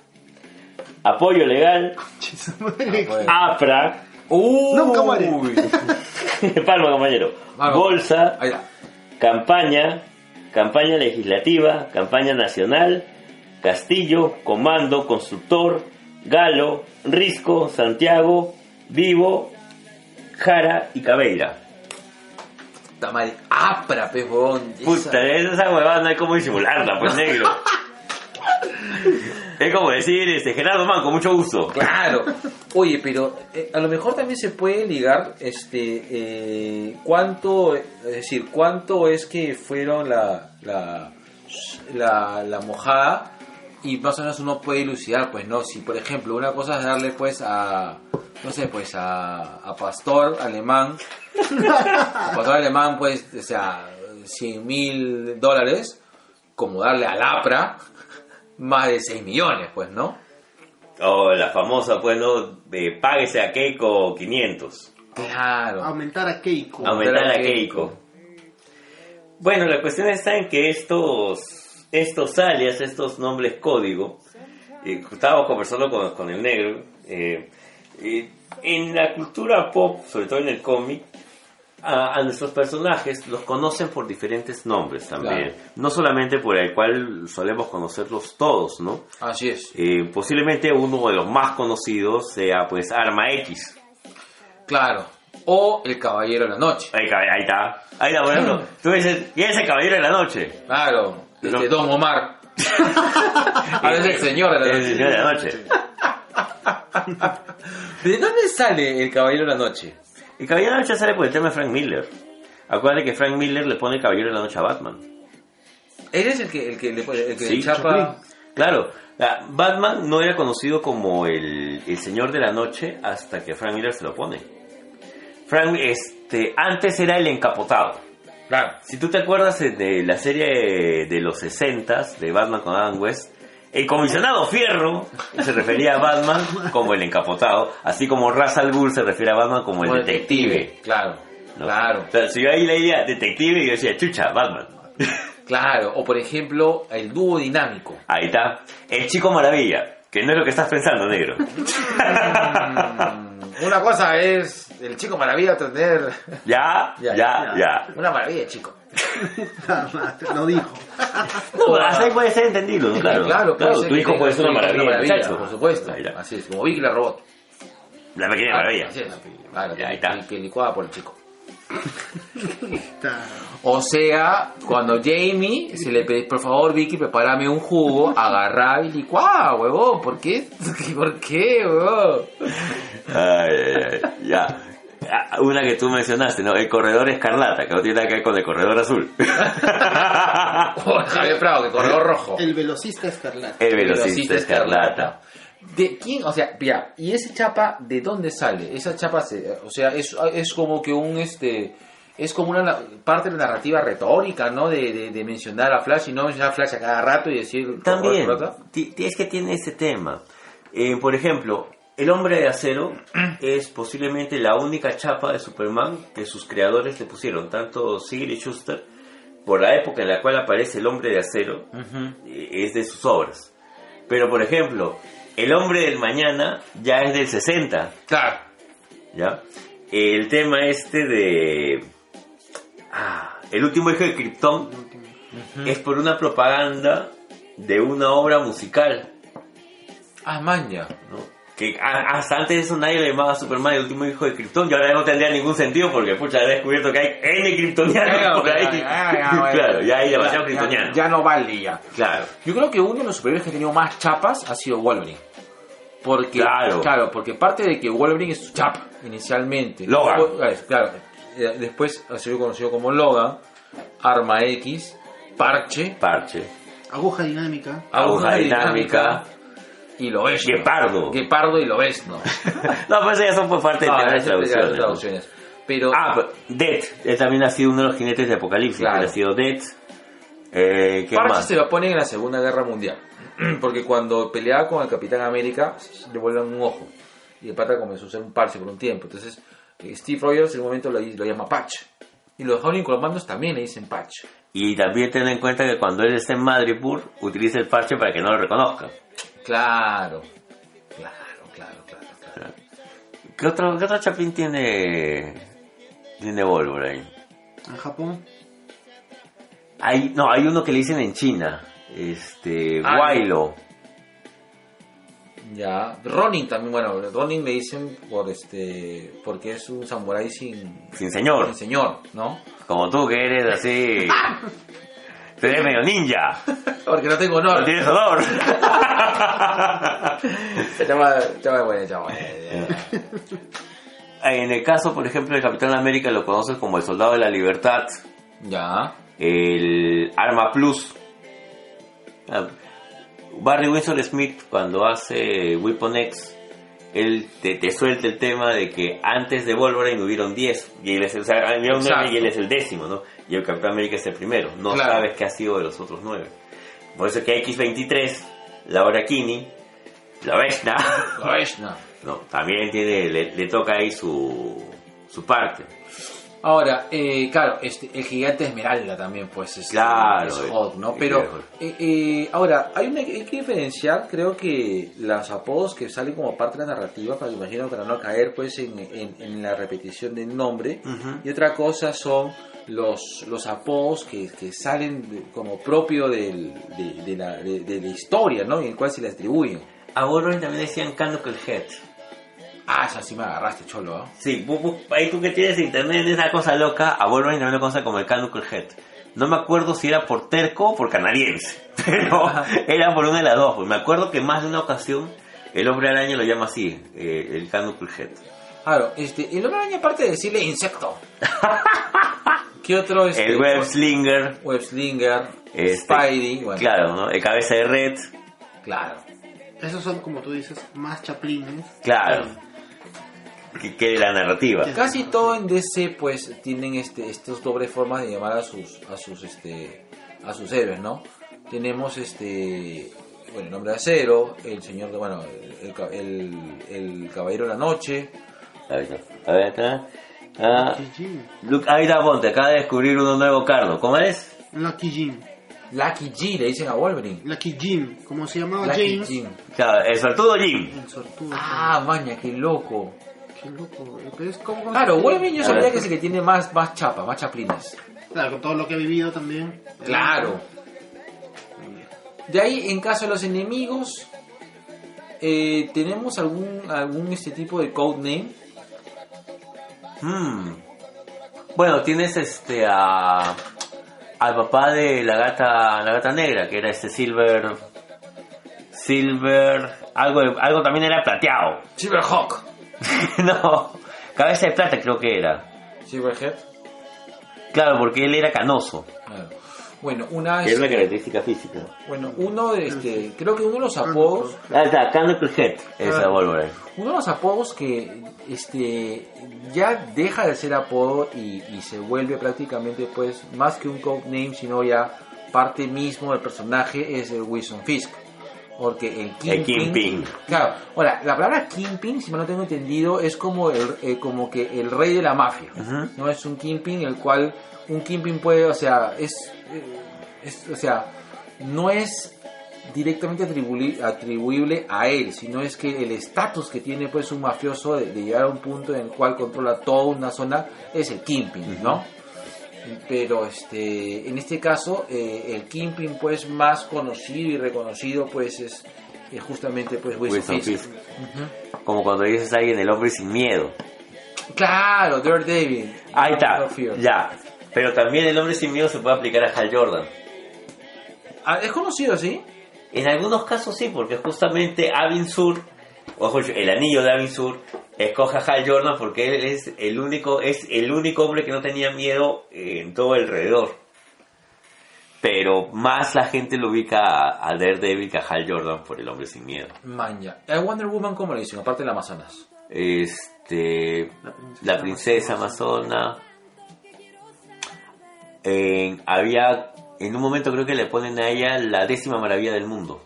S1: apoyo legal,
S2: pues.
S1: APRA,
S2: Uy.
S3: Nunca muere.
S1: *laughs* palma compañero,
S2: Vamos.
S1: bolsa,
S2: Ahí está.
S1: campaña, campaña legislativa, campaña nacional, Castillo, Comando, Constructor, Galo, Risco, Santiago, Vivo, Jara y Cabeira.
S2: Puta madre. Apra, pez, huevón.
S1: Puta,
S2: Esa-
S1: esa, huevada no hay como disimularla,
S2: *laughs*
S1: pues negro. es como decir, este, Gerardo Man, con mucho gusto.
S2: Claro. Oye, pero eh, a lo mejor también se puede ligar este eh, cuánto, es decir, cuánto es que fueron la, la, la, la mojada y más o menos uno puede elucidar, pues no, si por ejemplo una cosa es darle pues a, no sé, pues a, a Pastor Alemán, a Pastor Alemán pues, o sea, 100 mil dólares, como darle a Lapra más de 6 millones, pues, ¿no?
S1: O la famosa, pues no, Eh, páguese a Keiko 500.
S2: Claro.
S3: Aumentar a Keiko.
S2: Ah,
S1: aumentar a
S2: Aumentar a
S1: Keiko.
S2: Keiko.
S1: Bueno, la cuestión está en que estos, estos alias, estos nombres código, eh, estábamos conversando con, con el negro, eh, eh, en la cultura pop, sobre todo en el cómic, a, a nuestros personajes los conocen por diferentes nombres también,
S2: Claro.
S1: no solamente por el cual solemos conocerlos todos, ¿no?
S2: Así es.
S1: Eh, posiblemente uno de los más conocidos sea pues Arma X.
S2: Claro. O El Caballero de la Noche.
S1: Ahí, ca- ahí está. Ahí está, por ejemplo.
S2: *laughs*
S1: Tú dices, ¿y ese caballero de la noche?
S2: Claro. Este,
S1: No.
S2: Don
S1: *laughs*
S2: Omar. Ahora es el señor de la
S1: El señor de
S2: noche.
S1: la noche.
S2: ¿De dónde sale El Caballero de la Noche?
S1: El caballero de la noche sale por el tema de Frank Miller. Acuérdate que Frank Miller le pone el caballero de la noche a Batman.
S2: Él es el que, el que le pone- el que
S1: Sí,
S2: le chapa.
S1: Claro, la- Batman no era conocido como el, el señor de la noche hasta que Frank Miller se lo pone. Frank, este, antes era el encapotado.
S2: Claro.
S1: Si tú te acuerdas eh, de la serie de los 60 de Batman con Adam West, el comisionado Fierro se refería a Batman como el encapotado, así como Ra's al Ghul se refiere a Batman como el
S2: Como el
S1: detective.
S2: Claro.
S1: ¿no?
S2: Claro.
S1: O sea, si yo ahí leía detective y yo decía, chucha, Batman. *laughs*
S2: Claro. O por ejemplo, el dúo dinámico.
S1: Ahí está. El chico maravilla, que no es lo que estás pensando,
S2: *laughs*
S1: negro.
S2: Mm, Una cosa es el chico maravilla tener
S1: Ya,
S2: *laughs*
S1: ya,
S2: Ya,
S1: ya.
S2: una maravilla, chico.
S3: Ah, madre, Lo dijo.
S1: No, hasta ahí puede ser entendido, ¿no? Claro,
S2: ah. puede ser
S1: tu
S2: que
S1: hijo
S2: tenga-
S1: puede ser una
S2: tu hijo es
S1: maravilla, muchacho.
S2: por supuesto.
S1: Ahí está.
S2: Así es, como Vicky la robot.
S1: La pequeña
S2: Ah,
S1: maravilla.
S2: así es. Claro,
S1: Ya, ahí
S2: que-
S1: está.
S2: que licuaba por el chico.
S3: Está.
S2: O sea, cuando Jamie se le pide, por favor, Vicky, prepárame un jugo, agarrá y licuá, huevón, ¿por qué? *laughs* ¿Por qué, huevón?
S1: Ay, ay, ay, ya. Ah, Una que tú mencionaste, ¿no? El corredor escarlata, que no tiene nada que ver con el corredor azul. *laughs*
S2: O Oh, Javier Prado, que corrió rojo.
S3: El velocista escarlata.
S1: El velocista escarlata.
S2: ¿De quién? O sea, ya, ¿y esa chapa de dónde sale? Esa chapa, se, o sea, es, es como que un, este, es como una na- parte de la narrativa retórica, ¿no? De, de, de mencionar a Flash y no mencionar a Flash a cada rato y decir...
S1: También,
S2: por acá.
S1: ti- ti- es que tiene ese tema. Eh, por ejemplo, el hombre de acero *clears throat* es posiblemente la única chapa de Superman que sus creadores le pusieron, tanto Sigel y Schuster, por la época en la cual aparece el hombre de acero, eh, es de sus obras. Pero, por ejemplo, el hombre del mañana ya es del 60.
S2: Claro.
S1: ¿Ya? El tema este de... Ah, el último eje de Krypton es por una propaganda de una obra musical,
S2: Ah, maña.
S1: ¿no? Que a- hasta antes de eso nadie le llamaba Superman el último hijo de Krypton y ahora no tendría ningún sentido porque pucha, he descubierto que hay N kryptonianos por ahí. *laughs* claro, ya hay demasiado kryptoniano.
S2: Ya no vale ya.
S1: Claro.
S2: Yo creo que uno de los superhéroes que ha tenido más chapas ha sido Wolverine. Porque,
S1: Claro.
S2: porque parte de que Wolverine es su chapa inicialmente.
S1: Logan.
S2: Después- eh, claro, eh, después ha sido conocido como Logan, Arma X, Parche,
S1: Parche.
S3: Aguja dinámica.
S1: Aguja dinámica.
S2: y lo es.
S1: Guepardo.
S2: Guepardo y lo es, ¿no?
S1: *laughs* No, pues ya son por parte de
S2: Ah,
S1: temas de
S2: eso es de
S1: traducciones.
S2: traducciones. Pero
S1: Ah, pero Dead. Él también ha sido uno de los jinetes de Apocalipsis.
S2: pues, Claro.
S1: Él ha sido Dead. Eh, ¿Qué
S2: Parche
S1: más?
S2: se lo ponen en la Segunda Guerra Mundial. *clears throat* Porque cuando peleaba con el Capitán América, le vuelven un ojo. Y el pata comenzó a usar un parche por un tiempo. Entonces, eh, Steve Rogers en un momento lo, lo llama Patch. Y los Howling Comandos también le dicen Patch.
S1: Y también ten en cuenta que cuando él está en Madripoor, utiliza el parche para que no lo reconozcan.
S2: Claro. Claro, claro, claro. claro.
S1: ¿Qué otro, qué otro chapín tiene, tiene Volvo ahí?
S3: En Japón.
S1: Hay, no, hay uno que le dicen en China. Este,
S4: Ah,
S1: Wailo.
S2: Ya. Ronin también, bueno, Ronin le dicen por este. Porque es un samurái sin.
S1: Sin señor.
S2: sin señor, ¿no?
S1: Como tú que eres
S2: *laughs*
S1: así. Tú eres medio ninja.
S2: Porque no tengo
S1: No
S2: honor. *laughs*
S1: tienes honor.
S2: Chama, chama, bueno, chama, eh, eh.
S1: En el caso, por ejemplo, del Capitán América lo conoces como el Soldado de la Libertad,
S2: Ya.
S1: el Arma Plus. Ah, Barry Winsor Smith, cuando hace Weapon X, él te, te suelta el tema de que antes de Wolverine hubieron 10, y él es, o sea, había un nueve
S2: Exacto.
S1: y él es el décimo, ¿no? Y el Capitán América es el primero, no
S2: Claro.
S1: sabes qué ha sido de los otros 9. Por eso que X23, Laura Kinney, la Vecna,
S2: Krishna.
S1: *laughs* no, también tiene, le, le toca ahí su, su parte.
S2: Ahora, eh, claro, este, el gigante Esmeralda también, pues es,
S1: Claro,
S2: es
S1: eh,
S2: Hulk, ¿no?
S1: eh,
S2: Pero,
S1: claro.
S2: eh, eh, ahora, hay, una, hay que diferenciar, creo que los apodos que salen como parte de la narrativa, para, imagino, para no caer pues en, en- en la repetición del nombre,
S1: Ujú.
S2: y otra cosa son los, los apodos que, que salen de- como propio del- de, de la, de- de la historia, ¿no? Y el cual se le atribuyen.
S1: A Wolverine también decían Candle Head.
S2: Ah, ya sí me agarraste, cholo, ¿ah?
S1: Sí, bu- bu- ahí tú que tienes internet, esa cosa loca, a Wolverine también lo conocen como el Candle Head. No me acuerdo si era por terco o por canadiense, *laughs* pero era por una de las dos. pues. Me acuerdo que más de una ocasión el hombre araña lo llama así, eh, el Candle Head.
S2: Claro, este, el hombre araña aparte de decirle insecto. ¿Qué otro es?
S1: El Web Slinger,
S2: Webslinger,
S1: este,
S2: Spidey, bueno, claro.
S1: claro, ¿no? el cabeza de red,
S3: Esos son, como tú dices, más chaplines.
S1: claro, que, que la narrativa.
S2: Casi todo en DC pues tienen este estas dobles formas de llamar a sus a sus este a sus héroes, ¿no? Tenemos este bueno, el hombre de acero, el señor de bueno, el, ca- el, el caballero de la noche,
S1: A ver, a ver, acá. Ah,
S3: Kijin.
S1: Luke Aira Ponte acaba de descubrir uno nuevo carno. ¿Cómo es?
S3: Lucky Jim.
S2: Lucky G le dicen a Wolverine.
S3: Lucky Jim. Como se llamaba
S2: Lucky
S3: James.
S2: Jim.
S1: Claro, el sortudo Jim.
S3: El sortudo.
S2: Ah, maña, qué loco.
S3: Qué loco. eh, Pero es como...
S2: Claro, Wolverine yo
S1: A ver.
S2: sabía que es el que tiene más, más chapas, más chaplines.
S3: Claro, con todo lo que he vivido también.
S2: Claro. De ahí, en caso de los enemigos, eh, tenemos algún algún este tipo de codename.
S1: Mm. Bueno, tienes este a al papá de la gata la gata negra, que era este Silver Silver algo de- algo también era plateado. *laughs*
S2: Silverhawk.
S1: no, cabeza de plata creo que era.
S2: Silverhead.
S1: Claro, porque él era canoso.
S2: Claro. Bueno, una
S1: una característica física.
S2: bueno, uno de este, creo que uno de los apodos,
S1: Ah, está, Candlehead, esa
S3: Ah.
S1: Wolverine.
S2: uno de los apodos que este ya deja de ser apodo y, y se vuelve prácticamente pues más que un codename, sino ya parte mismo del personaje es el Wilson Fisk. Porque el Kingpin,
S1: El Kingpin.
S2: Claro, ahora, la palabra Kingpin, si mal no tengo entendido, es como el, eh, como que el rey de la mafia.
S1: Ujú.
S2: No es un Kingpin el cual un Kingpin puede, o sea, es, eh, es- o sea, no es directamente atribuible, atribuible a él, sino es que el estatus que tiene pues un mafioso de, de llegar a un punto en el cual controla toda una zona es el Kingpin, ¿no? pero este en este caso eh, el Kingpin pues más conocido y reconocido pues es eh, justamente pues Wilson,
S1: Wilson
S2: Fisk.
S1: Fisk. Como cuando dices ahí en el hombre sin miedo.
S2: claro Daredevil
S1: Ahí está,
S2: No fear.
S1: ya. Pero también el hombre sin miedo se puede aplicar a Hal Jordan.
S2: Ah, es conocido sí
S1: En algunos casos sí, porque justamente Avin Sur, ojo, el anillo de Avin Sur, escoge a Hal Jordan porque él es el único, es el único hombre que no tenía miedo eh, en todo alrededor. Pero más la gente lo ubica a, a Daredevil que a Hal Jordan por el hombre sin miedo.
S2: Eh, Manja a Wonder Woman cómo le dicen aparte de la Amazonas
S1: Este. La princesa amazona. En- había. En un momento creo que le ponen a ella la décima maravilla del mundo.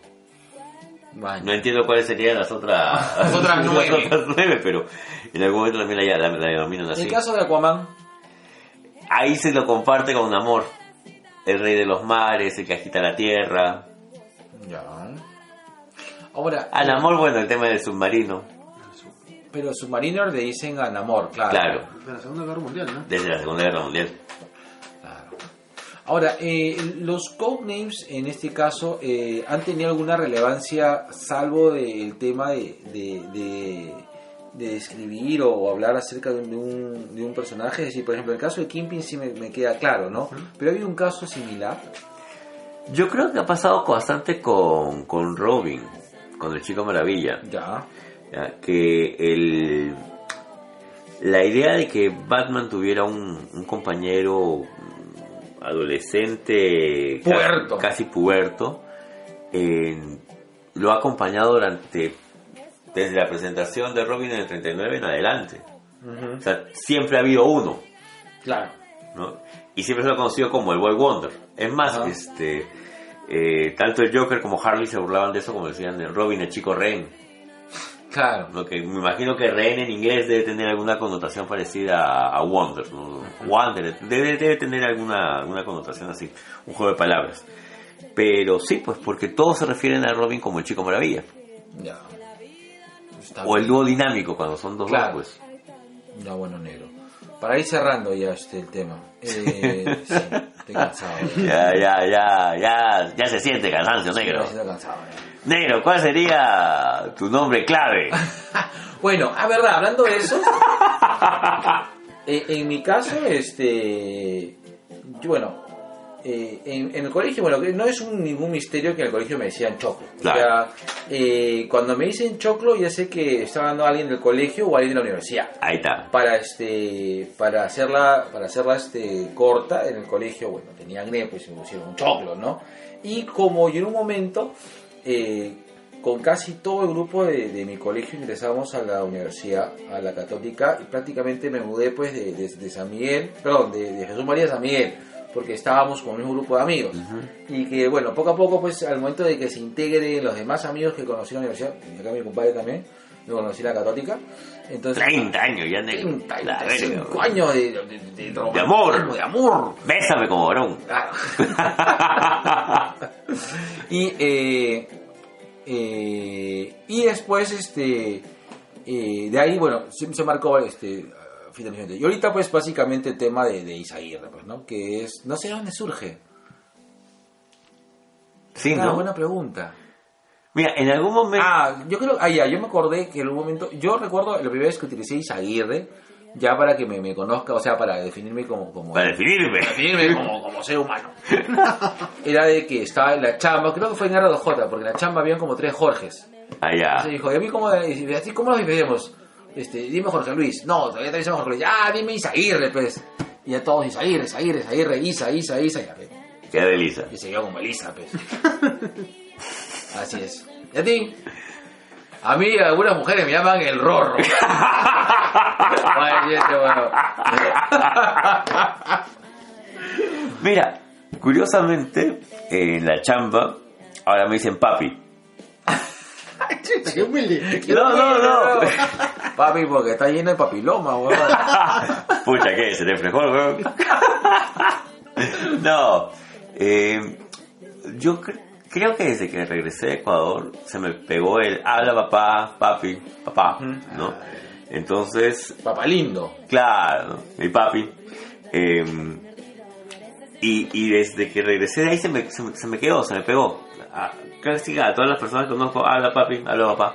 S1: No entiendo cuáles serían las otras.
S2: Las
S1: *laughs*
S2: otras nueve.
S1: otras nueve, pero en algún momento también la, la, la denominan así.
S2: El caso de Aquaman,
S1: Ahí se lo comparte con amor. El rey de los mares, el que agita la tierra.
S2: Ya. Ahora,
S1: Al amor, bueno, el tema del submarino.
S2: pero Submariner le dicen a Namor, claro.
S1: Claro,
S3: De la Segunda Guerra Mundial, ¿no?
S1: desde la Segunda Guerra Mundial.
S2: Claro. Ahora, eh, los codenames en este caso eh, han tenido alguna relevancia salvo del tema de, de, de- de describir o hablar acerca de un, de un personaje. Es decir, por ejemplo, el caso de Kimping sí me, me queda claro, ¿no? Pero ha habido un caso similar.
S1: Yo creo que ha pasado bastante con, con Robin, con el Chico Maravilla.
S2: Ya.
S1: ya, Que el, la idea de que Batman tuviera un, un compañero mm, adolescente ca-
S2: Puerto.
S1: casi puberto eh, lo ha acompañado durante desde la presentación de Robin en el 39 en adelante. O sea, siempre ha habido uno.
S2: Claro.
S1: ¿no? Y siempre se lo ha conocido como el Boy Wonder. Es más,
S2: Ajá.
S1: este eh, tanto el Joker como Harley se burlaban de eso como decían el Robin, el chico Ren.
S2: Claro.
S1: ¿no? Que me imagino que Ren en inglés debe tener alguna connotación parecida a, a Wonder. ¿no? Wonder debe, debe tener alguna, alguna connotación así, un juego de palabras. Pero sí, pues porque todos se refieren a Robin como el chico maravilla.
S2: Ya. Está
S1: O el dúo dinámico cuando son dos
S2: Claro.
S1: dos, pues.
S2: Ya, bueno, negro. Para ir cerrando ya este el tema. Eh, *laughs* sí, estoy cansado. ya.
S1: Ya, ya, ya, ya, ya se siente cansancio negro.
S2: Me siento cansado, ya.
S1: Negro, ¿cuál sería tu nombre
S2: *laughs*
S1: clave?
S2: Bueno, a verdad, hablando de eso, *laughs* eh, en mi caso, este, yo, bueno, eh, en, en el colegio, bueno, que no es un- ningún misterio que en el colegio me decían choclo.
S1: Claro.
S2: O sea, eh, cuando me dicen choclo, ya sé que está hablando alguien del colegio o alguien de la universidad.
S1: Ahí está.
S2: Para este, para hacerla, para hacerla este corta en el colegio, bueno, tenía acné, pues me pusieron un choclo, ¿no? Y como yo en un momento eh, con casi todo el grupo de, de mi colegio ingresamos a la universidad, a la católica, y prácticamente me mudé pues de, de- de San Miguel, perdón, de, de Jesús María a San Miguel, porque estábamos con un mismo grupo de amigos. Y que bueno, poco a poco pues al momento de que se integren los demás amigos que conocí en la universidad, y acá mi compadre también, lo conocí en la católica, entonces...
S1: 30 años ya, negro.
S2: 30,
S1: La
S2: 35
S1: verga.
S2: años de, de, de,
S1: De amor.
S2: De amor.
S1: Bésame como varón.
S2: Claro. y, eh, eh, y después, este, eh, de ahí, bueno, se, se marcó este, ah, finalmente. Y ahorita, pues, básicamente el tema de, de Isaguirre, pues, ¿no? Que es, no sé de dónde surge.
S1: Sí,
S2: Claro,
S1: ¿no?
S2: buena pregunta.
S1: Mira, en algún momento...
S2: Ah, yo creo, ah, ya, yo me acordé que en un momento, yo recuerdo la primera vez que utilicé Isaguirre, ya para que me, me conozca, o sea, para definirme como... como
S1: Para definirme.
S2: definirme como, como ser humano. *laughs* Era de que estaba en la chamba, creo que fue en R2J, porque en la chamba habían como tres Jorges.
S1: Allá.
S2: Entonces dijo, ¿y a mí cómo, y así, cómo nos despedimos? Este, dime Jorge Luis. No, todavía te decimos Jorge Luis. Ah, dime Isaguirre, pues. Y a todos, Isaguirre, Isaguirre, Isaguirre, Isa, Isa, Isa, ya, pues.
S1: Qué delicia.
S2: Y se quedó como Elisa, pues. Así es. ¿Y a ti? A mí algunas mujeres me llaman el rorro. *laughs* Ay, este, bueno.
S1: Mira, curiosamente, en la chamba, ahora me dicen papi.
S3: Chuta, qué humilde.
S1: No, no, no.
S2: Papi, porque está lleno de papiloma, weón.
S1: *laughs* Pucha, ¿qué? ¿Se te fregó, weón? No. eh, yo cre- creo que desde que regresé de Ecuador se me pegó el habla papá, papi, papá, ¿no? Entonces,
S2: Papá lindo.
S1: claro, ¿no? mi papi. eh, y, y desde que regresé de ahí se me, se me, se me quedó, se me pegó. A- casi a todas las personas que conozco, habla papi, habla papá.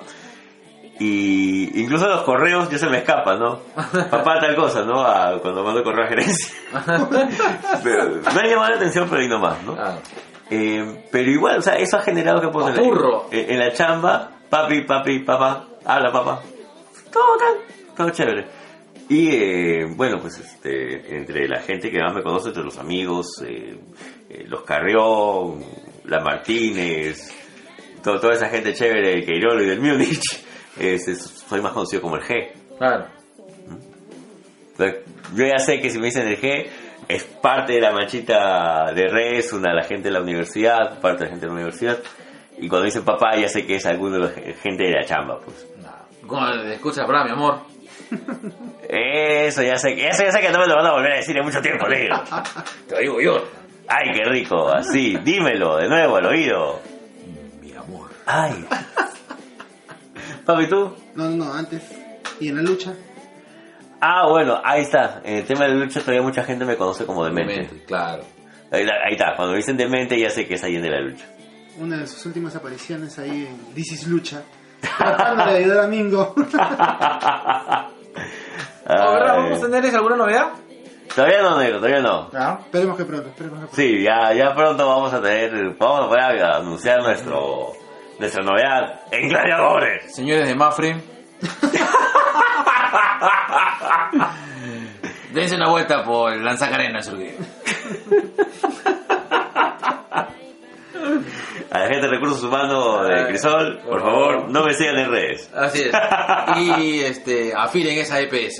S1: Y incluso los correos ya se me escapan, ¿no? Papá tal cosa, ¿no? A- cuando mando correo a gerencia. *laughs* Pero me ha llamado la atención, pero ahí nomás, ¿no?
S2: Ah,
S1: Eh, pero igual, o sea, eso ha generado que pues, en,
S2: Papurro.
S1: la, en- en la chamba, papi, papi, papá, habla papá. Todo bacán, todo chévere. Y eh, bueno, pues este, entre la gente que más me conoce, entre los amigos, eh, eh, los Carrión, la Martínez, to- toda esa gente chévere de Queirolo y del Múnich, *laughs* Este, soy más conocido como el G.
S2: Claro.
S1: O sea, Yo ya sé que si me dicen el G, es parte de la manchita de res, una de la gente de la universidad, parte de la gente de la universidad. Y cuando dicen papá, ya sé que es alguno de la ge- gente de la chamba, pues.
S2: No. Como le escuchas, Bra, mi amor.
S1: Eso ya sé, que- eso ya sé que no me lo van a volver a decir en mucho tiempo, negro.
S2: *laughs* Te lo digo yo.
S1: Ay, qué rico, así, dímelo de nuevo al oído.
S2: Mi amor.
S1: Ay. Papi, tú.
S3: No, no, no, antes. Y en la lucha.
S1: Ah, bueno, ahí está. En el tema de lucha todavía mucha gente me conoce como demente.
S2: Mente, Claro.
S1: Ahí, ahí está, cuando me dicen demente ya sé que es alguien de la *laughs* lucha.
S3: Una de sus últimas apariciones ahí en This is Lucha. Tratando de ayudar a Mingo.
S2: Oh, Bra,
S1: Ay.
S2: ¿Vamos a tener alguna novedad?
S1: Todavía no, negro, todavía no.
S2: Claro.
S3: esperemos que pronto, esperemos que pronto.
S1: Sí, ya, ya pronto vamos a tener, vamos a poder anunciar nuestro, nuestra novedad en Gladiadores.
S2: Señores de Mafre. Dense una vuelta por Lanzacarenas, porque
S1: A la gente de recursos humanos de Crisol, por favor, no me sigan en redes.
S2: Así *laughs* es. Y este, afilen esa EPS. *laughs*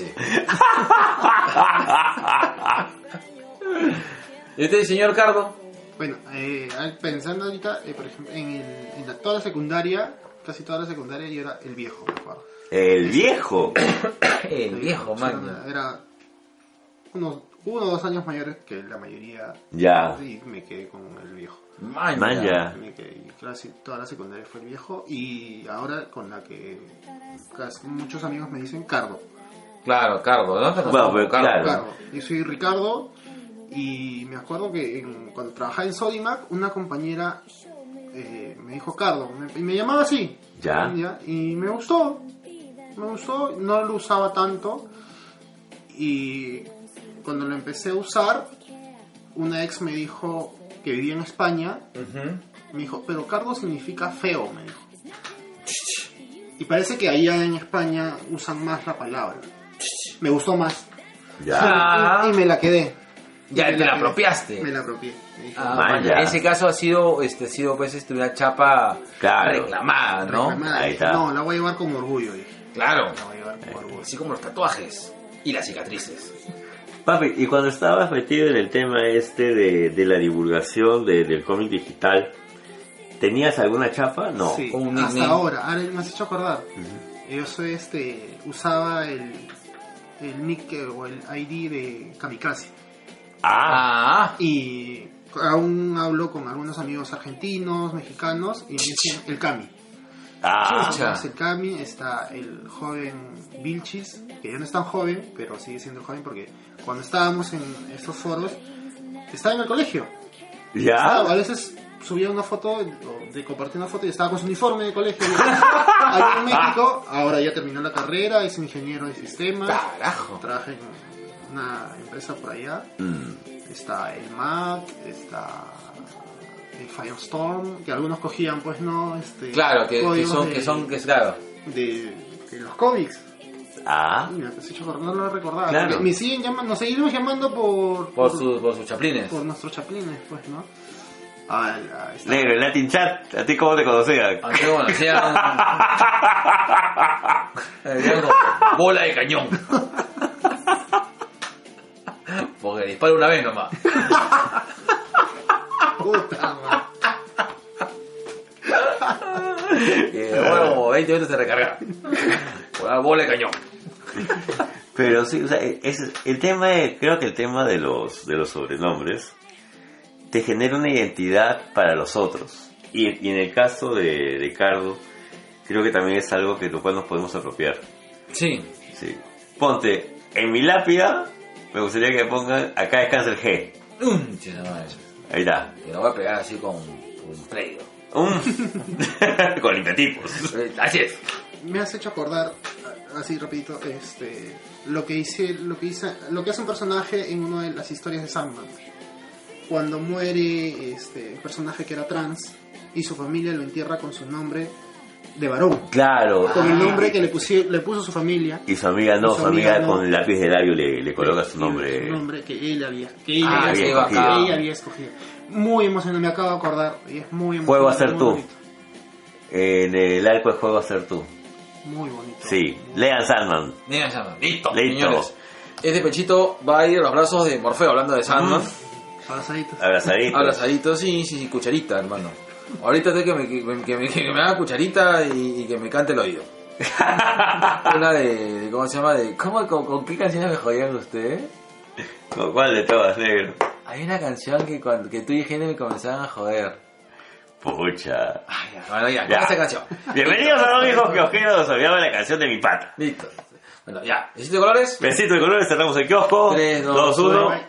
S2: ¿Y usted, Este señor Cardo?
S3: Bueno, eh, al- pensando ahorita, eh, por ejemplo, en, el- en la- toda la secundaria, casi toda la secundaria, yo era el viejo, me acuerdo.
S1: El *coughs* viejo.
S2: El viejo,
S3: Era,
S2: man.
S3: era unos uno o dos años mayores que la mayoría.
S1: Ya.
S3: Y me quedé con el viejo.
S2: Man,
S1: Man, ya.
S2: Ah.
S3: Me quedé- y casi toda la secundaria fue el viejo. Y ahora con la que casi muchos amigos me dicen Cardo.
S2: Claro, Cardo. ¿Dónde está
S1: Bueno, pero
S2: Cardo?
S1: claro.
S3: Ricardo. Yo soy Ricardo y me acuerdo que en- cuando trabajaba en Sodimac, una compañera eh, me dijo Cardo me- y me llamaba así.
S1: Ya.
S3: Y me gustó, me gustó, no lo usaba tanto y cuando lo empecé a usar, una ex me dijo que vivía en España, me dijo, pero Cardo significa feo, me dijo. Y parece que allá en España usan más la palabra. Me gustó más.
S1: Ya.
S3: Y, y me la quedé.
S2: Ya,
S3: Me
S2: te la
S3: quedé.
S2: apropiaste.
S3: Me la apropié. Me dije,
S2: Ah,
S1: Man,
S2: man,
S1: ya.
S2: Ese caso ha sido, este, ha sido pues, este, una chapa
S1: Claro.
S2: reclamada, ¿no?
S3: reclamada.
S1: Ahí está.
S3: No, la voy a llevar con orgullo. dije.
S2: Claro.
S3: La voy a llevar con orgullo.
S2: Así como los tatuajes y las cicatrices.
S1: Papi, y cuando estabas metido en el tema este de, de la divulgación de- del cómic digital, ¿tenías alguna chapa? No.
S3: Sí,
S2: con un
S3: hasta
S2: nickname.
S3: ahora. Ahora me has hecho acordar. Yo soy este. Usaba el. El nick eh, o el ID de Kamikaze.
S1: Ah,
S2: Ah,
S3: Y aún hablo con algunos amigos argentinos, mexicanos y me dicen el Kami.
S1: ah.
S2: Chucha.
S3: Está el Cami, está el joven Vilchis, que ya no es tan joven, pero sigue siendo joven porque cuando estábamos en estos foros, estaba en el colegio.
S2: Ah.
S3: Estaba- a
S1: Ya.
S3: veces subía una foto, o de compartir una foto y estaba con su uniforme de
S2: *laughs*
S3: colegio. Allí en México, ahora ya terminó la carrera, es ingeniero de sistemas,
S2: carajo.
S3: trabaja en una empresa por allá.
S1: Mm.
S3: Está el MAT, está el Firestorm, que algunos cogían, pues no, este.
S2: Claro, que, que
S3: códigos
S2: son,
S3: de-
S2: que son, que claro.
S3: de, de los cómics.
S1: Ah.
S3: Mira, pues, yo no lo recordaba.
S2: Claro.
S3: Porque Me siguen llamando, nos seguimos llamando por
S2: Por, sus, por sus chaplines.
S3: por nuestros chaplines, pues, ¿no? Ah, la- está-
S1: Negro, el Latin Chat, ¿a ti cómo te conocían?
S2: Ah, qué bueno, hacían- hacían *laughs* como eh, bola de cañón. Porque dispara una vez nomás.
S3: Puta, ma.
S2: Que demora como 20 minutos de recargar. *laughs* Una bola de cañón.
S1: Pero sí, o sea, es, el tema de- creo que el tema de los, de los sobrenombres te genera una identidad para los otros. Y, y en el caso de Ricardo, creo que también es algo que lo cual nos podemos apropiar.
S2: Sí.
S1: Sí. Ponte, en mi lápida, me gustaría que pongan, acá descansa el G.
S2: Mm, chino, madre.
S1: Ahí está.
S2: Y la voy a pegar así con con un playo.
S1: Un- *laughs* Con limpiatipos.
S2: Así es.
S3: Me has hecho acordar, a- así rapidito, este, lo que hice, lo que hice, lo que hace un personaje en una de las historias de Sandman. Cuando muere este un personaje que era trans y su familia lo entierra con su nombre de varón.
S1: Claro.
S3: Con
S2: Ah.
S3: el nombre que le, pusi- le puso su familia.
S1: Y su amiga no,
S3: Y su
S1: su amiga,
S3: amiga no.
S1: con el lápiz de labio le, le coloca su
S3: Su
S1: nombre. ¿eh?
S3: nombre que él había, que ella,
S2: Ah,
S3: había,
S2: bien
S3: escogido,
S2: escogido.
S3: que ella había escogido. Muy emocionante, me acabo de acordar. Y es muy emocionante.
S1: Juego a ser
S3: muy
S1: tú.
S3: bonito.
S1: En el arco de juego a ser tú.
S3: Muy bonito.
S1: Sí, lean Sandman.
S4: Negan Sandman. Listo,
S1: Listo.
S4: señores. Este pechito va a ir a los brazos de Morfeo hablando de Sandman.
S3: Abrazaditos.
S1: Eh, Abrazaditos.
S4: Abrazadito, sí, sí, sí, cucharita, hermano. Ahorita tengo que me, que, me- que me- que me haga cucharita y, y que me cante el oído. *laughs* Una de, de- ¿Cómo se llama? De, ¿cómo, con, con qué canciones me jodían ustedes?
S1: ¿Con cuál de todas, negro?
S4: Hay una canción que, cuando, que tú y Jenny me comenzaban a joder.
S1: Pucha.
S4: Ay, ya, bueno, ya,
S1: Ya.
S4: con esa canción.
S1: Bienvenidos a los viejos piojeros. Olvidaba la canción de mi pata.
S4: Listo. Bueno, ya. ¿Besito de colores?
S1: Besito de colores, cerramos el kiosco.
S4: Tres, dos,
S1: 2, 1.
S4: uno.